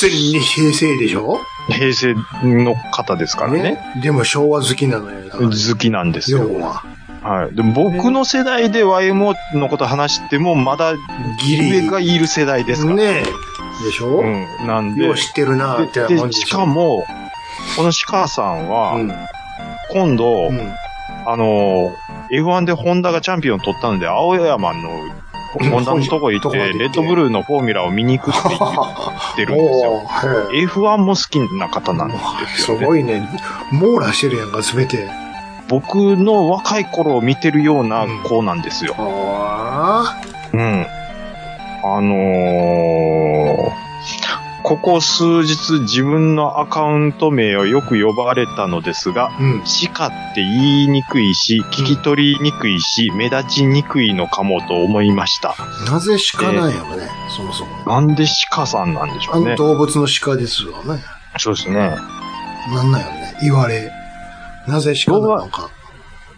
全に平成でしょ
平成の方ですからね。
でも昭和好きなのよ。だから
好きなんですよ。
要は、
はい。で、僕の世代で YMO のこと話しても、まだ
ギリ。
上がいる世代ですから。
ねえ。でしょ、
うん。なんで
よう。知ってるなっ
で
てもん
で、
で
し
し
か
ょ。
も、この鹿さん
う
は、
ん。
今度、
うん。
あのー、F1 でホンダがチャンピオン取ったので、青山のホンダのとこ行
と
っ
こ行って
て、レッドブルーのフォーミュラを見に行くって言ってるんですよ。
おーはい
F1 も好きな方なんです
す
よ、ね。
ごいね。網羅してるやんか、すべて。
僕の若い頃を見てるような
うん
子なんですよ。
あ
うん。あのー、ここ数日自分のアカウント名をよく呼ばれたのですが、
あ。うん。
地下って言いにくいし、聞き取りにくいし、目立ちにくいのかもと思いました。
なぜ鹿なんやろね、そもそも。
なんで鹿さんなんでしょ
あ
う
の
ね。
動物の鹿ですわね。
そうですね。
なんなんやろね。言われ。なぜ鹿なのか。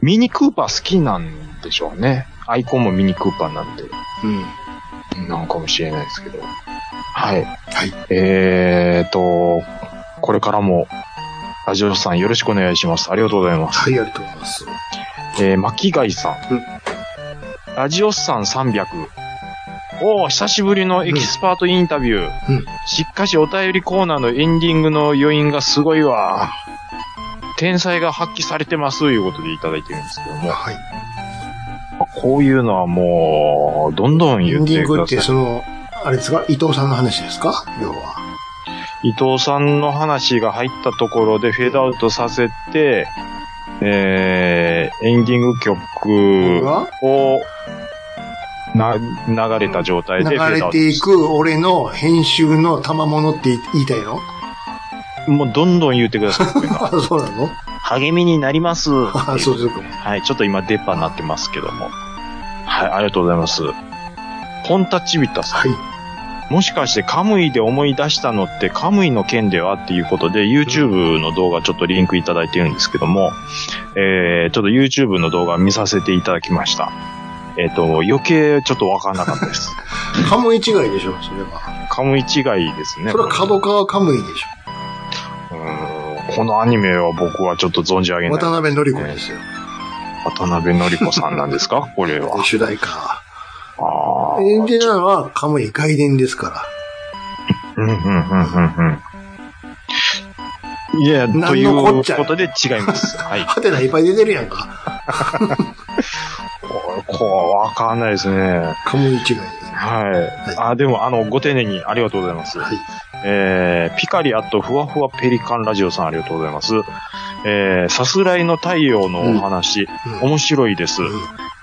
ミニクーパー好きなんでしょうね。アイコンもミニクーパーなんで、
うん。
なんかもしれないですけど。はい。
はい。
えーと、これからも、ラジオさんよろしくお願いします。ありがとうございます。
はい、ありがとうございます。
えー、巻貝さん。
うん
ラジオスさん300。おー、久しぶりのエキスパートインタビュー。
うん
しっかしお便りコーナーのエンディングの余韻がすごいわ。天才が発揮されてます、ということでいただいてるんですけども。
はい。
こういうのはもう、どんどん
エ
言
ン
っ
ディ
て
ングっ
く
て、
ださ
その、あれですか伊藤さんの話ですか要は。
い。伊藤さんの話が入ったところでフェードアウトさせて、えー、エンディング曲
は
を、な、流れた状態で
流
フェードア
れ
ウト
ていく俺の編集の賜物って言いたいの
もうどんどん言ってください。こういうの
あ、そうなの
励みになります。
あ、 そうですか。
はい、ちょっと今出っ歯になってますけども。はい、ありがとうございます。ポンタチビタさ
はい。
ん。もしかしてカムイで思い出したのってカムイの件ではっていうことで YouTube の動画ちょっとリンクいただいてるんですけども、えー、ちょっと YouTube の動画見させていただきました。えっ、と、余計ちょっとわかんなかったです。
カムイ違いでしょそれは。
カムイ違いですね。
それは角川カムイでし
うーんこのアニメは僕はちょっと存じ上げ
ょ
ない。
渡辺典子ですよ。
渡辺典子さんなんですかこれは。
主題歌。
ああ。うん
エンディングなのはカムイ外伝ですか
うんうんうんうん。いや、
なんの
という
こっ
こ
ちゃ
とで違い ます。はい
ら。。ハテナいっぱい出てるやんか。
こう、わかんないですね。
カムイ違いです。
はい。あ、でも、あの、ご丁寧にありがとうございます。
はい。
えー、ピカリアットふわふわペリカンラジオさんありがとうございます。えー、さすらいの太陽のお話、
うん
面白いです。
ん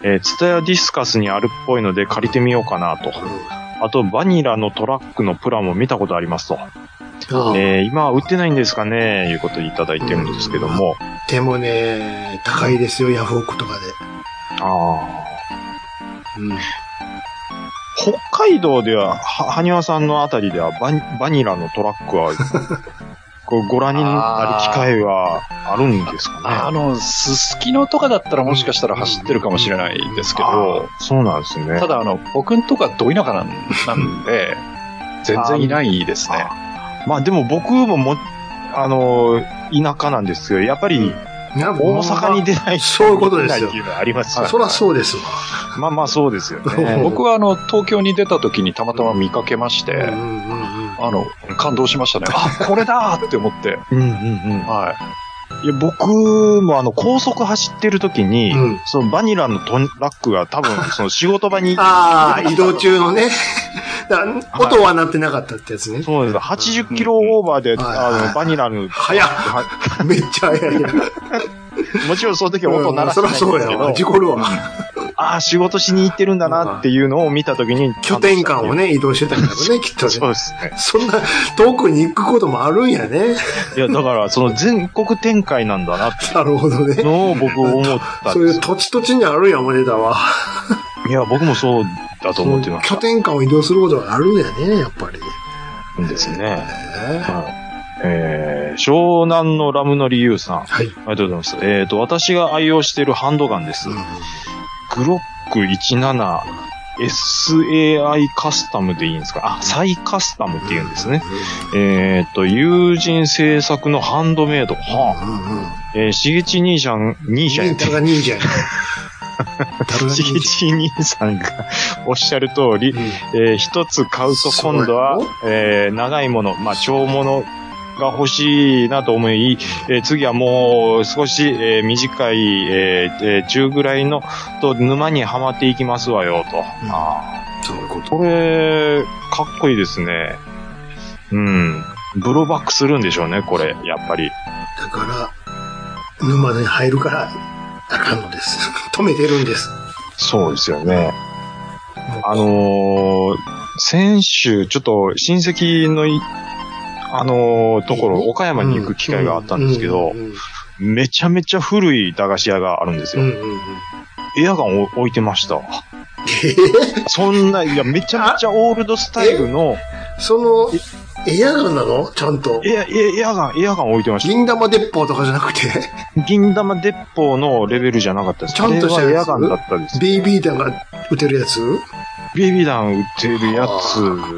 えー、ツタヤディスカスにあるっぽいので借りてみようかなと。あと、バニラのトラックのプラも見たことありますと。
ああ
えー今は売ってないんですかねいうこといただいてるんですけども。
でもね、高いですよ、ヤフオクとかで。
あー
うん。
北海道では、は、はにわさんのあたりではバニ、バニラのトラック は、こうご覧になる機会はあるんです
あ
かね
の、すすきのとかだったらもしかしたら走ってるかもしれないですけ
あ
ど、
ーそうなんですね。
ただあの、僕んとこはど田舎なんなんで、全然いないですね。
あまあでも僕もも、あのー、田舎なんですけど、やっぱり
大
大阪に出ない。
そういうことです
出な
よ
いっていうのはあります。
そらそううですわ。
まあまあそうですよ ね。
僕はあの、東京に出た時にたまたま見かけまして、
うんうんうんうん
あの、感動しましたね。あ、 これだーって思って。
うんうんうん。
はい
や、僕もあの、高速走ってる時に、
うん、
そのバニラのトンラックが多分、その仕事場に
ああ、移動中のね。 だ音は鳴ってなかったってやつね。
そうです。80キロオーバーで、
ん
あの、バニラの、
早っ
は
めっちゃ早いやん。
もちろんその時は音鳴らして
そ
ないん
ら
ですけ
そうやわ。事
ど、
故るわ。
ああ、仕事しに行ってるんだなっていうのを見た時に、
拠点間をね、移動してたからね、きっとね。
そうですね。
そんな遠くに行くこともあるんやね。
いや、だから、その全国展開なんだなっ
なるほど
て
ね。
のを僕思った
そ
ん
う
で
いう
す。
土地土地にあるんや、モネタは。
いや、僕もそうだと思ってま
拠
す。
点間を移動することがあるんやね、やっぱり。
ですね。
ね
はいえー、湘南のラムの理由さん。
は
あり
い。
がとうございます。えっ、と、私が愛用しているハンドガンです。グロック17 SAI カスタムでいいんですかあ、サイカスタムって言うんですね。えっ、と、友人制作のハンドメイド。はあ、
うんうんうん。
えー、しげち兄ちゃん、兄ちゃんや
忍
って
者。が忍者やね。誰が
しげ
忍者
ち兄さんが おっしゃる通り、
うん
えー一つ買うと今度は
そうや、
えー長いもの、まあ、長物が欲しいなと思い、えー次はもう少し、えー短い、えーえー中ぐらいのと沼にはまっていきますわよ、と。あ
そういうこ
ー
と。
これ、かっこいいですね。うん。ブローバックするんでしょうね、これ、やっぱり。
だから、沼に入るから、あかんのです。止めてるんです。
そうですよね。あのー先週、ちょっと親戚のい、あのーところ、岡山に行く機会があったんですけど
う、ん
めちゃめちゃ古い駄菓子屋があるんです
うんう
よ。
んうんうん
エアガンを置いてました。
えー
そんな、いや、めちゃめちゃオールドスタイルの、
その、エアガンなのちゃんと。
エア、エアエアガン、エアガン置いてまし
銀玉鉄砲とかじゃなくて、
た。銀玉鉄砲のレベルじゃなかったです。
ちゃんとし
あ
た
れはエ
や
ア
つ
ガンだったです。
BB 弾が撃てるやつ
BB 弾撃ってるやつ。
物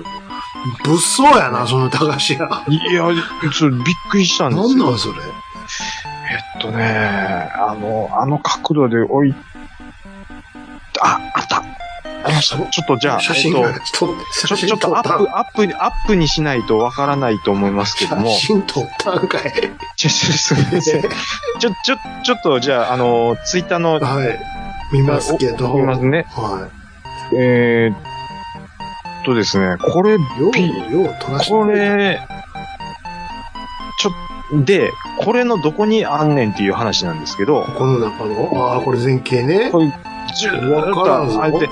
騒やな、その駄菓子屋。
いや、ちょっとびっくりしたんですよ。
なんなんそれ。
えっとね、あの、あの角度で置い、あ、あった。ありました。ちょっとじゃあ、
写真
えっ
が
と、
撮っ
ちょ
写
ちょ
真
っ
撮
と
っ
アッ
た
プ、。アップに、アップにしないとわからないと思いますけども
写。真撮ったんかい。
ちょ、ちょ、すみません。ちょ、ちょ、ちょっと、じゃあ、あの、ツイッターの、
はい。見ますけど。
お見ますね。
は
えー、っとですね、これ、
い。よ
ピ
う、よう撮らして
これ、ちょ、で、これのどこにあんねんっていう話なんですけど、
この中の、ああ、これ前景ね。
これ、ずーっ
わからん
と、
ぞ
あえて、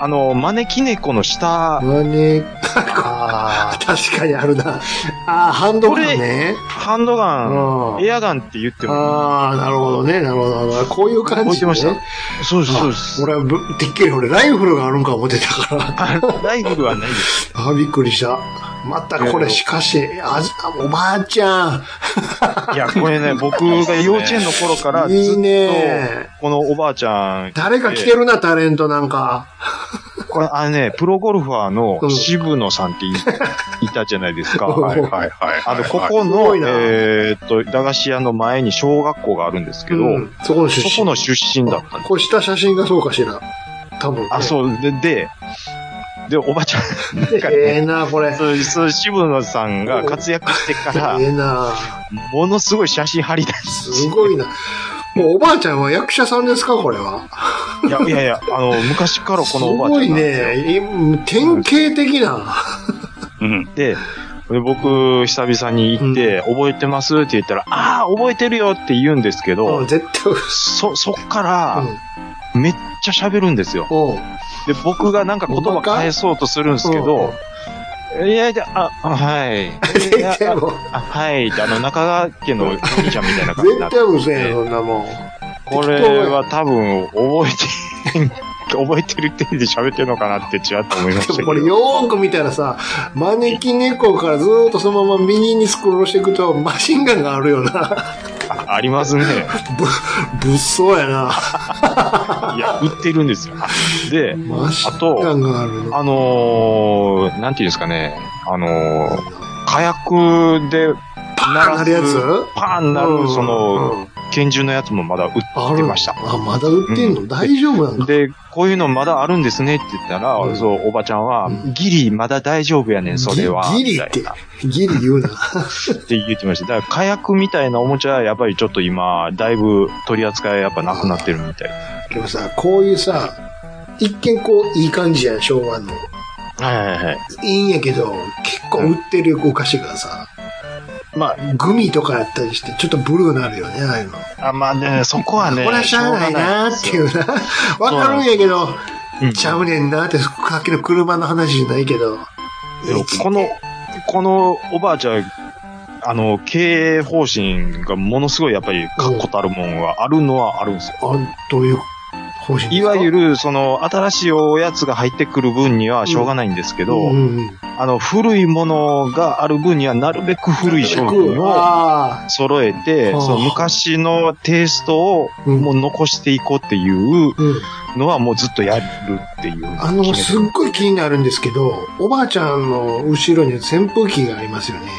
あの、招き猫の下、
何か、確かにあるな。ああ、ハンドガンね。
ハンド
う
ガン、
ん。
エアガンって言っても、
ああ、なるほどね、なるほどなるほど。こういう感
置い
じ
て
ね
ました。そうです、そうです。
俺はぶ、てっきり俺、ライフルがあるんか思ってたから。
ライフはないです。
あーびっくりした。またこれ、しかし、あず、あおばあちゃん。
いや、これね、僕が幼稚園の頃からず
いい
っ
ね
と、このおばあちゃん、
誰か来てるな、タレントなんか。
これ、あのね、プロゴルファー
う
の
ん
渋野さんってい いたじゃない ですか。
うん
はい
はいはい。
あの、こ
はい
こ
すご
の、
いな
えーっと、駄菓子屋の前に小学校があるんですけど、
うん、そこの出身。
そこの出身だったんです。
こうした写真がそうかしら。多分、ね。
あ、
う。
そう、で、で、で、おばちゃん、
ええな、これ。
そう、そう、渋野さんが活躍してから
ええ、な。
ものすごい写真貼り出し
すごいな。もうおばあちゃんは役者さんですかこれは。
いや、いやいや、あの、昔からこのおばあちゃん。
すごい。ね。い典型的な。
うん。で、で僕、久々に行って、覚えてますって言ったら、ああ、覚えてるよって言うんですけど、
うん、絶対。
そ、そっから、めっちゃ喋るんですよ。
うん。うん
で、僕がなんか言葉返そうとするんですけど、いやいや、あ、あはい。いや
絶対もう、
あはい。あの、中川家のお兄ちゃんみたいな感じにな
絶
って
対嘘やん、そんなもん。
これは多分、覚えて、 覚えてる点で喋ってるのかなってちらっと思いました
で
け
も
ど。
これよーく見たらさ、招き猫からずーっとそのまま右にスクロールしていくと、マシンガンがある よな。
あありますね。
ぶ、物騒やな。
いや、売ってるんですよ。で、
マシンガンがあるよ。
あのー、なんていうんですかね、あのー、火薬で、
パーンなるやつ
パーンなる、その、
うん
拳銃のやつもまだ売ってました。
あ、まだ売ってんの、
うん
大丈夫なんだ。
で、こういうのまだあるんですねって言ったら、
うん
そう、おばちゃんは、
うん
ギリまだ大丈夫やねん、それは。
ギギリって
みたいな、
ギリ言う な。
って言ってました。だから、火薬みたいなおもちゃは、やっぱりちょっと今、だいぶ取り扱いやっぱなくなってるみたい。
でもさ、こういうさ、一見こう、いい感じやん、昭和の。
はいはいはい。
いいんやけど、結構売ってるお菓子がさ、まあ、グミとかやったりして、ちょっとブルーになるよね、ああいうの。
あ、まあね、そこはね、
これはしゃあないなーっていうな。わかるんやけど、ちゃうねんなーって、さっきの車の話じゃないけど。
でもこの、このおばあちゃん、あの、経営方針がものすごいやっぱり確固たるもんはあるのはあるんですよ。
あ、どういう方針
いわゆ
る、
る、その、新しいおやつが入ってくる分にはしょうがないんですけど、
うんうん、
あの、古いものがある分にはなるべく古い商品を
あ
揃えて、
はあ
その昔のテイストを
ーうん
もう残していこうっていう
うん
のはもうずっとやるっていう。
あの、すっごい気になるんですけど、おばあちゃんの後ろに扇風機がありますよね。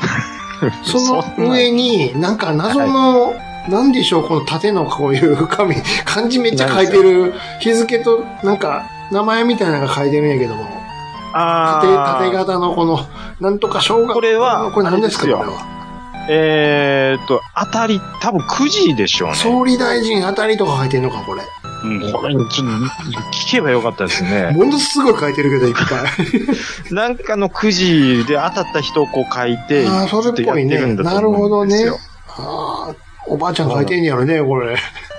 その上に、なんか謎の、なんでしょう、この縦のこういう紙、 漢字めっちゃ書いてる、日付と、なんか、名前みたいなのが書いてるんやけども、縦
あ
縦
ー
型のこの、なんとか小学校
これは
これ何ですか、
あれです
こ
よ
れは。
えーっと、当たり、多分9時でしょうね。
総理大臣あたりとか書いてるのか、これ。
うんこれ、ちょっと聞けばよかったです ね。
ものすごい書いてるけど、いっぱい。
なんかのくじで当たった人をこう書いて、
あーそれっぽい
ち
ね
ょとやってるんだと思うんですよ
なるほどね。ああ、おばあちゃん書いてんやろね、これ。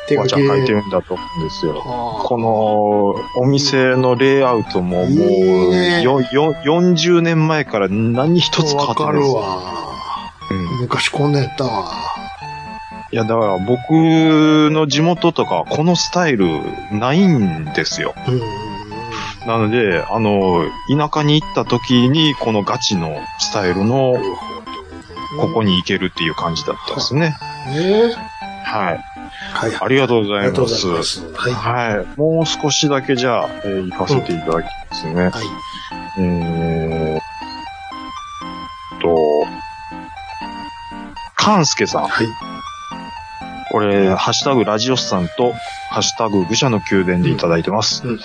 手
おば
書
ち
き
ゃん
で。
書いてるんだと思うんですよ。
あー
このお店のレイアウトもも
いいうね
よよ40年前から何一つ変わ
わ
ってな
か
いで
る
す。
わ。
うん
昔こんなんやったわ。
いや、だから僕の地元とかはこのスタイルないんですよ。
うん。
なので、あの、田舎に行った時にこのガチのスタイルのここ
に。
に行けるっていう感じだったですね。
ね
はい。
はい。
ありがとうご
あ
ざ
り
い
がとう
ま
ござ
す
い。ます。はい。は
はい。もう少しだけじゃあ、えー行かせていただきますね。
い。
えーっと、かんすけさん。
はい。
これ、ハッシュタグラジオスさんと、ハッシュタグ愚者の宮殿でいただいてます。
うんうん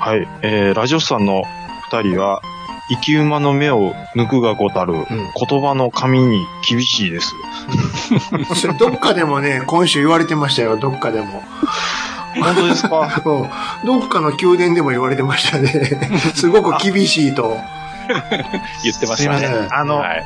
はい。えーラジオスさんの二人は、生き馬の目を抜くがごたる、言葉の紙に厳しいです。
うん。それどっかでもね、今週言われてましたよ、どっかでも。
本当ですか
うんどっかの宮殿でも言われてましたね。すごく厳しいと。
言ってました
すいませ
ね。
ん
あの、
はい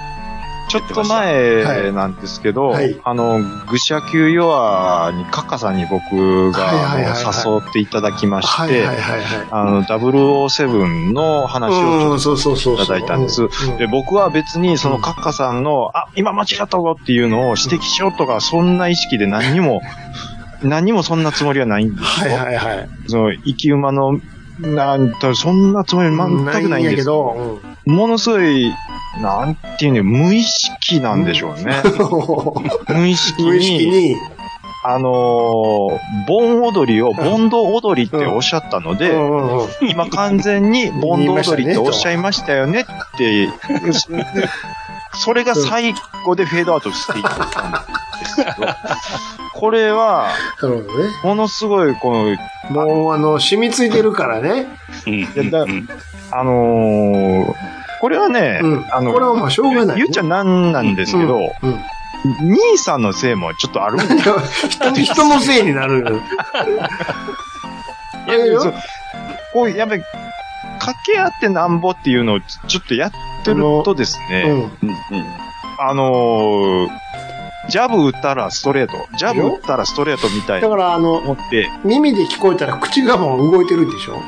ちょっと前なんですけど、
はい
あの、愚者級ヨアにカッカさんに僕が
はいはいはいはい
あの誘っていただきまし
はい
て
は、いはいはい。
あの、007の話をちょ
う
っ
ん、そうそうそうそう。
いただいたんです
う
と、で、僕は別にそのカッカさんの、あ、今間違ったぞっていうのを指摘しようとか、そんな意識で何にも、 何にもそんなつもりはないんですよ。
はいはいはい。
その、生き馬の、なんと、そんなつもり全くないん
や
で
け
すよ。
ど、うん
ものすごい、なんていうね、無意識なんでしょう ね。 無意識
無意識
に、
に、
あのー盆踊りをボンド踊りっておっしゃったの
う
で、
んうんうん
今完全にボンド踊りっておっしゃいましたよねって、それが最後でフェードアウトしていったんですけど、これは、
なるほどね。
ものすごい、この、
もう、あの、染みついてるからね。
いやだあのーこれはね、
うん。
あの
これはまあ、しょうがない、ね。
ゆうちゃんなんなんですけど、
うん。
兄さんのせいもちょっとあるんですよ
人の人のせいになる。
いや、そうこう、やっぱり、掛け合ってなんぼっていうのをちちょっとやってるとです
う
ね、
ん。
あのージャブ打ったらストレート、ジャブ打ったらストレートみたい
だ
な
から、あの、
思って、
耳で聞こえたら口がもう動いてるでしょ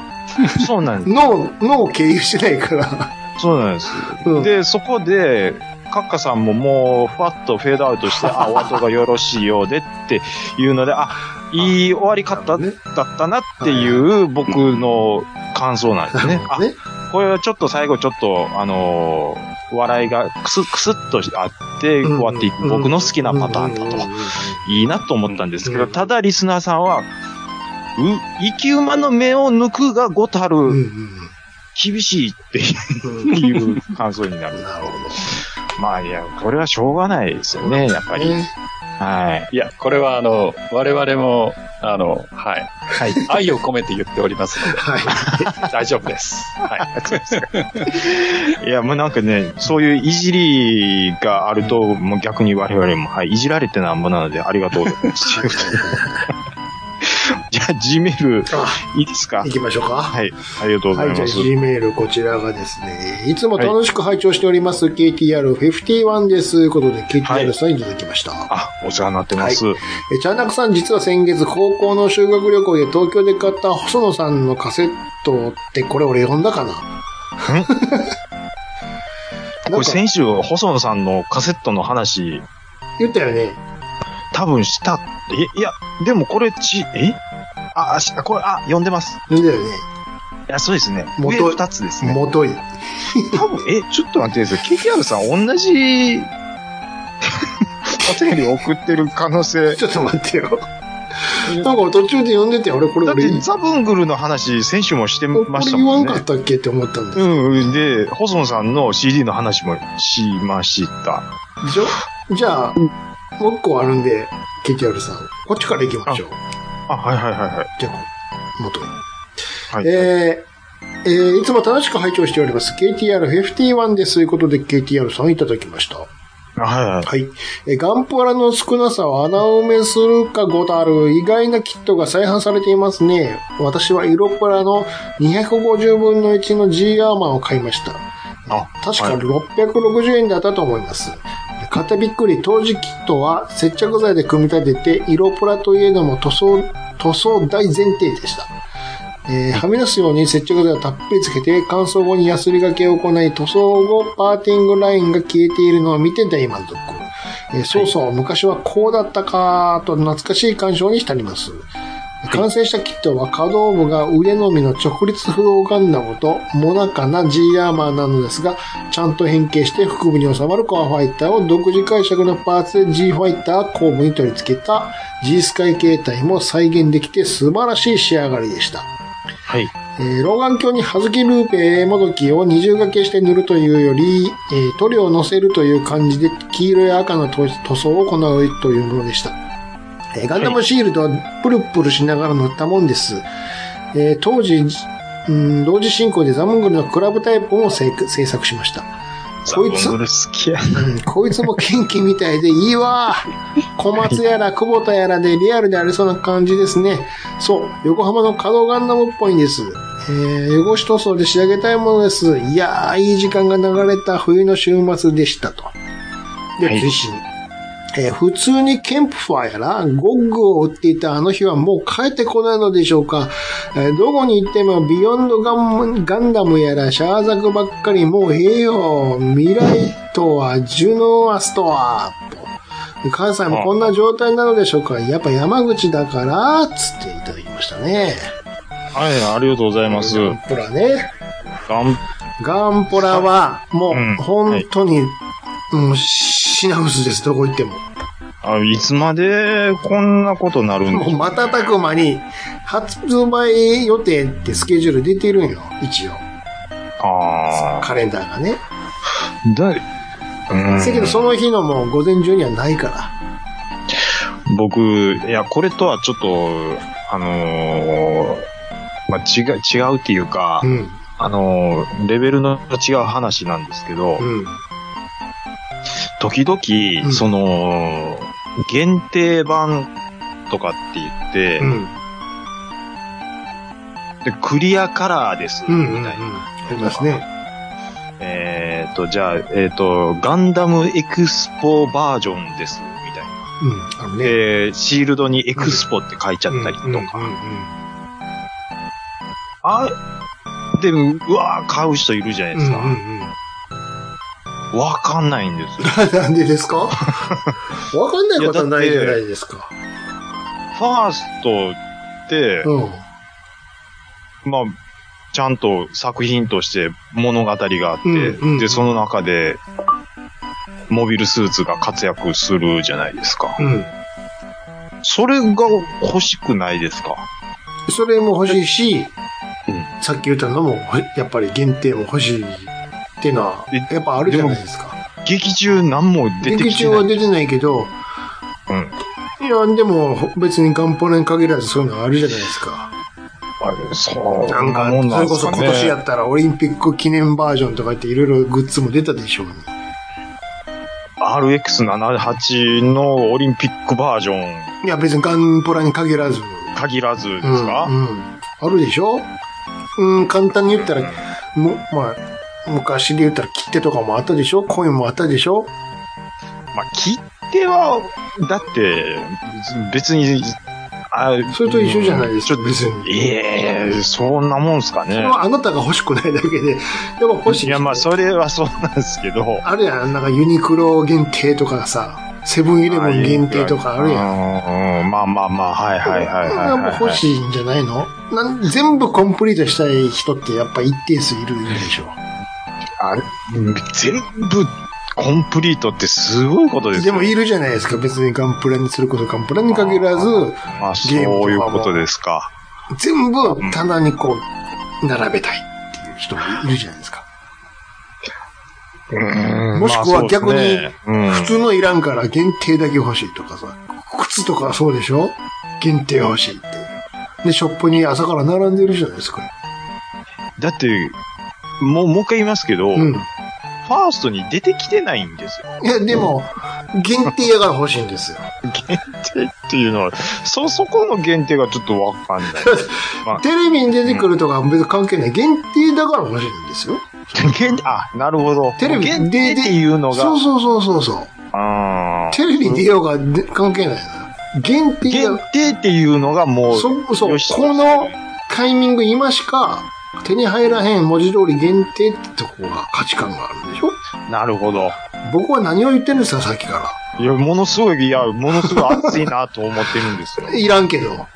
そうなんで
脳、脳を経由してないから。
す。そうなんです。
うん。
で、そこで、カッカさんももう、ふわっとフェードアウト して、あ、お後がよろしいようでっていうので、あ、いい終わり方だ
ね。
ったなっていう僕の感想なん ですね。あ、
ね。
これはちょっと最後ちょっと、あのー笑いがくす、くすっとあって終わっていく、
うん
僕の好きなパターンだと、いいなと思ったんですけど、
うん
ただリスナーさんは、う、生き馬の目を抜くがごた
うんう
る、
んう
厳しいって
んうん。うん
いう 感想になる。
なるほ
まあいや、これはしょうがないですよね、やっぱ
ど。
り。
ね。
はい。
いや、これはあの、我々も、あの、はい。
はい。
愛を込めて言っておりますので、
はい。
大丈夫です。はい。
いや、もうなんかね、そういういじりがあると、もう逆に我々も、はい、いじられてなんぼなのでありがとうござい ます。じゃあ、G メール、
あ、
いいですか
行きましょうか。
はい、ありがとうござい
はい、じゃ
ま
あ
す。
G メールこちらがですね、いつも楽しく拝聴しております、KTR51 です。ということで、KTR さんいただきました。
あ、お世話になってます。
え、チャーナクさん、実は先月、高校の修学旅行で東京で買った細野さんのカセットって、これ俺読んだかなな
こ
ん
れ
か
先週、細野さんのカセットの話、
言ったよね。
多分した、え、いや、でもこれち、えあ、あしこれ、あ、読んでます。
言ったよね。
いや、そうですね。
元
上二つですね。
もとい。
多分、え、ちょっと待ってください。KTR さん、 同じ、お便り送ってる可能性。
ちょっと待ってよ。なんか途中で読んでて、俺これ
だっ
俺、
て、ザブングルの話、先週もして
こ
ま
れ
した
言わ
も
ん
んね
か。ったっけって思ったんだよ。
うん、で、細野さんの CD の話もしました。
じゃ、じゃあ、もう一個あるんで、KTR さん、こっちから行きましょう。
あ、はいはいはいはい。
じゃあ、元い。
はい、
えーえーいつも楽しく拝聴しております。KTR51 です。ということで、KTR さんいただきました。
はいはい。
はい。えーガンプラの少なさを穴埋めするかごたる意外なキットが再販されていますね。私は色プラの250分の1の G アーマーを買いました。
あ
確か
はい
660円だったと思います。買ってびっくり、当時キットは接着剤で組み立てて、色プラといえども塗装、塗装大前提でした。えーはみ出すように接着剤をたっぷりつけて、乾燥後にヤスリがけを行い、塗装後、パーティングラインが消えているのを見て大満足。えーそうそう、昔はこうだったか、と懐かしい感傷に浸ります。完成したキットは可動部が腕のみの直立不動ガンダムとモナカな G アーマーなのですが、ちゃんと変形して腹部に収まるコアファイターを独自解釈のパーツで G ファイター後部に取り付けた G スカイ形態も再現できて素晴らしい仕上がりでした。
はい。
えー老眼鏡にハズキルーペもどきを二重掛けして塗るというより、えー塗料を乗せるという感じで黄色や赤の塗塗装を行うというものでした。えーガンダムシールドはプルプルしながら塗ったもんです。えー当時、うん同時進行でザモングルのクラブタイプも制制作しました。こいつ
ザブングル好きや。
うんこいつも元気みたいでいいわ。小松やら久保田やらでリアルでありそうな感じですね。そう、横浜の稼働ガンダムっぽいんです。えー、汚し塗装で仕上げたいものです。いやー、いい時間が流れた冬の週末でしたと。で、
はい
追伸。えー普通にケンプファーやら、ゴッグを売っていたあの日はもう帰ってこないのでしょうか。えーどこに行ってもビヨンドガンガンダムやらシャーザクばっかりもうええよ。未来とは、ジュノーアスとは、と。関西もこんな状態なのでしょうか。やっぱ山口だから、つっていただきましたね。
はい、ありがとうございます。
ガンプラね。
ガン
ガンプラは、も
うん
う、本当に、うん、品薄です。どこ行っても。
あいつまでこんなことなるん
もう瞬く間に、発売予定ってスケジュール出てるんよ、一応。
あ あ。
カレンダーがね。
だい、うん
だけど、その日のもう午前中にはないから。
僕、いや、これとはちょっと、あのーまあ、違う、違うっていうか、
うん。
あのーレベルの違う話なんですけど、
うん。
時々、
うん
その、限定版とかって言って、
うん。
でクリアカラーです、み
うん。うん。うん。
たいな。
ありますね。
えっ、と、じゃあ、えっ、と、ガンダムエクスポバージョンです、みたいな。
うん。あのね。
で、シールドにエクスポって書いちゃったりとか。
うん。うん
あ、で、うわー買う人いるじゃない
うん。う
です
ん
か。わ、
うん。
か
うん。
んないんですよ。
なんでで すかわかんないことはないじゃないですか。
ファーストって、
うん。
まあ、ちゃんと作品として物語があって、
うんうん
で、その中で、モビルスーツが活躍するじゃないですか。
うん。
それが欲しくないですか
それも欲しいし、
うん
さっき言ったのも、ほやっぱり限定も欲しいっていうのは
え、
やっぱあるじゃないですか。
劇中何も出て
劇
きて
中
な。
はい出てないけど、
うん。
いや、でも別に元本に限らずそういうのあるじゃないですか。
あれ、そう。
なんか、
もん
そ
な
れ
ん
こ
です
そ
か
今年や
ね。
ったらオリンピック記念バージョンとか言っていろいろグッズも出たでしょうに。
RX78 のオリンピックバージョン
いや、別にガンプラに限らず。
限らずです
うん、
か、
うん。あるでしょうん、簡単に言ったら、も、まあ、昔で言ったら切手とかもあったでしょコインもあったでしょ
まあ、切手は、だって、別に、あ
それと一緒じゃないですか、
ちょっ
別に。
ええそんなもんすか
それ
ね。
はあなたが欲しくないだけで、でも欲しい。
いや、まあ、それはそうなんですけど。
あるやん、なんかユニクロ限定とかさ、セブンイレブン限定とかあるやん。
ん。うん、まあまあまあ、はいはいはいはい
や
はい、
っぱ欲しいんじゃないのなん全部コンプリートしたい人ってやっぱ一定数いるでしょ。
あれ、全部、コンプリートってすごいことです
で
よ
もいるじゃないですか。別にガンプラにすることガンプラに限らず、
まあ、そう
ゲームとかも
いうことですか。
全部棚にこう、並べたいっていう人もいるじゃないですか。も
も
しくは逆に、普
普
通のいらんから限定だけ欲しいとかさ、靴とかそうでしょ限定欲しいって。で、ショップに朝から並んでるじゃないですか。
だって、もう、もう一回言いますけど、
うん
フ。ァーストに出てきてないんですよ。
いや、でも、限定やから欲しいんですよ。
限定っていうのは、そ、そこの限定がちょっとわかんない。
テレビに出てくるとか別に関係ない。限定だから欲しいんですよ。
限定、あ、なるほど。
テレビ
限
で
定っていうのが、
そうそうそうそうそう。
あー
テレビに出ようがで関係ないな。限定
限
や。
定っていうのがもう、
そうそう。
よし
このタイミング今しか手に入らへん文字通り限定ってとこが価値観があるんでしょ
なるほど。
僕は何を言ってるんですか、さっきか
いや、ものすごい、いや、ものすごい熱いなと思ってるんです よ。
ら。
でし
いらんけど。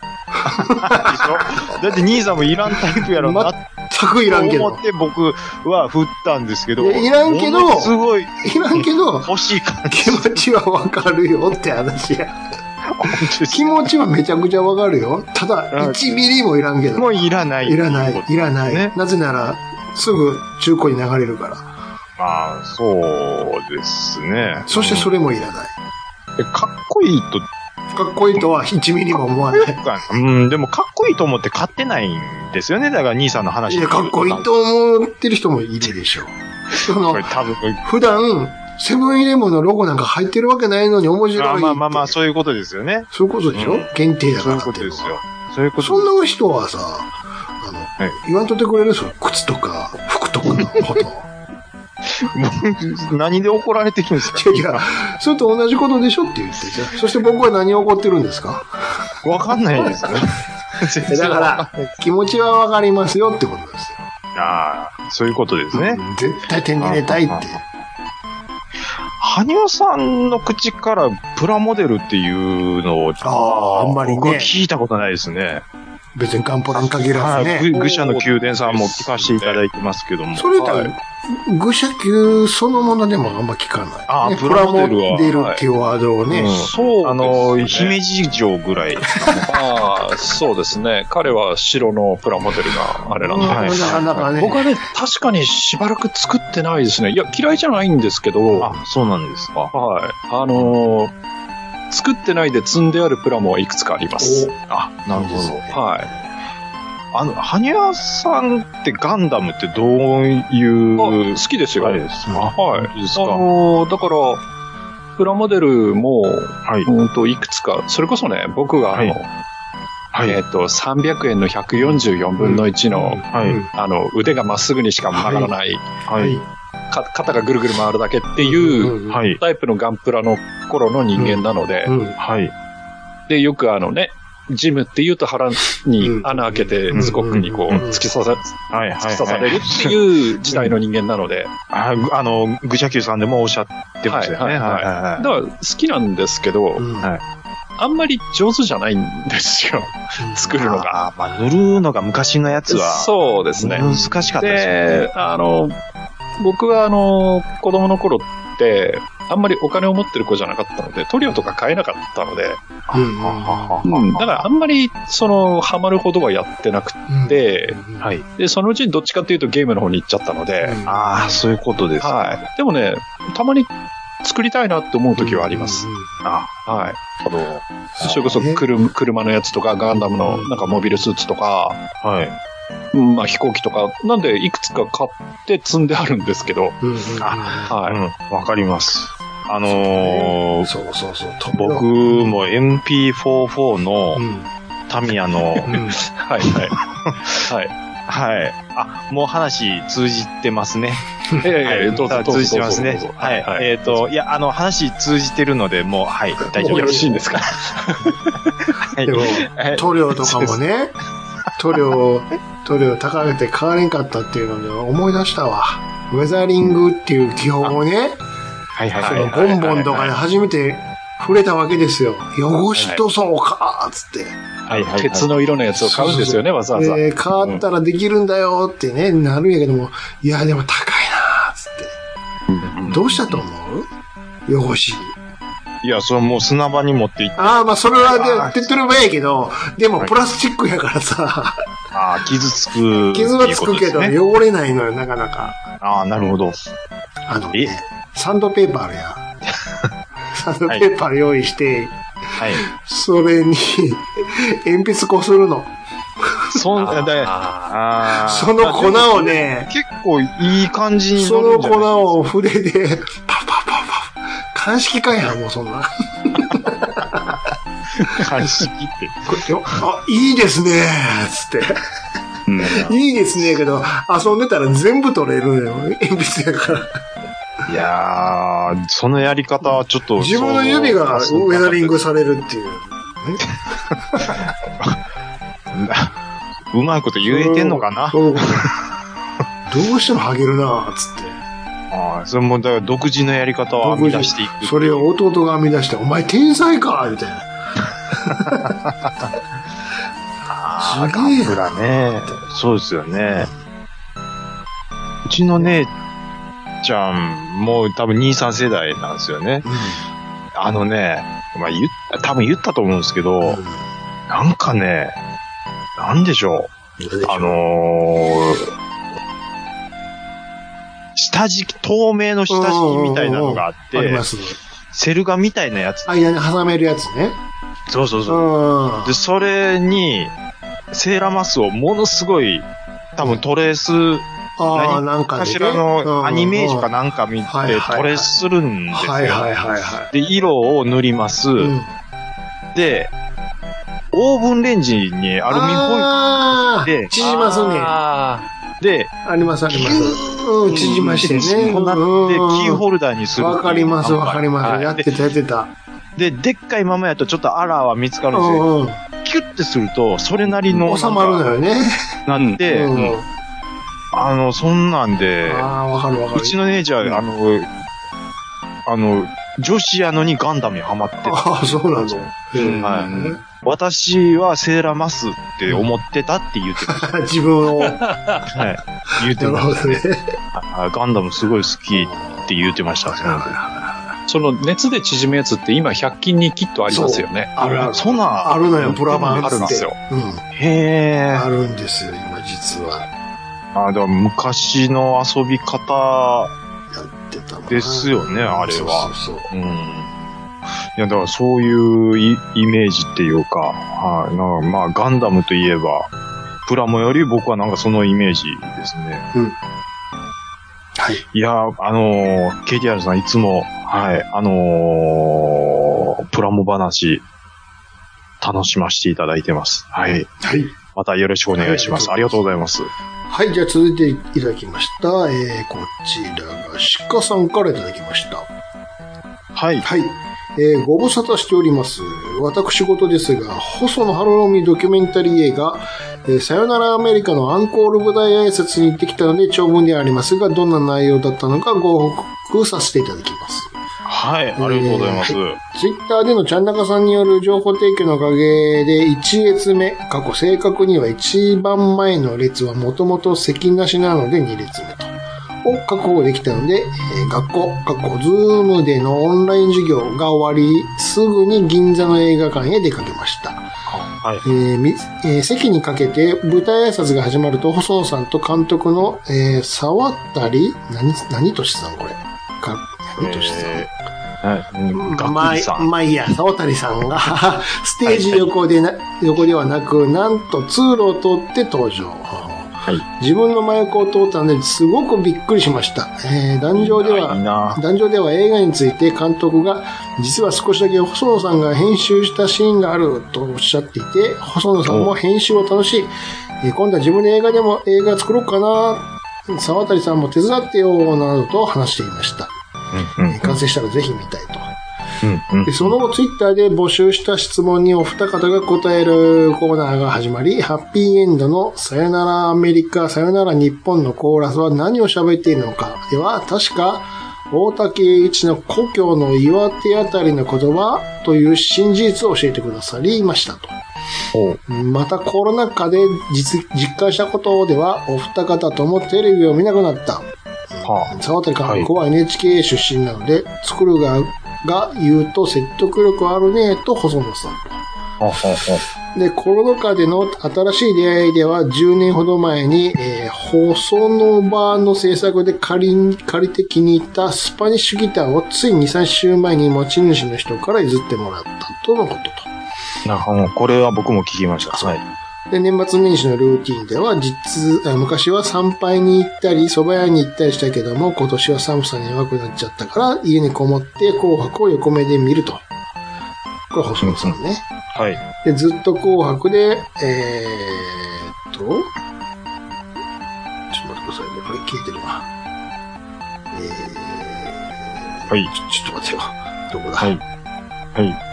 ょだって兄さんもいらんタイプやろうなって
全くいらんけ
思
ど
っ。て僕は振ったんですけど。
いやいらんけど
ものすごい
いらんけど、
欲しい感じ
気持ちはわかるよって話や。
です
気持ちはめちゃくちゃわかるよ。ただ、1ミリもいらんけど。
もういらない。
いらない
ってうこ、と
いらない。
ね
なぜなら、すぐ中古に流れるから。
まあ、そうですね。
そしてそれもいらない。
えかっこいいと、
かっこいいとは1ミリも思 わない。
うん、でもかっこいいと思って買ってないんですよね。だから兄さんの話
いや、かっこいい。と思ってる人もいるでしょう。そ
こ
の
れ、多分、
普段、セブンイレブンのロゴなんか入ってるわけないのに面白いっ
あ
て。
まあまあまあ、そういうことですよね。
そういうことでしょ、
うん
限定だか
そう
ら
いう
ってい
こと
うのは
ですよ。そういうこと
そんな人はさ、あの、
い
言わんとってくれるその靴とか服とかの こと。
何で怒られてるんですか
いやいや、それと同じことでしょって言っててそして僕は何を怒ってるんですか
わかんないですよ。
だから、気持ちはわかりますよってことですよ。
ああ、そういうことですね。
うん絶対手に入れたいって。
羽生さんの口からプラモデルっていうのを、
ああー、あんまり
僕は
ね、
聞いたことないですね。
別に元本に限らず
はい、
ね。
ぐ愚者の宮殿さんも聞かせていただいてますけども。
それと
は、
はい愚者級そのものでもあんま聞かない。
あー
ね
プラモデルは
プラモデルっていうワードをね、
うん
そう
あの、
です
姫
ね
路城ぐらい。
ああ、そうですね。彼は白のプラモデルがあれなんで。
はい
なかなかね、
僕はね、確かにしばらく作ってないですね。いや、嫌いじゃないんですけど、はい。
あ、そうなんですか。
あのー作ってないで積んであるプラモはいくつかあります。
あ、なるほど。
はい。
あの、羽生さんってガンダムってどう
あ
いう
好、きですよ。
あ
は
れ
い。
です
あ
か本当ですか
のーだから、プラモデルも、
はい。
うんと、いくつか、それこそね、僕があの、
はい
えっ、と、300円の144分の1の、
はい。
あの、腕がまっすぐにしか曲がらない、
はい。
か肩がぐるぐる回るだけって
う、
いうん
はい。
タイプのガンプラの頃の人間なので、
うん
はい。
で、よくあのね、ジムって言うと腹に穴開けて
うん
ズコックにこう
うん
突き刺さ、
はい。
突き刺さ
は
れる
い。
っていう時代の人間なので、
あぐあの、ぐしゃきゅうさんでもおっしゃってましたよね。
はいはいだ
は
から好きなんですけど、
うん
はい
あんまり上手じゃないんですよ、作るのが。
あーまあ、塗るのが昔のやつは、
そうですね。
難しかったですよね。
で、あの、僕はあの、子供の頃って、あんまりお金を持ってる子じゃなかったので、塗料とか買えなかったので、
うん
ははは
だからあんまり、その、ハマるほどはやってなく
うん
て、
うん
はい。
で、そのうちにどっちかっていうとゲームの方に行っちゃったので、
うん
ああ、そういうことですか。
はい。でもね、たまに作りたいなって思う時はあります。
うんうん
あ、
はい。
なる
それこ
そ
そ
うね
車車のやつとか、ガンダムのなんかモビルスーツとか、
ほど。はい。
うんまあ飛行機とか、なんでいくつか買って積んであるんですけど、
うんうんうん
はい。
うん、わかります。あのー
そうそうそう。飛ぶ
僕
よ
も MP44
う
の
ん。
タミヤの、
うん
はいはい。はい。
はい。あ、もう話通じてますね。
いやいやいや、
はい
どうぞどうぞ。
通じてます
どう
ね
ぞどう。ぞ
はい。えっ、と、いや、あの、話通じてるので、もう、はい、大丈夫
よろしいんですか
はい
でも、
はい
塗料とかもね、塗料、塗料高くて買われんかったっていうので思い出したわ。ウェザリングっていう技法をね、
はいはい
そ
はい
の
はい。
ボンボンとかで初めて触れたわけですよ。汚しとそうかーっつって。
はいはいはい
鉄の色のやつを買うんですよね、わざわざ。
えー、変わったらできるんだよってね、なるんやけども、いや、でも高いなーっつって。どうしたと思う汚し。
いや、それもう砂場に持っていっ
ああ、まあ、それ
あ
は
ー
で、手っ取り早いけど、でも
はい
プラスチックやからさ、
ああ、傷つく。
傷はつくけど、
っていうことですね
汚れないのよ、なかなか。
ああ、なるほど。
あの、
え
ね、サンドペーパーある やん。サンドペーパー用意して、
はい。
それに、 鉛筆こするの。
そん、だ
あ
ああ。
その粉をね、
結構いい感じに
そ
乗る
の
んじゃない
粉を筆で、パパパパ。鑑識かやん、もうそんな。
鑑識って。
こうよあ、いいですねつって。いいですねやけど、遊んでたら全部取れるのよ。鉛筆やから。
いやー、そのやり方はちょっと。
自分の指がウ
そう
ェザリングされるっていう。
うまいこと言えてんのかな
そうどうしてもハゲるなつって。
ああ、それも、だから独自のやり方を編み出していく。
それを弟が編み出して、お前天才かみたい
ああ、
すげえ
ガンプラね。そうですよね。うちの姉ちゃん、もう多分兄さん世代なんですよね。
な。
あのね、まあ、言っ多分言ったと思うんですけど、
うん
なんかね、なんでしょう。あのー、下敷き、透明の下敷きみたいなのがあっ
ありま
て、
す。
セルガみたいなやつ。
間に挟めるやつね。
そうそう
う
そう。
ん。
で、それに、セーラーマスをものすごい、多分トレース、
ああ、
何
なんかでね
頭のアニメージュか
うん
なんか見て、
うんはいはいはい
トレースするんですよ。
はいはいはいはい。
で、色を塗ります。
うん
で、オーブンレンジにアルミホ
あ
イル
ー縮ますね。あ
あ
イルで、
りますあります。うん、縮ましてね。
こうなって、キー
ー
ホルダーにする。
わかりますわかります。や
は
っ
いで
てたやってた。
で、でっかいままやとちょっとアラーは見つか
う
るんですよ。
んうん。
キュッてすると、それなりの。
収まるのよね。
なって、
うん
あの、そんなんで、
ああ、わかるわかる。
うちの姉ちゃ
うん
ん、あの、あの、女子やのにガンダムにハマってた。
ああ、そうなんだ。
はい私はセーラーマスって思ってたって 言ってまし
い。 自分を。な
た。はい。言って
る
ま
ほ
し
どね。
た。あガンダムすごい好きって言ってました。
あ。その熱で縮むやつって今100均にきっとありますよね。
あるある。
そんなん
あるのよ、プラバン
あるんです
よ。
よ。
うん。
へー
あるんですよ、今実は。
あ、でも昔の遊び方、
やってたもんな
ですよねあれは
そうそうそう。
うん。いや、だからそういうイイメージっていうか、はい。なんかまあ、ガンダムといえば、プラモより僕はなんかそのイメージですね。
はい。
いやー、あのー、KTR さんいつも、はい、あのー、プラモ話、楽しませていただいてます。はい。
はい。
またよろしくお願いします。
は
あ
い
りがとうございます。
はい、じゃあ続いていただきました。えー、こちらが鹿さんからいただきました。
はい。
はい。えーご無沙汰しております。私事ですが、細野晴臣ドキュメンタリー映画、えーさよならアメリカのアンコール舞台挨拶に行ってきたので、長文ではありますが、どんな内容だったのかご報告させていただきます。
はい。ありがとうございます。
ツイッターでのちゃんなかさんによる情報提供のおかげで1列目、過去正確には一番前の列はもともと席なしなので2列目と。を確保できたので、えー学校、学校、ズームでのオンライン授業が終わり、すぐに銀座の映画館へ出かけました。
はい。
えーみえー席にかけて舞台挨拶が始まると、細野さんと監督の、えー、沢渡り、何、何としさんこれ。か、何としさん。
えうん、ガッ
毎
キリさん。
毎朝、小谷さんが、 ステージ横でな、横ではなく、なんと通路を通って登場。
は
自分の真横を通ったので、すごくびっくりしました。えー壇上では、
いいな
壇上では映画について監督が、実は少しだけ細野さんが編集したシーンがあるとおっしゃっていて、細野さんも編集を楽しい。えー今度は自分で映画でも映画作ろうかな。沢渡さんも手伝ってよ、などと話していました。
うんうん
えー完成したらぜひ見たいと。
うんうん
でその後、ツイッターで募集した質問にお二方が答えるコーナーが始まり、ハッピーエンドのさよならアメリカ、さよなら日本のコーラスは何を喋っているのか。では、確か、大竹栄一の故郷の岩手あたりの言葉という真実を教えてくださりましたと。
おう
またコロナ禍で実実感したことでは、お二方ともテレビを見なくなった。
は
沢渡監督は NHK 出身なので、作る側が言うと説得力あるねと細野さん。
あ、はあ、は
で、コロナ禍での新しい出会いでは10年ほど前に、えー細野場の制作で借り、借りて気に入ったスパニッシュギターをつい2、3週前に持ち主の人から譲ってもらったとのことと。
あ。なるほど。これは僕も聞きました。はい。
で、年末年始のルーティンでは、実、あ昔は参拝に行ったり、蕎麦屋に行ったりしたけども、今年は寒さに弱くなっちゃったから、家にこもって紅白を横目で見ると。これは細野さんね。
はい。
で、ずっと紅白で、えー、っと、ちょっと待ってくださいね。これ消えてるわ。えー、
はい
ちょ、ちょっと待ってよ。どこだ
はい。はい。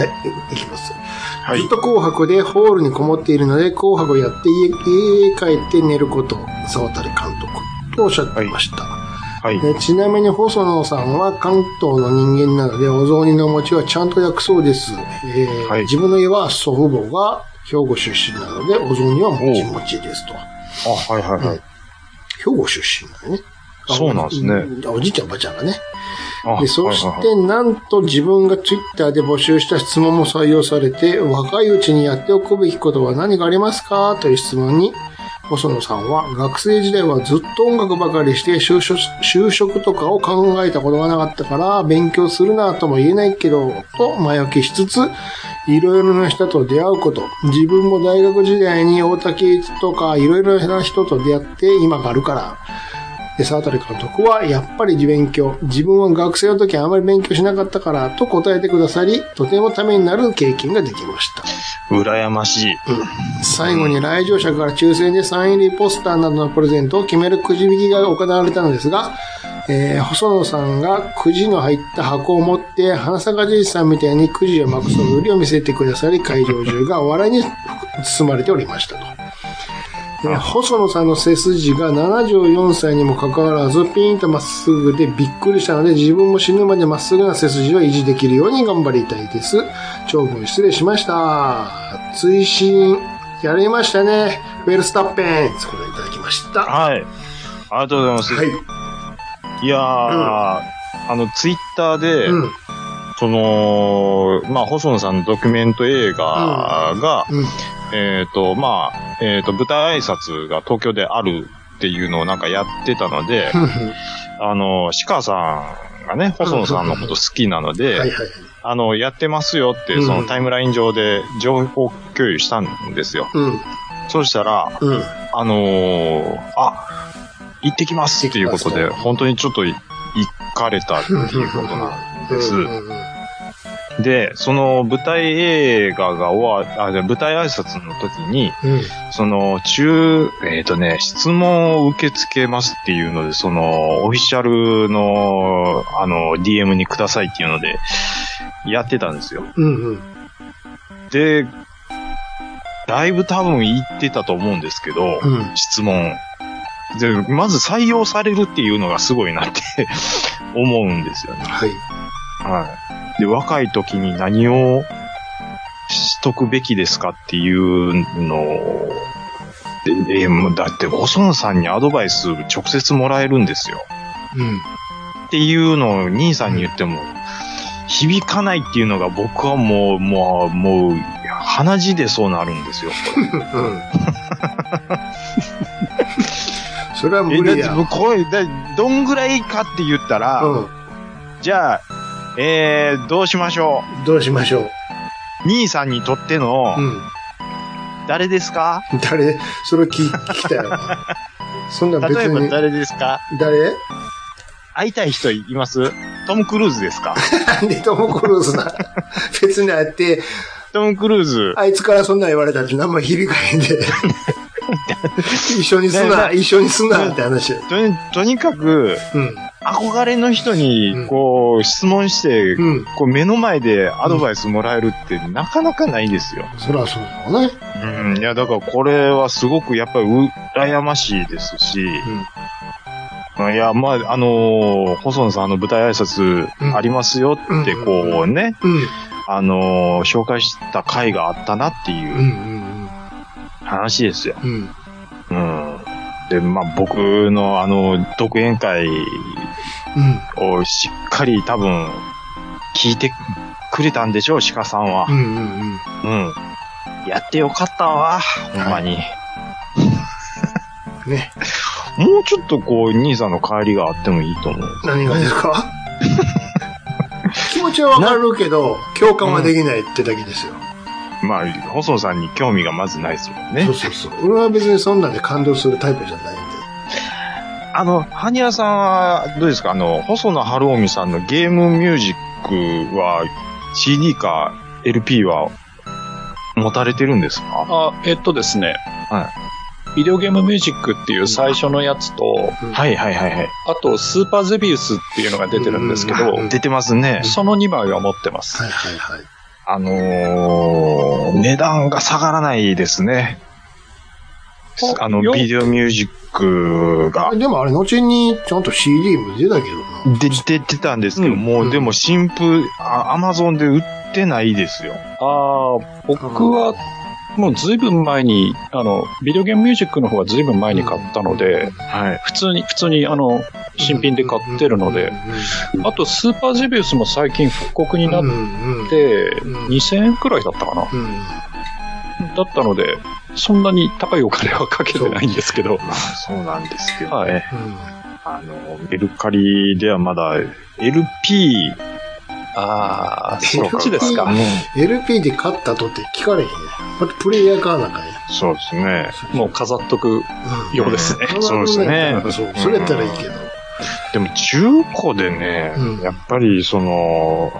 はい、いきます。
は
ずっと紅白でホールにこもっているので、紅白をやって家家へ帰って寝ること、沢渡監督とおっしゃってました。
はい。
でちなみに細野さんは関東の人間なので、お雑煮の餅はちゃんと焼くそうです。えー
はい
自分の家は祖父母が兵庫出身なので、お雑煮はもちもちですと。
あ、はいはいはい。
兵庫出身なのね。あ
そうなんですね
おおじいちゃんおばあちゃんがね。
あ
で、そし
はいはいはい
て、なんと自分がツイッターで募集した質問も採用されて、若いうちにやっておくべきことは何がありますかという質問に、細野さんは、学生時代はずっと音楽ばかりして就職、就職とかを考えたことがなかったから、勉強するなとも言えないけど、と前置きしつつ、いろいろな人と出会うこと。自分も大学時代に大竹一とか、いろいろな人と出会って今があるから、で、沢渡監督は、やっぱり自勉強。自分は学生の時あまり勉強しなかったから、と答えてくださり、とてもためになる経験ができました。
羨ましい。
最後に来場者から抽選でサイン入りポスターなどのプレゼントを決めるくじ引きが行われたのですが、えー細野さんがくじの入った箱を持って、花坂じいさんみたいにくじを巻くそぶりを見せてくださり、会場中が笑いに包まれておりましたと。えー細野さんの背筋が74歳にもかかわらずピーンとまっすぐでびっくりしたので自分も死ぬまでまっすぐな背筋を維持できるように頑張りたいです。長文失礼しました。追伸、やりましたね。ウェルスタッペン。これいただきました。
はい。ありがとうございます。、
はいい。
やー、あの、ツイッターで、
うん。
その、まあ、細野さんのドキュメント映画が、
うん。
えっ、と、まあ、えっ、と、舞台挨拶が東京であるっていうのをなんかやってたので、あの、鹿さんがね、細野さんのこと好きなので、
はいはいはい。
あの、やってますよって、
うん
そのタイムライン上で情報共有したんですよ。
うん。
そうしたら、
うん。
あのーあ、行ってきますっていうことで、
行ってきます
本当にちょっと行かれたっていうこと なんです。で、その舞台映画が終わ、あ、じゃあ舞台挨拶の時に、
うん。
その中、えっ、とね、質問を受け付けますっていうので、そのオフィシャルの、あの、DM にくださいっていうので、やってたんですよ。
うん。うん。
で、だいぶ多分言ってたと思うんですけど、
うん。
質問。で、まず採用されるっていうのがすごいなって 思うんですよね。
はい。
はい。で、若い時に何をしとくべきですかっていうのを、でえもうだって、細野さんにアドバイス直接もらえるんですよ。
うん。
っていうのを兄さんに言っても、響かないっていうのが僕はもう、もう、もう、鼻血でそうなるんですよ。
うん。それは無
え
理
だ
や
って。これでどんぐらいかって言ったら、
う
じゃあ、えー、どうしましょ
ん。どうしましょう。
う。兄さんにとっての
う、ん。
誰ですか、
誰、それ聞聞きたいわ。そんな別
例えば
に。
誰ですか
誰
会いたい人いますトム・クルーズ ですか
なんでトム・クルーズな。別にあって、
トム・クルーズ。
あいつからそんなん言われたって何も響かへんで。一緒にす
だ
な、一緒にすなって話。
とにとにかく、
うん。
憧れの人
う
に
ん、
こう、質問して、
うん。
こう、目の前でアドバイスもらえるって、なかなかないですよ。
そらそうだろうね。
うん。いや、だからこれはすごく、やっぱり、羨ましいですし、いや、まあ、あのー細野さんあの舞台挨拶
うん
ありますよって、
うん
こうね、
うん。。
あのー紹介した回があったなっていううん話ですよ。
うん。うん。
うん。で、まあ、僕のあの、独演会
うん。
をしっかり多分、聞いてくれたんでしょう、鹿さんは
う。ん。うん。う
う
ん。
ん。やってよかったわ、ほんまに。
ね。
もうちょっとこう、兄さんの帰りがあってもいいと思う。
何がです か気持ちはわかるけど、共感はできないってだけですよ。
まあ、細野さんに興味がまずないですもんね
そう。そうそう。俺は別にそんなんで感動するタイプじゃないんで。
あの、ハニヤさんは、どうですかあの、細野晴臣さんのゲームミュージックは、CD か LP は、持たれてるんですか
あ、えっとですね。
は
ビデオゲームミュージックっていう最初のやつと、
はいはいはいはい。
あと、スーパーゼビウスっていうのが出てるんですけど
う、ん
出てますね。
その2枚は持ってます。
はいはいはい。
あのー、値段が下がらないですね。
お
あの、
よ
ビデオミュージックが
あ、でもあれ、後にちゃんと CD も出たけどな。
で出てたんですけど、
うん
も
う
う、
ん
でも新風、あアマゾンで売ってないですよ。
ああ、僕はもうずいぶん前に、あの、ビデオゲームミュージックの方はずいぶん前に買ったので、
はい。
普通に、普通にあの、新品で買ってるので、あとスーパーゼビウスも最近復刻に
うん、
な
うん
っ
うん、
て、
うん
2000円くらいだったかな。
うん、
だったので、そんなに高いお金はかけてないんですけど、
まあ、そうなんですけど、
は
ね。
い。
あの、メルカリではまだ LP
ああ、そっちです
と
か
うん。
うん。LP で買ったとって聞かれへんやん。またプレイヤーかなんかや。
そうですね。
もう飾っとく
うん
ようですね。
そうですね
そう、それやったらいいけど。
でも中古でね、
うん
やっぱりその、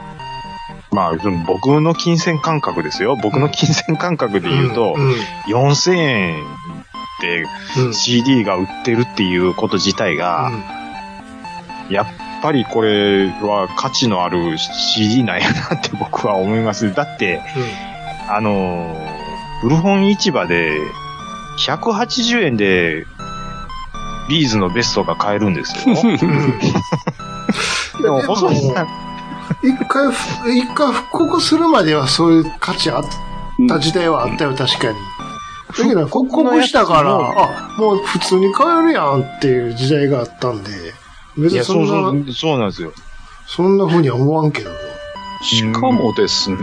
まあ、その僕の金銭感覚ですよ。僕の金銭感覚で言うと、
ん、ん
4000円で
うん。
CD が売ってるっていうこと自体が、
う
やっぱりこれは価値のある CD なんやなって僕は思います。だって、あのー、古本市場で180円でビーズのベストが買えるんですよ。
んうん
でも、細野さん、
一回ふ、一回復刻するまではそういう価値あった時代はあったよ、確かに。だけど、復刻したから、
復刻
あ、もう普通に買えるやんっていう時代があったんで、別
い
に
や、
そ
そ
ん
うそ
な、
う、そうなんですよ。
そんな風には思わんけどね。
しかもですね、
うん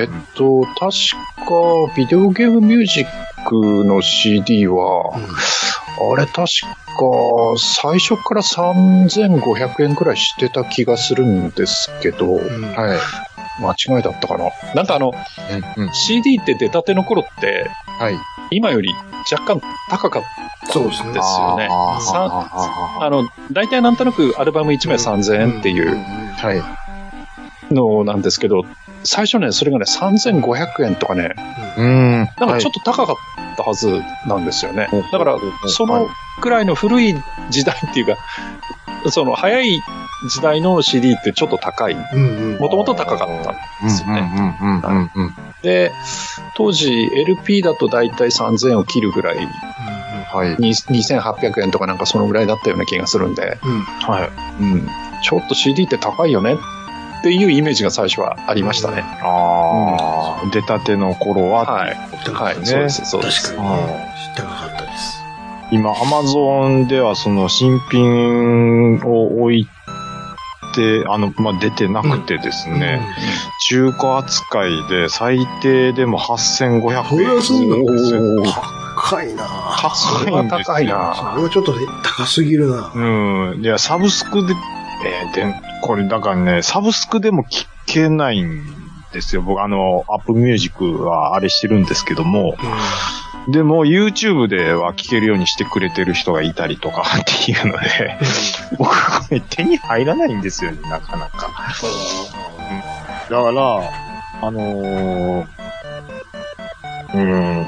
えっと、確か、ビデオゲームミュージックの CD は、あれ確か、最初から3500円くらいしてた気がするんですけど、
ん
はい。間違いだったかな。なんかあの、
うん
CD って出たての頃って、
はい。
今より若干高かっ
そうです
た
ね
で。すよね。さあの、大体なんとなくアルバム1枚3000円っていう、
はい。
のなんですけど、最初ね、それがね、3500円とかね、
うん。なん
なんかちょっと高かったはずなんですよね。
はい
だから
ほうほうほうほ、う
そのくらいの古い時代っていうか、 その早い時代の CD ってちょっと高い。
うんうん。
もともと高かった。
とですね。うんうんうんうんうん。
で、当時 LP だとだいたい3000円を切るぐらい、
はい。
に2800円とかなんかそのぐらいだったような気がするんで、
うん
はい。
うん。ちょっと CD って高いよねっていうイメージが最初はありましたね。
ああ、出たての頃は、
はい。はい。そうです、そうです。
確かにね。高かったです。
今、アマゾンではその新品を置いて、あの、まあ、出てなくてですね、中古扱いで最低でも8500
うん。
円
そりゃそうなんです
よ。
よ。高いなぁ
高いんですよ。
高いな
それはちょっと高すぎるな。
うん。いや、サブスクで、えーで、これだからね、サブスクでも聞けないんですよ。僕、あの、アップミュージックはあれしてるんですけども、でも YouTube では聞けるようにしてくれてる人がいたりとか っていうので、僕、これ手に入らないんですよ、なかなか。だから、あのー、うん、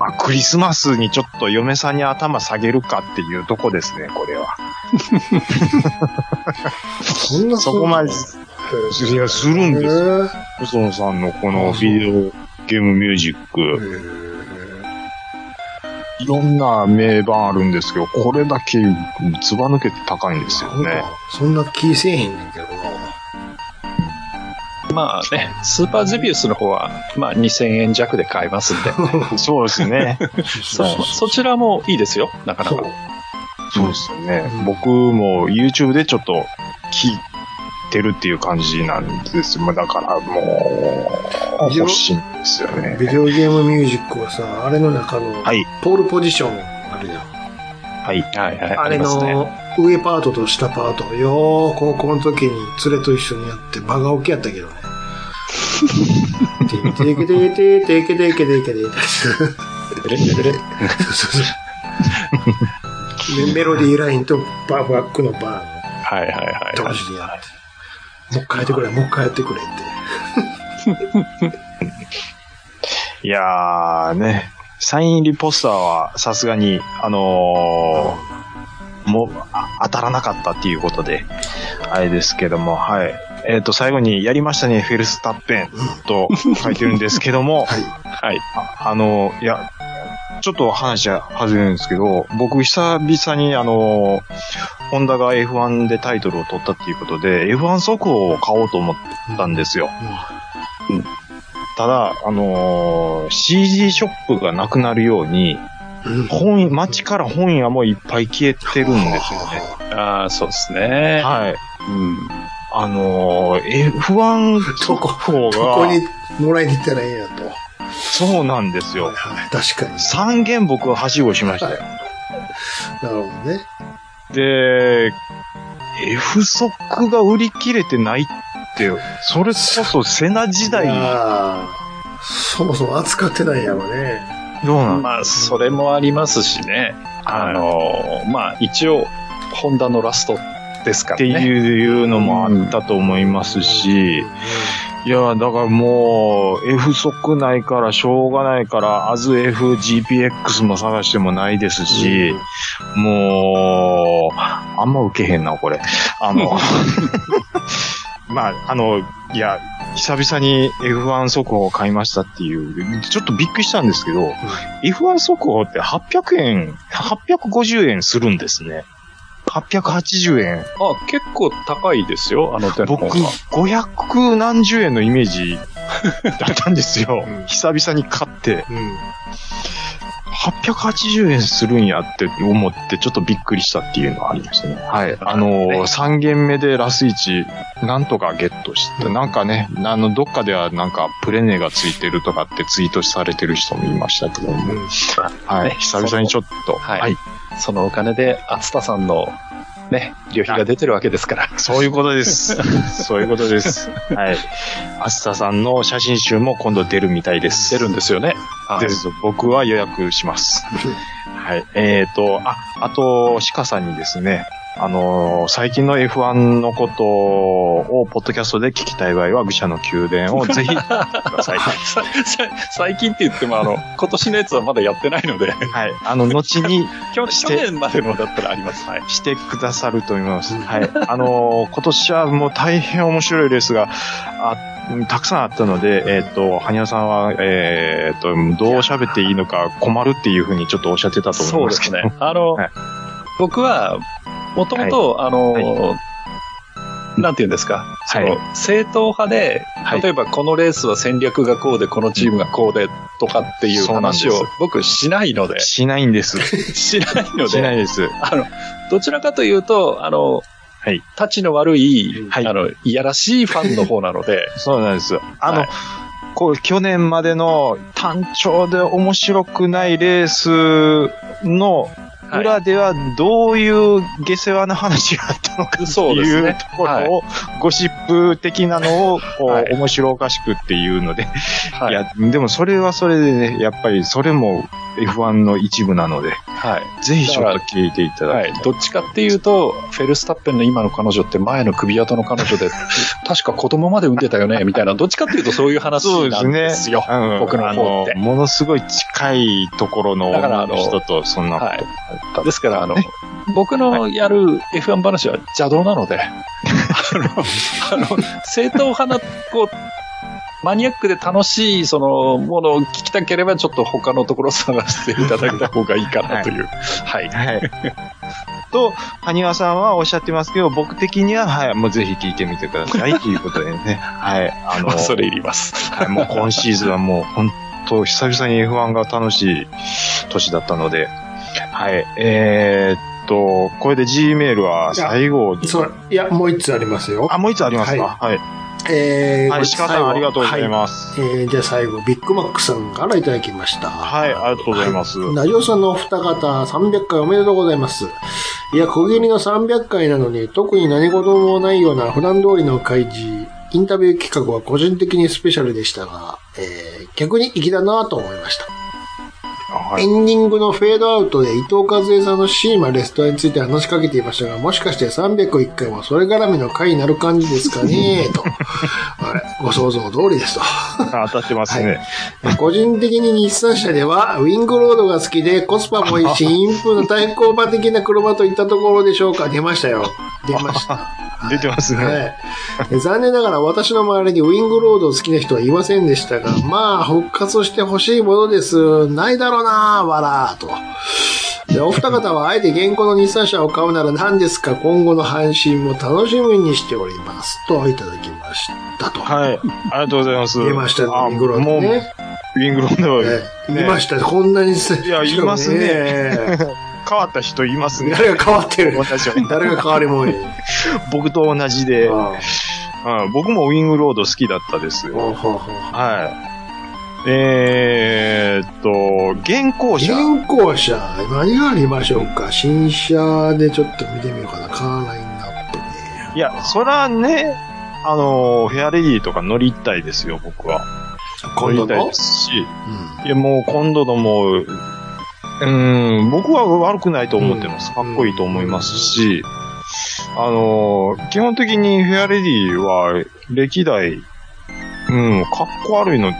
まあ、クリスマスにちょっと嫁さんに頭下げるかっていうとこですね、これは。
そんな
そこまで、いや、するんですよ。
よ。
細野さんのこの
あそう
ビデオゲームミュージッ
へ
ク、
ー
いろんな名盤あるんですけど、これだけずば抜けて高いんですよ
なん
ね。
かそんな気せえへんねんけどな。
まあね、スーパーゼビウスの方は、まあ2000円弱で買えますんで。
そうですね。
そそちらもいいですよ、なかな
そ
か
う。。
そうですよね
う。ん
僕も YouTube でちょっと聞いてるっていう感じなんですよ。まあだからもう、
ビデオ
欲しいんですよね。
ビデオゲームミュージックはさ、あれの中の、
はい、
ポールポジションあるじゃん。
はい。
はいはい。
あ
あ
れ
りますね。
の、上パートと下パートをよー高校の時に連れと一緒にやってバカオケやったけどね。てけてけててけてけてけてそうそうそう。でメロディーラインとババックのバ
はいはいはい
ー同時にやって。もう一回やってくれ、もう一回やってくれって。
いやーね、サイン入りポスターはさすがに、あのーもうあ当たらなかったっていうことで、あれですけども、はい。えっ、と、最後に、やりましたね、フェルスタッペンと書いてるんですけども、
はい。
はい。
ああのーいや、ちょっと話は外れるんですけど、僕久々にあのーホンダが F1 でタイトルを取ったっていうことで、F1 速報を買おうと思ったんですよ。ただ、あのー CG ショップがなくなるように、
うん。うん。
本、街から本屋もいっぱい消えてるんですよ ね。
ああ、そうですね。
はい。
うん。
あのー F1
ど
速
こ
報
ここ
が、
にもらいに行ったらええんやと。
そうなんですよ。
はい確かに。
三軒僕ははしごしました よ。
なるほどね。
で、F 速が売り切れてないって、それこそセナ時代
ああそもそも扱ってないやろね。
どうなん
まあ、それもありますしね。あの、まあ、一応、ホンダのラストですか
って
らね。う。
いうのもあったと思いますし、いや、だからもう、F 速ないから、しょうがないから、アズ F GPX も探してもないですし、もう、あんま受けへんな、これ。あの、まあ、あの、いや、久々に F1 速報を買いましたっていう、ちょっとびっくりしたんですけど、F1 速報って800円、850円するんですね。880円。
あ、結構高いですよ、あの手の
僕、500何十円のイメージだったんです よ。久々に買って、
うん。うん
880円するんやって思って、ちょっとびっくりしたっていうのはありましたね。はい。あのー、3軒目でラスイチ、なんとかゲットして、なんかね、あの、どっかではなんかプレネがついてるとかってツイートされてる人もいましたけども、はい。
ね
久々にちょっと、
はい
はい。
そのお金で、厚田さんの、ね、旅費が出てるわけですから。
そういうこと です。そういうことです。はい。アスタさんの写真集も今度出るみたいです。
出るんですよね。はい
です。僕は予約します。はい。えっ、と、あ、あと、鹿さんにですね、あのー最近の F1 のことを、ポッドキャストで聞きたい場合は、愚者の宮殿を ぜひ、ください。
ささ最近って言っても、 あの、今年のやつはまだやってないので、
はい。あの、後に
去
し
去
て
年までのだったらあります。はい。
してくださると思います。はい。あのー今年はもう大変面白いレースが、あ、たくさんあったので、えっ、と、羽生さんは、えっ、と、どう喋っていいのか困るっていうふうにちょっとおっしゃってたと思いますけど。。
あの、
はい
僕は、もともと、あの、なんて言うんですか、
はい
その、正統派で、
はい
例えばこのレースは戦略がこうで、このチームがこうで、とかっていう
そうなんです
話を僕しないので、
しないんです。
しないの
しな
で、
いです。
あの、どちらかというと、あの、
はい
立ちの悪い、
はい
あの、いやらしいファンの方なので、
そうなんです。あの、
はい
こう、去年までの単調で面白くないレースの
はい
裏で はどういう下世話な話があったのかって
そうで
い
す
う
ね
ところを、ゴシップ的なのを、こう、
はい
面白おかしくっていうので、、
はいい。
や、でもそれはそれでね、やっぱりそれも F1 の一部なので、
はい。
ぜひちょっと聞いていただ
は
き
い。どっちかっていうと、フェルスタッペンの今の彼女って前の首輪の彼 女で、確か子供まで産んでたよね、みたいな、どっちかっていうとそういう話なんですよ。
たい。うん
僕の方って
あのものすごい近いところの
だか
女
らあの
の人と、そんな
は
こ
い
と。
ですから、あの
ね、
僕のやる F1 話は邪道なので、あの、あの正統派な、こう、マニアックで楽しい、その、ものを聞きたければ、ちょっと他のところを探していただいた方がいいかなという。はい。
はい。と、はにわさんはおっしゃってますけど、僕的には、はい、もうぜひ聞いてみてくださいということでね。はい。あの、
まあ、 それいります。
はい、もう今シーズンはもう本当久々に F1 が楽しい年だったので、はい。えーっと、これで G メールは最後に。
そう、いや、もう一つありますよ。
あ、もう一つありますかはい。
え
はい、石川さんありがとうござい
す。
ます。
はいえーじゃあ最後、ビッグマックさんからいただきました。
はい、ありがとうございます。
ラジオさんのお二方、300回おめでとうございます。いや、小切りの300回なのに、特に何事もないような普段通りの開示、インタビュー企画は個人的にスペシャルでしたが、えー逆に粋だなと思いました。
はい
エ。ンディングのフェードアウトで伊藤和恵さんのシーマレストランについて話しかけていましたが、もしかして301回はそれ絡みの回になる感じですかねと。あれご想像通りですと。
あ当たってますね。
個人的に日産車では、ウィングロードが好きで、コスパもいいし、インプの対抗馬的な車といったところでしょうか。出ましたよ。出ました。
出てますね。
はい。残念ながら私の周りにウィングロードを好きな人はいませんでしたが、まあ、復活してほしいものです。ないだろうな、わらーと。でお二方はあえて現行の日産車を買うなら何ですか今後の配信も楽しみにしております。と、いただきましたと。
はい。ありがとうございます。
出ましたね、ウ
あ
ィングロー
も
ド
う、
ね。
ウィングロード、
ええ
ね
いましたね。こんなにさ
いや
しかも
いますね
え
変わった人います
え
ね。
誰が変わってる
同じように
誰が変わりもんや。
僕と同じで、
ああ
うん僕もウィングロード好きだったですよ。
ほうほうほう
はい。えー、っと、現行車。
現行車、何がありましょうか新車でちょっと見てみようかな。カーラインナップね。
いや、そらね、あの、フェアレディとか乗りたいですよ、僕は。
今
乗
度
りたい
の
で、すし。いや、もう今度のもう、うん、僕は悪くないと思ってます。か
うん
っこいいと思いますし、あの、基本的にフェアレディは歴代、うん、かっこ悪いのは、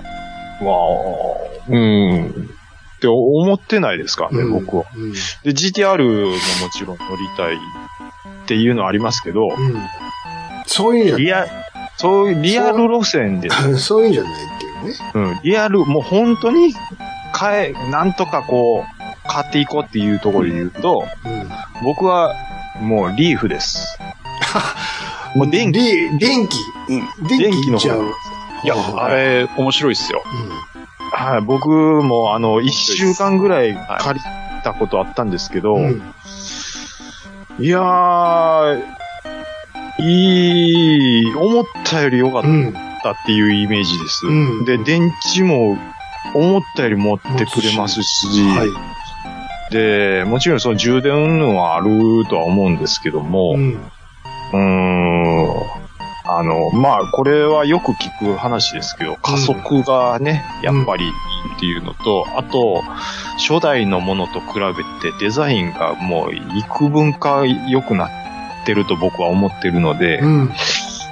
うん、って思ってないですからね、
うん
僕は。
うん。
で、GTR ももちろん乗りたいっていうのはありますけど、
うん。そういうんじ
リア、そういうリアル路線です。
ゃ、そういうんじゃないっていうね。
うん、リアル、もう本当に、買え、なんとかこう、買っていこうっていうところで言うと、僕は、もうリーフです。
うん。
もう電気。
気。電気。電気いっちゃう。
いや
ほうほ、う
あ。れ、面白いっすよ。
はい、僕もあの、一週間ぐらい借りたことあったんですけど、
うん。うん
いやー、いい、思ったより良かっ
うん。
たっていうイメージです。
うん
で、電池も、思ったより持ってくれますし、
は
で、もちろんその充電云々はあるとは思うんですけども、
い。うん。
うーんあの、まあ、これはよく聞く話ですけど、加速がね、
うん
やっぱりいいっていうのと、あと、初代のものと比べてデザインがもう幾分か良くなってると僕は思ってるので
う、ん。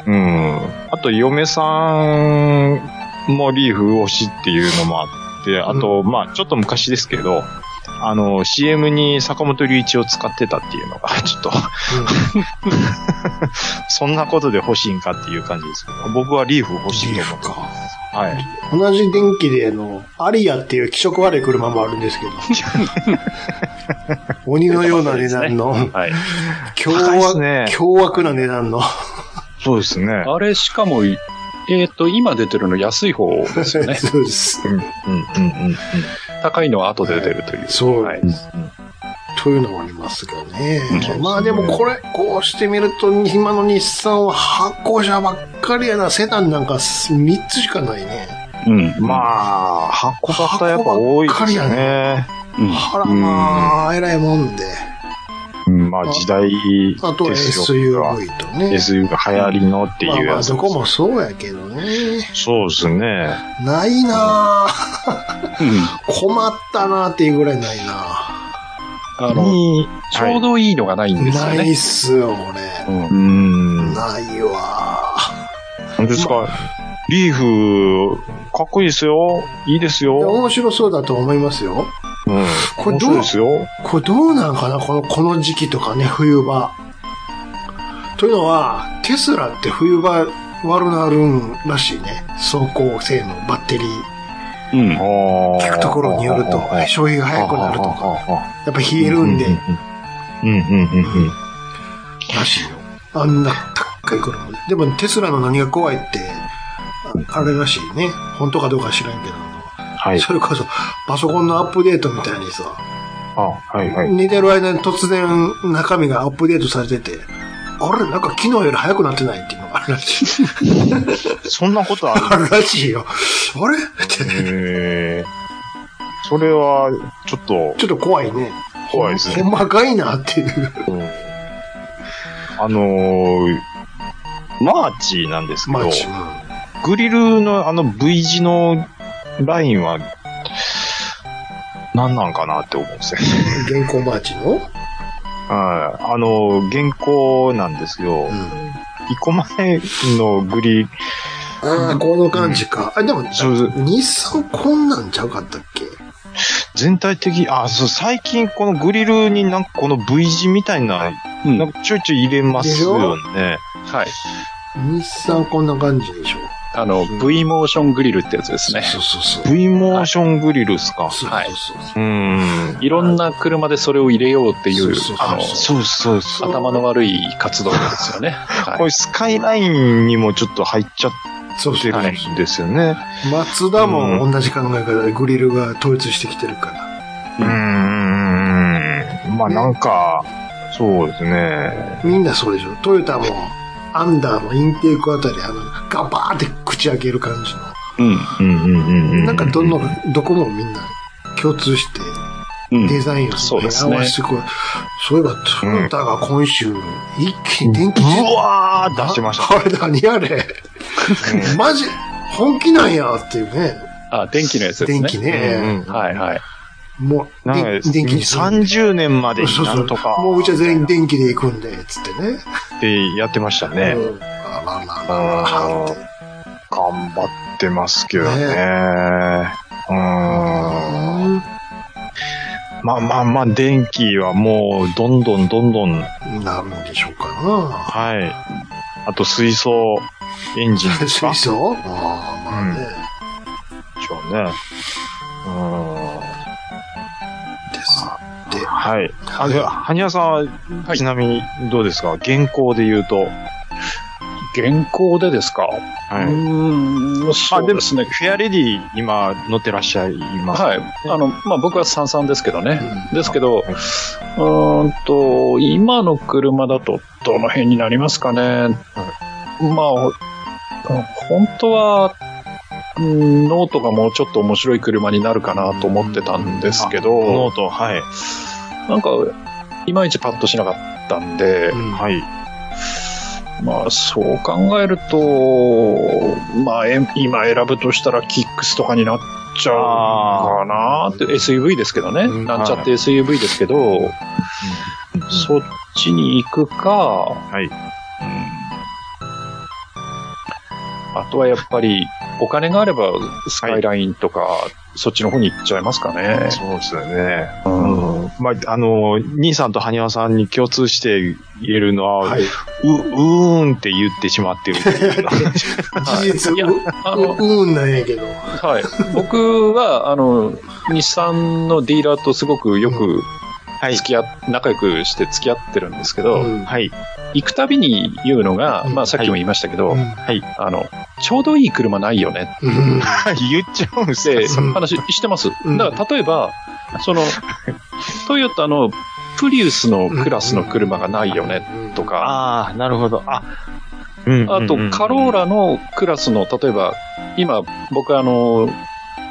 うん。あと、嫁さんもリーフ推しっていうのもあって、あと、まあ、ちょっと昔ですけど、あの、CM に坂本龍一を使ってたっていうのが、ちょっと、そんなことで欲しいんかっていう感じですけど、僕はリーフ欲しいと思ってます。はい。
同じ電気で、あの、アリアっていう気色悪い車もあるんですけど。鬼のような値段の、
はい。
凶
高いっす
悪、
ね
凶悪な値段の。。
そうですね。
あれ、しかも、いえっ、と、今出てるの安い方ですよね
そうです。
うん、うん、うん、うん。
高いのは後で出るという。
そう、
はい
というのもありますけどね。
うん
まあでもこれ、こうしてみると、今の日産は発行車ばっかりやな、セダンなんか3つしかないね。
うん。まあ、箱型やっぱ多いです
箱ばっかりや
ね。うん
あらまあ、えらいもんで。
うん、まあ時代
あと
ですよ。
SUV とね。
SUV が流行りのっていう
まあま
や
あ、
つ。
どこもそうやけどね。
そうですね。
ないなぁ。
う
困ったなぁっていうぐらいないなぁ。
あ
ん。
の、
に、
ちょうどいいのがないんですよ
ない
ね。
っすよ、俺。
うん
うん。
ないわぁ。
何ですか、リーフ、かっこいいですよ。いいです
いや
よ。
面白そうだと思いますよ。
うん。
これ
面
ど
白
う
いですよ。
これどうなんかなこの、この時期とかね、冬場。というのは、テスラって冬場悪なるんらしいね。走行性能、バッテリー。
うん。
聞
聞
くところによると、消費が早くなるとか、
か。
やっぱ冷えるんで、
うんうんうんうん。
らしいよ。あんな高い車。でもテスラの何が怖いって、ああれらしいね。本当かどうか知らんけど。
はい。
それこそ、パソコンのアップデートみたいにさ、
あ、はいはい。
寝てる間に突然中身がアップデートされてて、あれなんか昨日より早くなってないっていうのがあるらしい。
そんなことある
あるらしいよ。あれって、
へえそれは、ちょっと、
ちょっと怖いね。
怖いですね。
細かいなっていう。
あのー、マーチなんですけ
マ
ど
ー、チ。
グリルのあの V 字のラインは、何なんかなって思うんですよね。
原稿マーチの
はい。あの、原稿なんですよ
う。ん。
一個前のグリ、
ああ、この感じか。あ、でも、
そうそう
日産こんなんちゃうかったっけ
全体的、あ、そう、最近このグリルになんかこの V 字みたいな、
うん
なんかちょいちょい入れますよね。
はい。
日産こんな感じでしょ。
あの、V モーショングリルってやつですね。
そうそうそう。
V モーショングリルっすか。
そう
はい
そうそう。
うん。
いろんな車でそれを入れようってい
そう
う
そうそう、
あ
そうそうそう。
の、頭の悪い活動ですよね。は
こ
い。
れスカイラインにもちょっと入っちゃっ
そう
て
そう
るんですよね。
マツダも同じ考え方でグリルが統一してきてるから。
うーん。まあなんか、そうですね。
みんなそうでしょ。トヨタも、アンダーのインテークあたり、あの、ガバーって口開ける感じ
うん。
うんうんうんう
の。
ん。
なんかどんどん、どこもみんな共通して、
うん
デザインを
そうですね
合わせてくるそういえば、トヨタが今週、一気に電気自動
うわー出しました。
あれ何あれマジ、本気なんやっていうね。
あ、電気のやつですね。
電気
うん
ね。
うん
はいはい。
もう、
なん
で
か、
電気にする
30年までに
そう
な
そ
ん
う
とか。
もううちは全員電気で行くんで、つってね。
ってやってましたね。
うんあらら
うん
ららって。
頑張ってますけどね。
ね
うん。
う
まあまあまあ、電気はもう、どんどんどんどん、は
んなるんでしょうか
い。あと、水素エンジン
な。
ですか
水素ああ、まあね。
でしょうね。うん。
ですって。
はい。あ、で、はにわさん
は
は、
い
ちなみにどうですか原稿で言うと。
現行でですか
は
う
い。
ーん、そうですね。
フェアレディ、今、乗ってらっしゃいます。
はい。あの、まあ、僕は三々ですけどね。ですけど、う
い
ーんと、今の車だとどの辺になりますかね。まあお、本当は、うんノートがもうちょっと面白い車になるかなと思ってたんですけ
ノ
ど
ー、ト、はい。
なんか、いまいちパッとしなかったんで、
うん
はい。
まあそう考えると、まあえ今選ぶとしたらキックスとかになっちゃうかなって、SUV ですけどね、
うん
なんちゃって SUV ですけど、そっちに行くか、
い
うんあとはやっぱり、お金があればスカイラインとか、そっちの方に行っちゃいますかね。
そうですよね。
うん
うんまあ、あの、兄さんと羽生さんに共通して言えるのは、
はい。
う、うーんって言ってしまってるっていうの。
事実、
いや
う、
あの
ううんなんやけど。
はい。僕は、あの、日産のディーラーとすごくよく
はい。
付き合っ、仲良くして付き合ってるんですけど、
うん
はい。
行くたびに言うのが、
うん
まあさっきも言いましたけど、
うん
あの、ちょうどいい車ないよね
うん
言っちゃうん
っ
す
て
よ。
うん
話してます。
うん
だから例えば、その、トヨタのプリウスのクラスの車がないよねとか、
ああ、なるほど。あ、うん
あとカロー
ラ。
ラのクラスの例えば今、僕あの、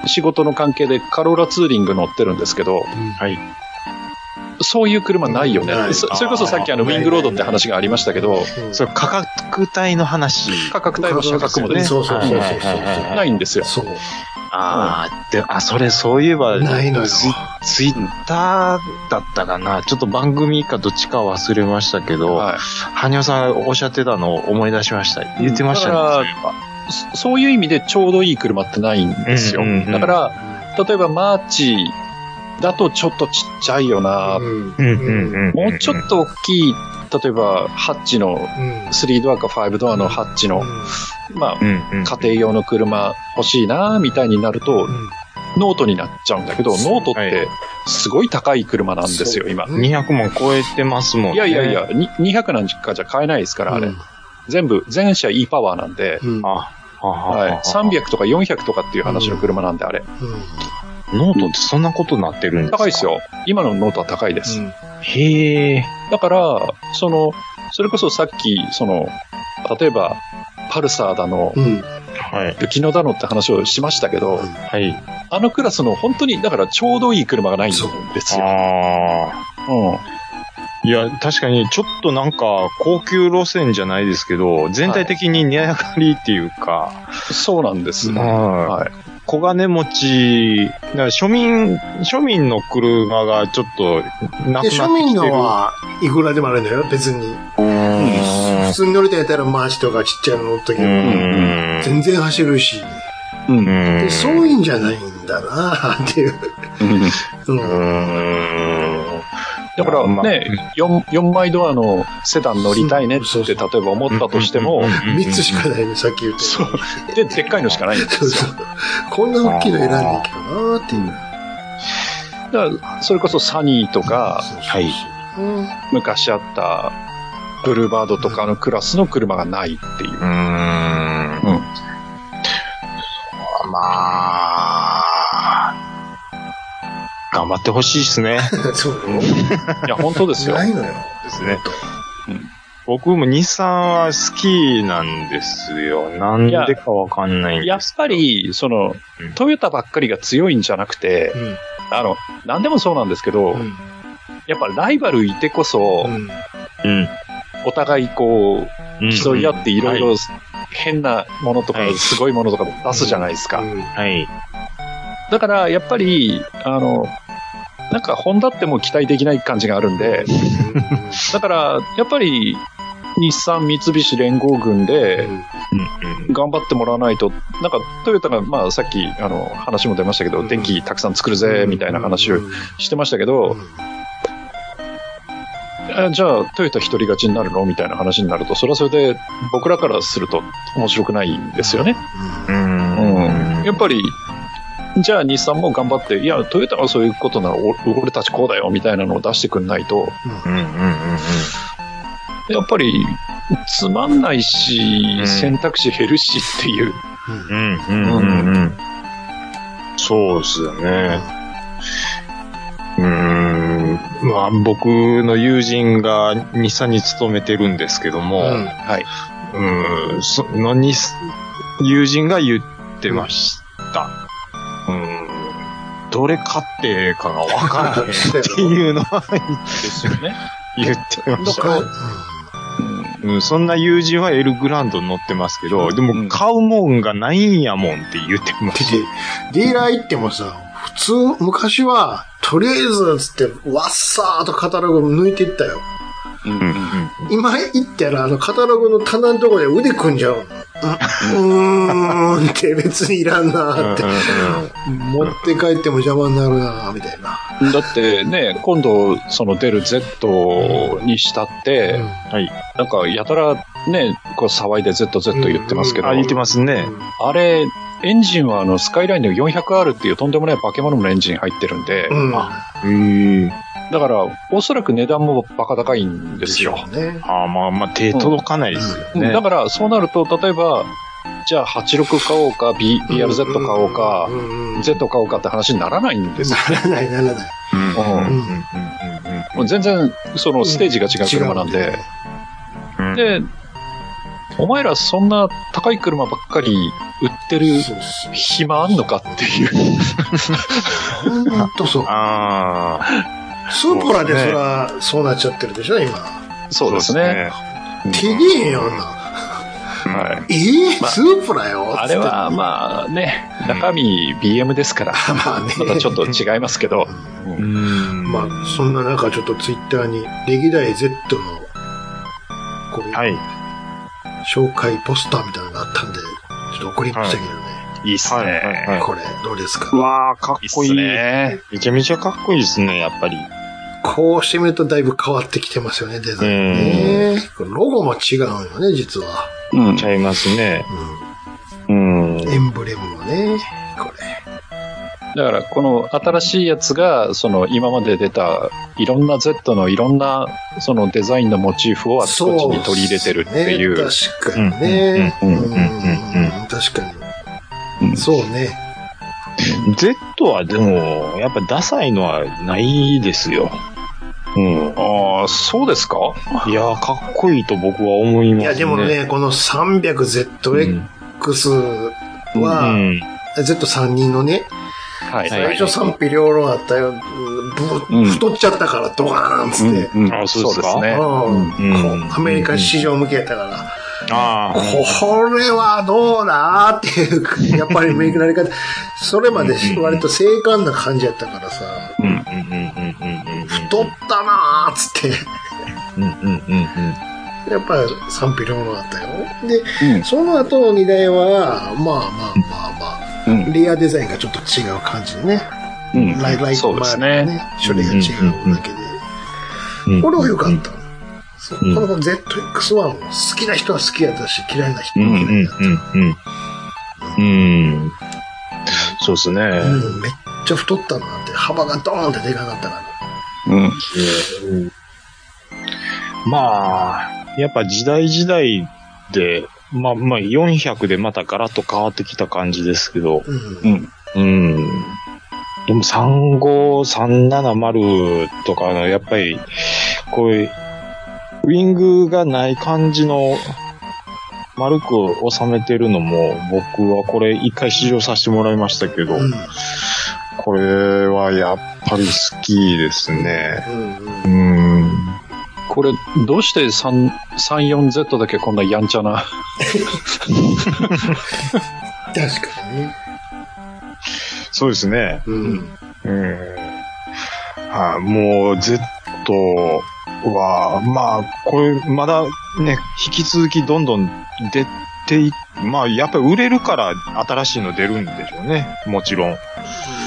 仕事の関係でカローラツーリング乗ってるんですけど、
はい。
そういう車ないよね
な。い
そそれこそさっきあの、ウ
ない
ィングロードって話がありましたけ
そ
ど、
う
それ価格帯の話。
価格帯も車格もね、
そうそうそうそう
はいはいはいはい
ないんですよ。
そう。
ああ、で、あ、それそういえば、
ないのよ。
ツイツイッターだったかな。ちょっと番組かどっちか忘れましたけど、
は
羽生さんおっしゃってたのを思い出しました。言ってましたね。
だ
そう
から
いえば
いそそういう意味でちょうどいい車ってないんですよ。
うんうんうん
だから、例えばマーチだとちょっとちっちゃいよな、
うん
うん
もうちょっと大きい、例えばハッチの、
うん
3ドアか5ドアのハッチの、まあ、
うんうん
家庭用の車欲しいな、みたいになると、ノートになっちゃうんだけど、ノートっ
はい
てすごい高い車なんですよ、今。
うん
200万超えてますもんね。
いやいやいや、に200なんかじゃ買えないですから、あれ。全部、全車 E パワーなんで、
うん。
あ。はあはあは
はい
あ、
300とか400とかっていう話の車なんで、あれ。
うん
ノートってそんなことになってるんですか
高いです。よ。今のノートは高いです。
へえ。
だから、その、それこそさっき、その、例えば、パルサーだの、
うん。
はい。
ルキノだのって話をしましたけど、
はい。
あのクラスの本当に、だからちょうどいい車がないんですよ。
あ
うん。
あ。いや、確かに、ちょっとなんか、高級路線じゃないですけど、全体的に値上がりっていうか、
そうなんです。
うん
はい
はい。
小金持ち、だから庶民、庶民の車がちょっと、なくなって
で、
きてる。
庶民のはいくらでもあるんだよ、別に。普通に乗りたいやったらマーチとかちっちゃいの乗ったけ
う
ど、
ん。
全然走るし。
うん。
う
で
ん。
そういうんじゃないんだなっていう。うん
うん。
だから
まあ
ね、4、4枚ドアのセダン乗りたいねっ
そうそ
て、
う
例えば思ったとしても、
三つしかないね、さっき言った
そ
よう
う。で、でっかいのしかないんで
に。そう
す
そ
よ。
う。こんな大きいの選んでいいけどなっていう。
だから、それこそサニーとか、
そうそうそう
はい。
うん
昔あった、ブルーバードとかのクラスの車がないってい う
う。ーん。
うん
まあ、頑張ってほしいですね。
そうよ。
いや、本当ですよ。
ないのよ。
ですね。僕も日産は好きなんですよ。なん
いや
でかわかんないん
や
で
っ
すけど
ぱ、り、その
うん、
トヨタばっかりが強いんじゃなくて、
うん
あの、なんでもそうなんですけど、
うん
やっぱライバルいてこそ、
うん
お互いこう、
うん。
競い合っていろい
は
ろ変なものとか
はい、
すごいものとか出すじゃないですか。
うん
はい。
だから、やっぱり、あの、なんか、ホンダってもう期待できない感じがあるんで、だから、やっぱり、日産、三菱連合軍で
うん
頑張ってもらわないと、なんか、トヨタが、まあ、さっき、あの、話も出ましたけ
う
ど、
ん
電気たくさん作るぜ、みたいな話
う
を
ん
してましたけど、えじゃあ、トヨタ一人勝ちになるのみたいな話になると、それはそれで、僕らからすると面白くないんですよね。
うん。うん。
やっぱり、じゃあ日産も頑張って、いや、トヨタがそういうことなら、お俺たちこうだよ、みたいなのを出してくんないと、
うんうんうん
やっぱり、つまんないし、
うん
選択肢減るしっていう。
うん
うん。うんうんうんうん。そうですよね。うーん。まあ、僕の友人が日産に勤めてるんですけども、
うん
はい。
うん、そのに、友人が言ってました。うん、どれ買ってええかがわからないっていうのは
ですよね。
言ってま
だ
し
から、
た。うん、そんな友人はエルグランド乗ってますけど、で
うん
も買うもんがないんやもんって言ってま
で
した。
ディーラー行ってもさ、普通、昔は、とりあえず、つって、わっさーとカタログ抜いていったよ。
うん
うん
今行ったら、あの、カタログの棚のところで腕組んじゃうの。うーんって別にいらんなーって。持って帰っても邪魔になるなーみたいな。
だってね、今度、その出る Z にしたって、なんか、やたらね、こう騒いで ZZ 言ってますけど、
あ、言ってますね。
あれ、エンジンはあの、スカイラインの 400R っていうとんでもない化け物のエンジン入ってるんで、
うん。
うん。
だから、おそらく値段もバカ高いんですよ。
ね。
あまあまあ、手届かないですよ
うんだ
ね。
から、そうなると、例えば、じゃあ86買おうか、B、BRZ 買おうか、Z 買おうかって話にならないんですよね。
ならない、ならない。
うんうんうんうん
もう全然、そのステージが違う車なんで。
うんうん
で、お前らそんな高い車ばっかり売ってる
そうそ
暇あんのかっていう。
う。ほんとそう。
ああ、
スープラでそら、そうなっちゃってるでしょ、今。
そうですね。。
手にえよな。
はい。
えー、スープラよ
あれは、まあね、中身 BM ですから、
つってまあね。
またちょっと違います けど、
うん
まあ、そんな中、ちょっとツイッターに、歴代 Z の、こう、
はい。
紹介ポスターみたいなのがあったんで、ちょっと送りましたけどね。
いいっす
はい。
ね。
はい。
これ、どうですか
うわあ、かっ
いいっ
こい
す
い。
ね。
めちゃめちゃかっこいいですね、やっぱり。
こうしてみるとだいぶ変わってきてますよね、デザインね。これロゴも違うよね、実は。
うん
ち。ゃいますね。
う
うん。
ん。エンブレムもね、こ
だから、この新しいやつが、その今まで出たいろんな Z のいろんなそのデザインのモチーフを
れ。
あちこちに取り入れてるっていう。
そうっすね確かにね。う
うんん
う
うんん
う
うんん
うん確か
う
に。
ん
そうね。
Z はでも、やっぱダサいのはないですよ。うん。
ああ、そうですか
いやー、かっこいいと僕は思いますね。
いや、でもね、この 300ZX
うん、う
は、
ん
Z3 人のね、
はい。
最初賛否両論あったよ。ぶ
うん
太っちゃったからドカーンっつって。
うんうん
あそうですか
そう
う
ね。
ん
うん
こうアメリカ市場向けやったから。
ああ。
これはどうだっていう、やっぱりめくなり方。それまで割と静観な感じやったからさ、
うん、うん、うん、うん、うん。
太ったなーっつっ
うん、うん、うん、うん。
て、やっぱり賛否両論あったよ。で、
うん
その後の荷台は、まあまあまあまあ、
うん
レアデザインがちょっと違う感じでね、
うん
ライライト
そうですね。
処理が違うだけ
う
で、
ん
これは良かった。そうこ
うん
の ZX1 も好きな人は好きやったし、嫌いな人
う
は
ん、う
嫌い
ん
だっ、
うん、うん。うん。そうですね。
た。うん、めっちゃ太ったなって、幅がドーンってでかかったから。
うん。
まあ、やっぱ時代時代で、まあまあ400でまたガラッと変わってきた感じですけど、
うん。
うん。でも35370とかの、やっぱり、こういう、ウィングがない感じの、丸く収めてるのも、僕はこれ一回試乗させてもらいましたけど、
うん。
これはやっぱり好きですね。
うん。
うん。
これ、どうして 3- 34Z だけこんなやんちゃな。
確かにね。
そうですね。
うん。
うんはい、もう Z は、まあ、これ、まだね、引き続きどんどん出てい、まあ、やっぱり売れるから新しいの出るんでしょうね。もちろん。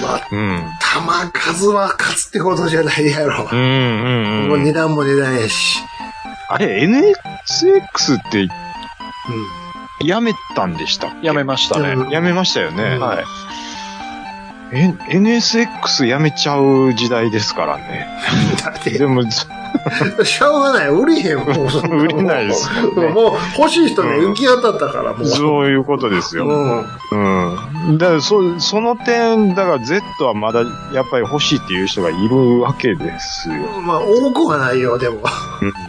まあ、
うん。
玉数は勝つってことじゃないやろ
う。ん、うん、
もう
うん。
値段も値段やし。
あれ、NXX ってやめたんでしたっけ
やめましたね。
うん
やめましたよね。
はい。
え NSX やめちゃう時代ですからね。
うん。だっ
で
て、
も、
しょうがない。売れへんもん。そんなも ん
売れないですよね
もう欲しい人ね、
うん
浮き当たったから、もう。
そういうことですよ。
うん。
うん。だからそ、その点、だから Z はまだやっぱり欲しいっていう人がいるわけですよ。
まあ、多くはないよ、でも。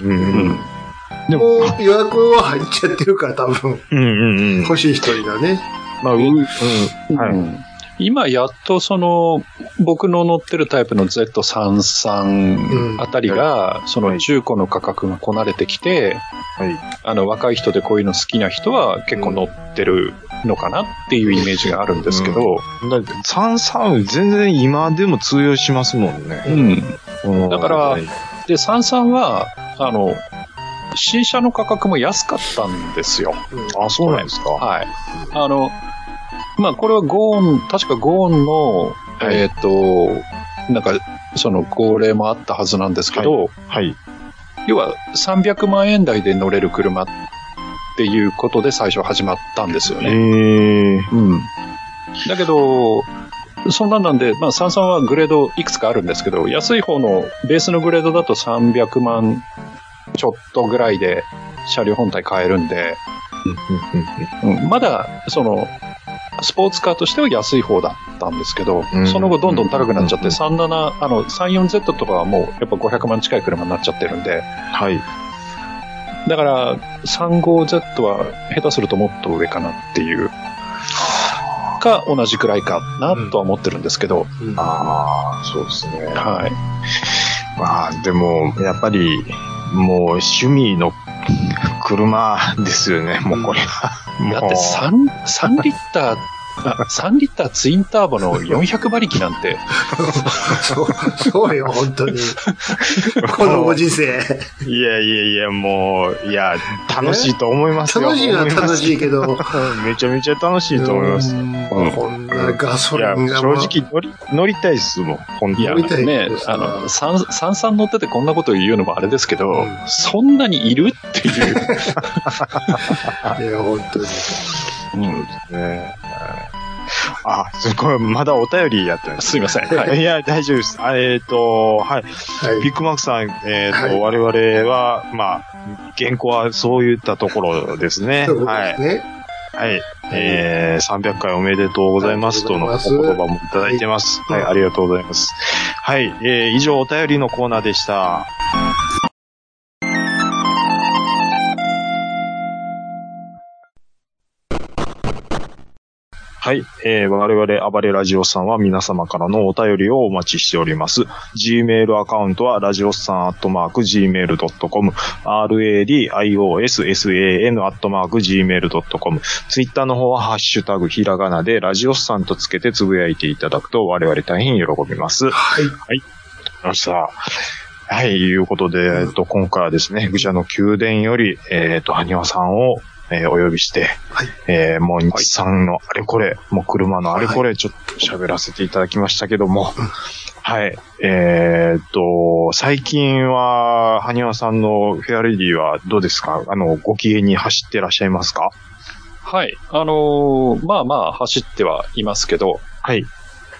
うん。で
も
も、
う予約は入っちゃってるから、多分。
うんうんうん。
欲しい人にはね。
まあ、う、うん。はい。
今、やっとその、僕の乗ってるタイプの
うん
Z33 あたりが、その中古の価格がこなれてきて、
はい
あの、若い人でこういうの好きな人は結構乗ってるのかなっていうイメージがあるんですけど、
だって33全然今でも通用しますもんね。うん
だからで、33は、あの、新車の価格も安かったんですよ。
あ、そうなんですか。
はい。あの、まあ、これはゴーン、確かゴーンの、
はい
えっ、と、なんか、その号令もあったはずなんですけど、
はい。
要は300万円台で乗れる車っていうことで最初始まったんですよ
え
ね。
ー。
うん。だけど、そんなんなんで、まあ、33はグレードいくつかあるんですけど、安い方のベースのグレードだと300万ちょっとぐらいで車両本体買えるんで、うんまだ、その、スポーツカーとしては安い方だったんですけど、
うん
その後どんどん高くなっちゃっ
うん
て、37、あの、34Z とかはもうやっぱ500万近い車になっちゃってるんで、
はい。
だから、35Z は下手するともっと上かなっていう、か、同じくらいかなとは思ってるんですけど、
うん
ああ、そうですね。
はい。
まあ、でも、やっぱり、もう趣味の車ですよね、もうこれ は。
だって
さ、
3、3リッター、あ3リッターツインターボの400馬力なんて、
そう、そうよ、本当に。このご時世。
いやいやいや、もう、いや、楽しいと思いますよ。
楽しいのは楽しいけど。
い。めちゃめちゃ楽しいと思います。
うんこんなガ
い
ソリ
や、
ンが
正
もう。
直乗り、乗りたいっすもん、本当
いや、
乗り
に。
たい
ね
で、す
あの、三三三乗っててこんなこと言うのもあれですけど、
うん
そんなにいるっていう。
いや、本当に。
ねあ、すごい、まだお便りやってます。
すいません。はい。
い、や、大丈夫です。あえっ、と、はい。
はい
ビ。ッグマックさん、えっ、と、
は
我
い
々は、まあ、原稿はそういったところですね。
そういうこと
は
で
い
す。ね。
はい。えー、300回おめでとうございますとのお
ありが
言
とうございます
葉もいただいてます。
は
はいい、ありがとうございます。はい、えー、以上お便りのコーナーでした。はい。えー、我々、暴れラジオさんは皆様からのお便りをお待ちしております。Gmail アカウントは、ラジオさんアットマーク Gmail.com、radiossan アットマーク Gmail.com、ツイッターの方は、ハッシュタグひらがなで、ラジオスさんとつけてつぶやいていただくと、我々大変喜びます。
はい。
さあ、はい、いうことで、えっと、今回はですね、愚者の宮殿より、えっと、埴輪さんを、えーお呼びして、
はい
えーもう日産のあれこれ、もう車のあれこれ、ちょっと喋らせていただきましたけども、はい、えーっと、最近は、埴輪さんのフェアレディはどうですかあの、ご機嫌に走ってらっしゃいますか
はい。あのーまあまあ、走ってはいますけど、
はい。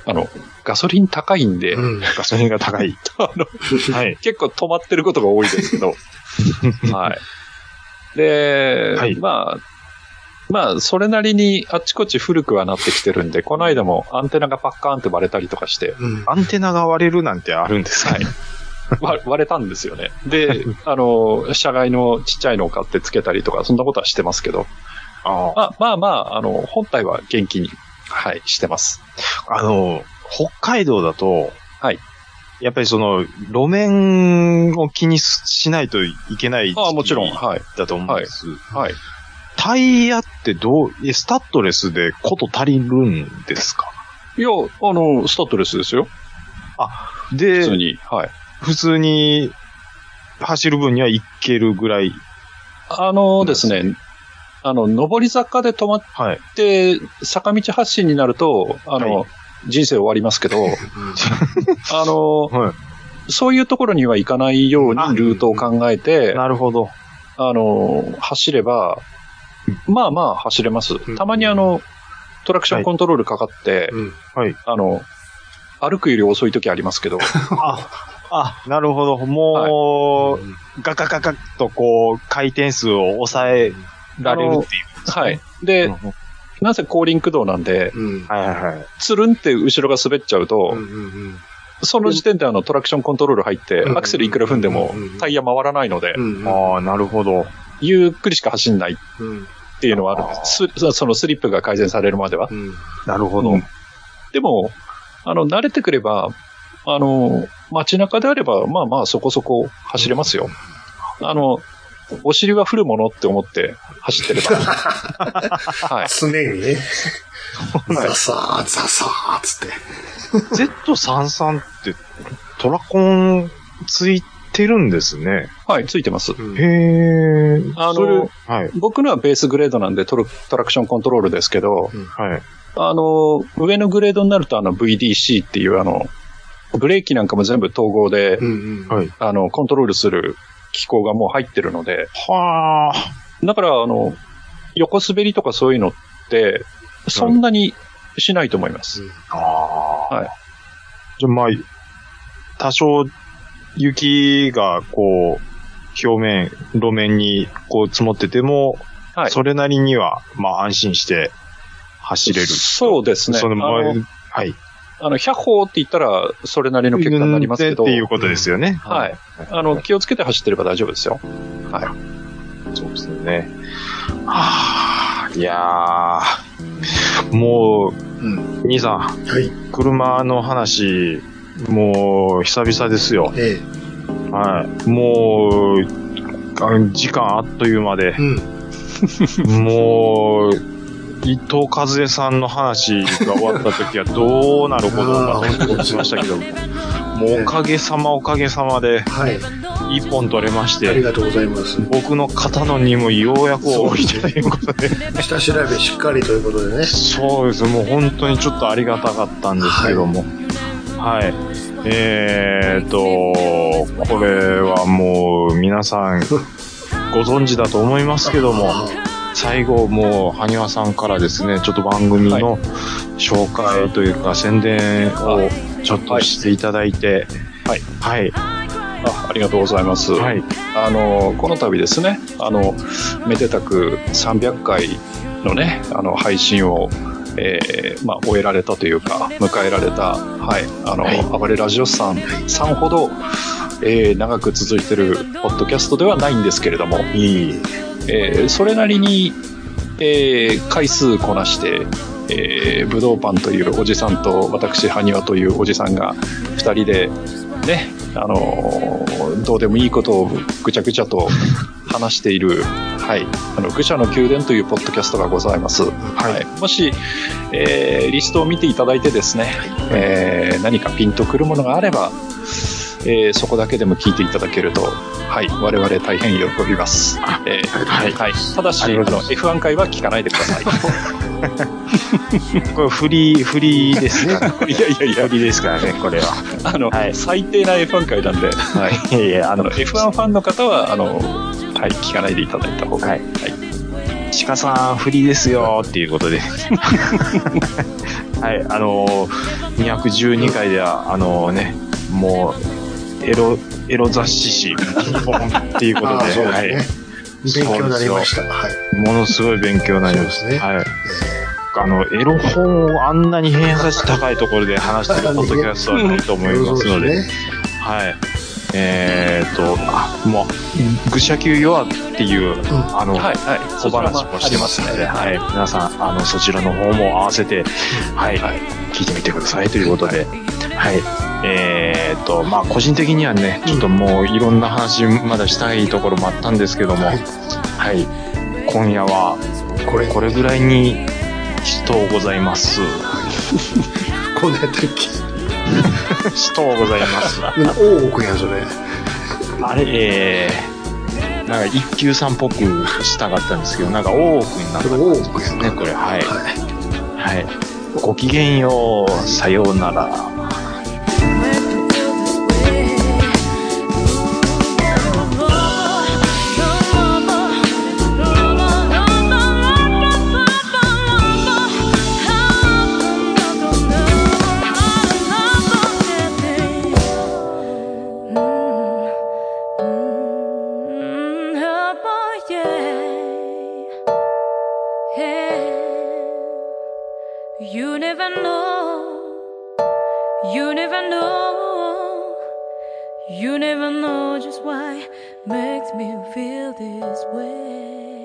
あの、ガソリン高いんで、
うん。
ガソリンが高 い。
あ の、
はい。
結構止まってることが多いですけど、はい。で、
はい
まあ、まあ、それなりにあっちこっち古くはなってきてるんで、この間もアンテナがパッカーンって割れたりとかして、
うん
アンテナが割れるなんてあるんですか、
はい。わ割れたんですよね。 で、あの、社外のちっちゃいのを買ってつけたりとか、そんなことはしてますけど、
あ
まあまあまあ、あの、本体は元気に、はい、してます。
あの、北海道だと、
はい。
やっぱりその、路面を気にすしないといけない。
ああ、もちろん、はい、
だと思うんです。
はい。
タイヤってどう、えスタッドレスでこと足りるんですか
いや、あの、スタッドレスですよ。
で、普通
普通
に、
に。はい。
走る分にはいけるぐらい。
あのですね、あの、上り坂で止まっ
はい。
て、坂道発進になると、あの、
は
人生終わりますけ ど、あの、
は
そういうところには行かないよう
あ
にルートを考えて、あ
なるほど。
の、走れば、まあまあ走れます
ん。
たまにあの、トラクションコントロールかかって、
うん
あの、歩くより遅い時あります けど、
あ、あ、なるほど。もう、ガカガカッとこう、回転数を抑えられるっていう。
はい。で、
うんうん
なぜ後輪駆動なんで、
うん。
はいはいはい。
つるんって後ろが滑っちゃう
う
と、
んうん
その時点であのトラクションコントロール入って、
うん
アクセルいくら踏んでも
うん
タイヤ回らないので
う、ん。
ああ、なるほど。
ゆっくりしか走んないっ
うん。
ていうのはあるんです。すそのスリップが改善されるまでは。
うん。
なるほ
どでも、あの、慣れてくれば、あの、街中であれば、まあまあそこそこ走れますよ。あの、お尻は降るものって思って走ってれ ば。はい。
常にね。ザサー、ザサーっつって。
Z33 ってトラコンついてるんですね。
はい、ついてます。
うん
へえ。
あの
それはい。
僕のはベースグレードなんでトロトラクションコントロールですけど、
はい。
あの、上のグレードになるとあの VDC っていうあの、ブレーキなんかも全部統合で、
うん
はい
あの、コントロールする機構がもう入ってるので、
はあ。
だからあの、横滑りとかそういうのって、そんなにしないと思います。
ああ。
はい。
じゃあ、まあ、多少、雪が、こう、表面、路面に、こう、積もってても、
はい。
それなりには、まあ、安心して、走れる。
そうですね。
その
あの、
はい。
あの100歩って言ったら、それなりの結果になりますけど
っ、ていうことですよね。
はい。あの、気をつけて走ってれば大丈夫ですよ。はい。
そうですよね。はあ、いやー、もう、
うん。
兄さ
はい。
ん、車の話、もう、久々ですよ。
ええ。
はい。もう、あの時間あっという間で、
うん。
もう、伊藤和恵さんの話が終わった時はどうなることかと思ってました けど、もうおかげさまおかげさまで
はい。
一本取れまし
あり
て、
がとうございます。
僕の肩のにもようやく降りたということで、
下調べしっかりということでね。
そうです。もう本当にちょっとありがたかったんですけども。はい。えーっと、これはもう皆さんご存知だと思いますけども、最後もう、埴輪さんからですね、ちょっと番組の紹介というか宣伝をちょっとしていただいて、
はい。
はい。
あありがとうございます。
はい。
あのこの度ですねあのめでたく300回のねあの配信を、えーまあ、終えられたというか迎えられた、はいあの暴れラジオさんさんほど、えー長く続いてるポッドキャストではないんですけれども、えーそれなりに、えー回数こなして。えー、ブドウパンというおじさんと私埴輪というおじさんが2人でね、あのーどうでもいいことをぐちゃぐちゃと話している、はい、あの、愚者の宮殿というポッドキャストがございます。はい。もし、えーリストを見ていただいてですね、えー何かピンとくるものがあれば、えーそこだけでも聞いていただけると、はい、我々大変喜びます。えー
はい
はい。ただし、あの、F1 回は聞かないでくだ さい。
これフリー、フリーです ね。
いやいやいや
フリーですからね、これは。
あの、
はい
最低な F1 回なんで、はい。
いやいや、あ
あの
の、
F1 ファンの方はあの、はい、聞かないでいただいた方が、
はい鹿さんフリーですよっていう ことで。はい、あのー、212回では、あのね、もう、エロ、エロ雑誌誌、っていうことで、
ああ、そう
は
で
い。
すね。勉強になりました。はい。
ものすごい勉強になりまし
そ
た。
うですね
はい。あの、エロ本をあんなに偏差値高いところで話してるポッドキャストはないと思いますので、
ね。
はい。えーっと、あ、もう、愚者級弱っていう、
ん
あの、
はい、はい、
小話もしてますので、はい、皆さん、あの、そちらの方も合わせて、はい、聞いてみてくださいということで、はい、えーっと、まあ、個人的にはね、ちょっともういろんな話、まだしたいところもあったんですけども、
はい
はい、今夜は、
これ、
こ
これ、
れぐらいに、人ございます。
こんなやったっ
人ござい ます。
けな、大奥やん、それ。
あれ、えー、なんか一級さんっぽくしたかったんですけど、なんか大奥になった
これ、
ね、
大奥やんか。
これ、はい。
はい。
はい。ごきげんよう。さようなら。
You never know. You never know. You never know just why makes me feel this way.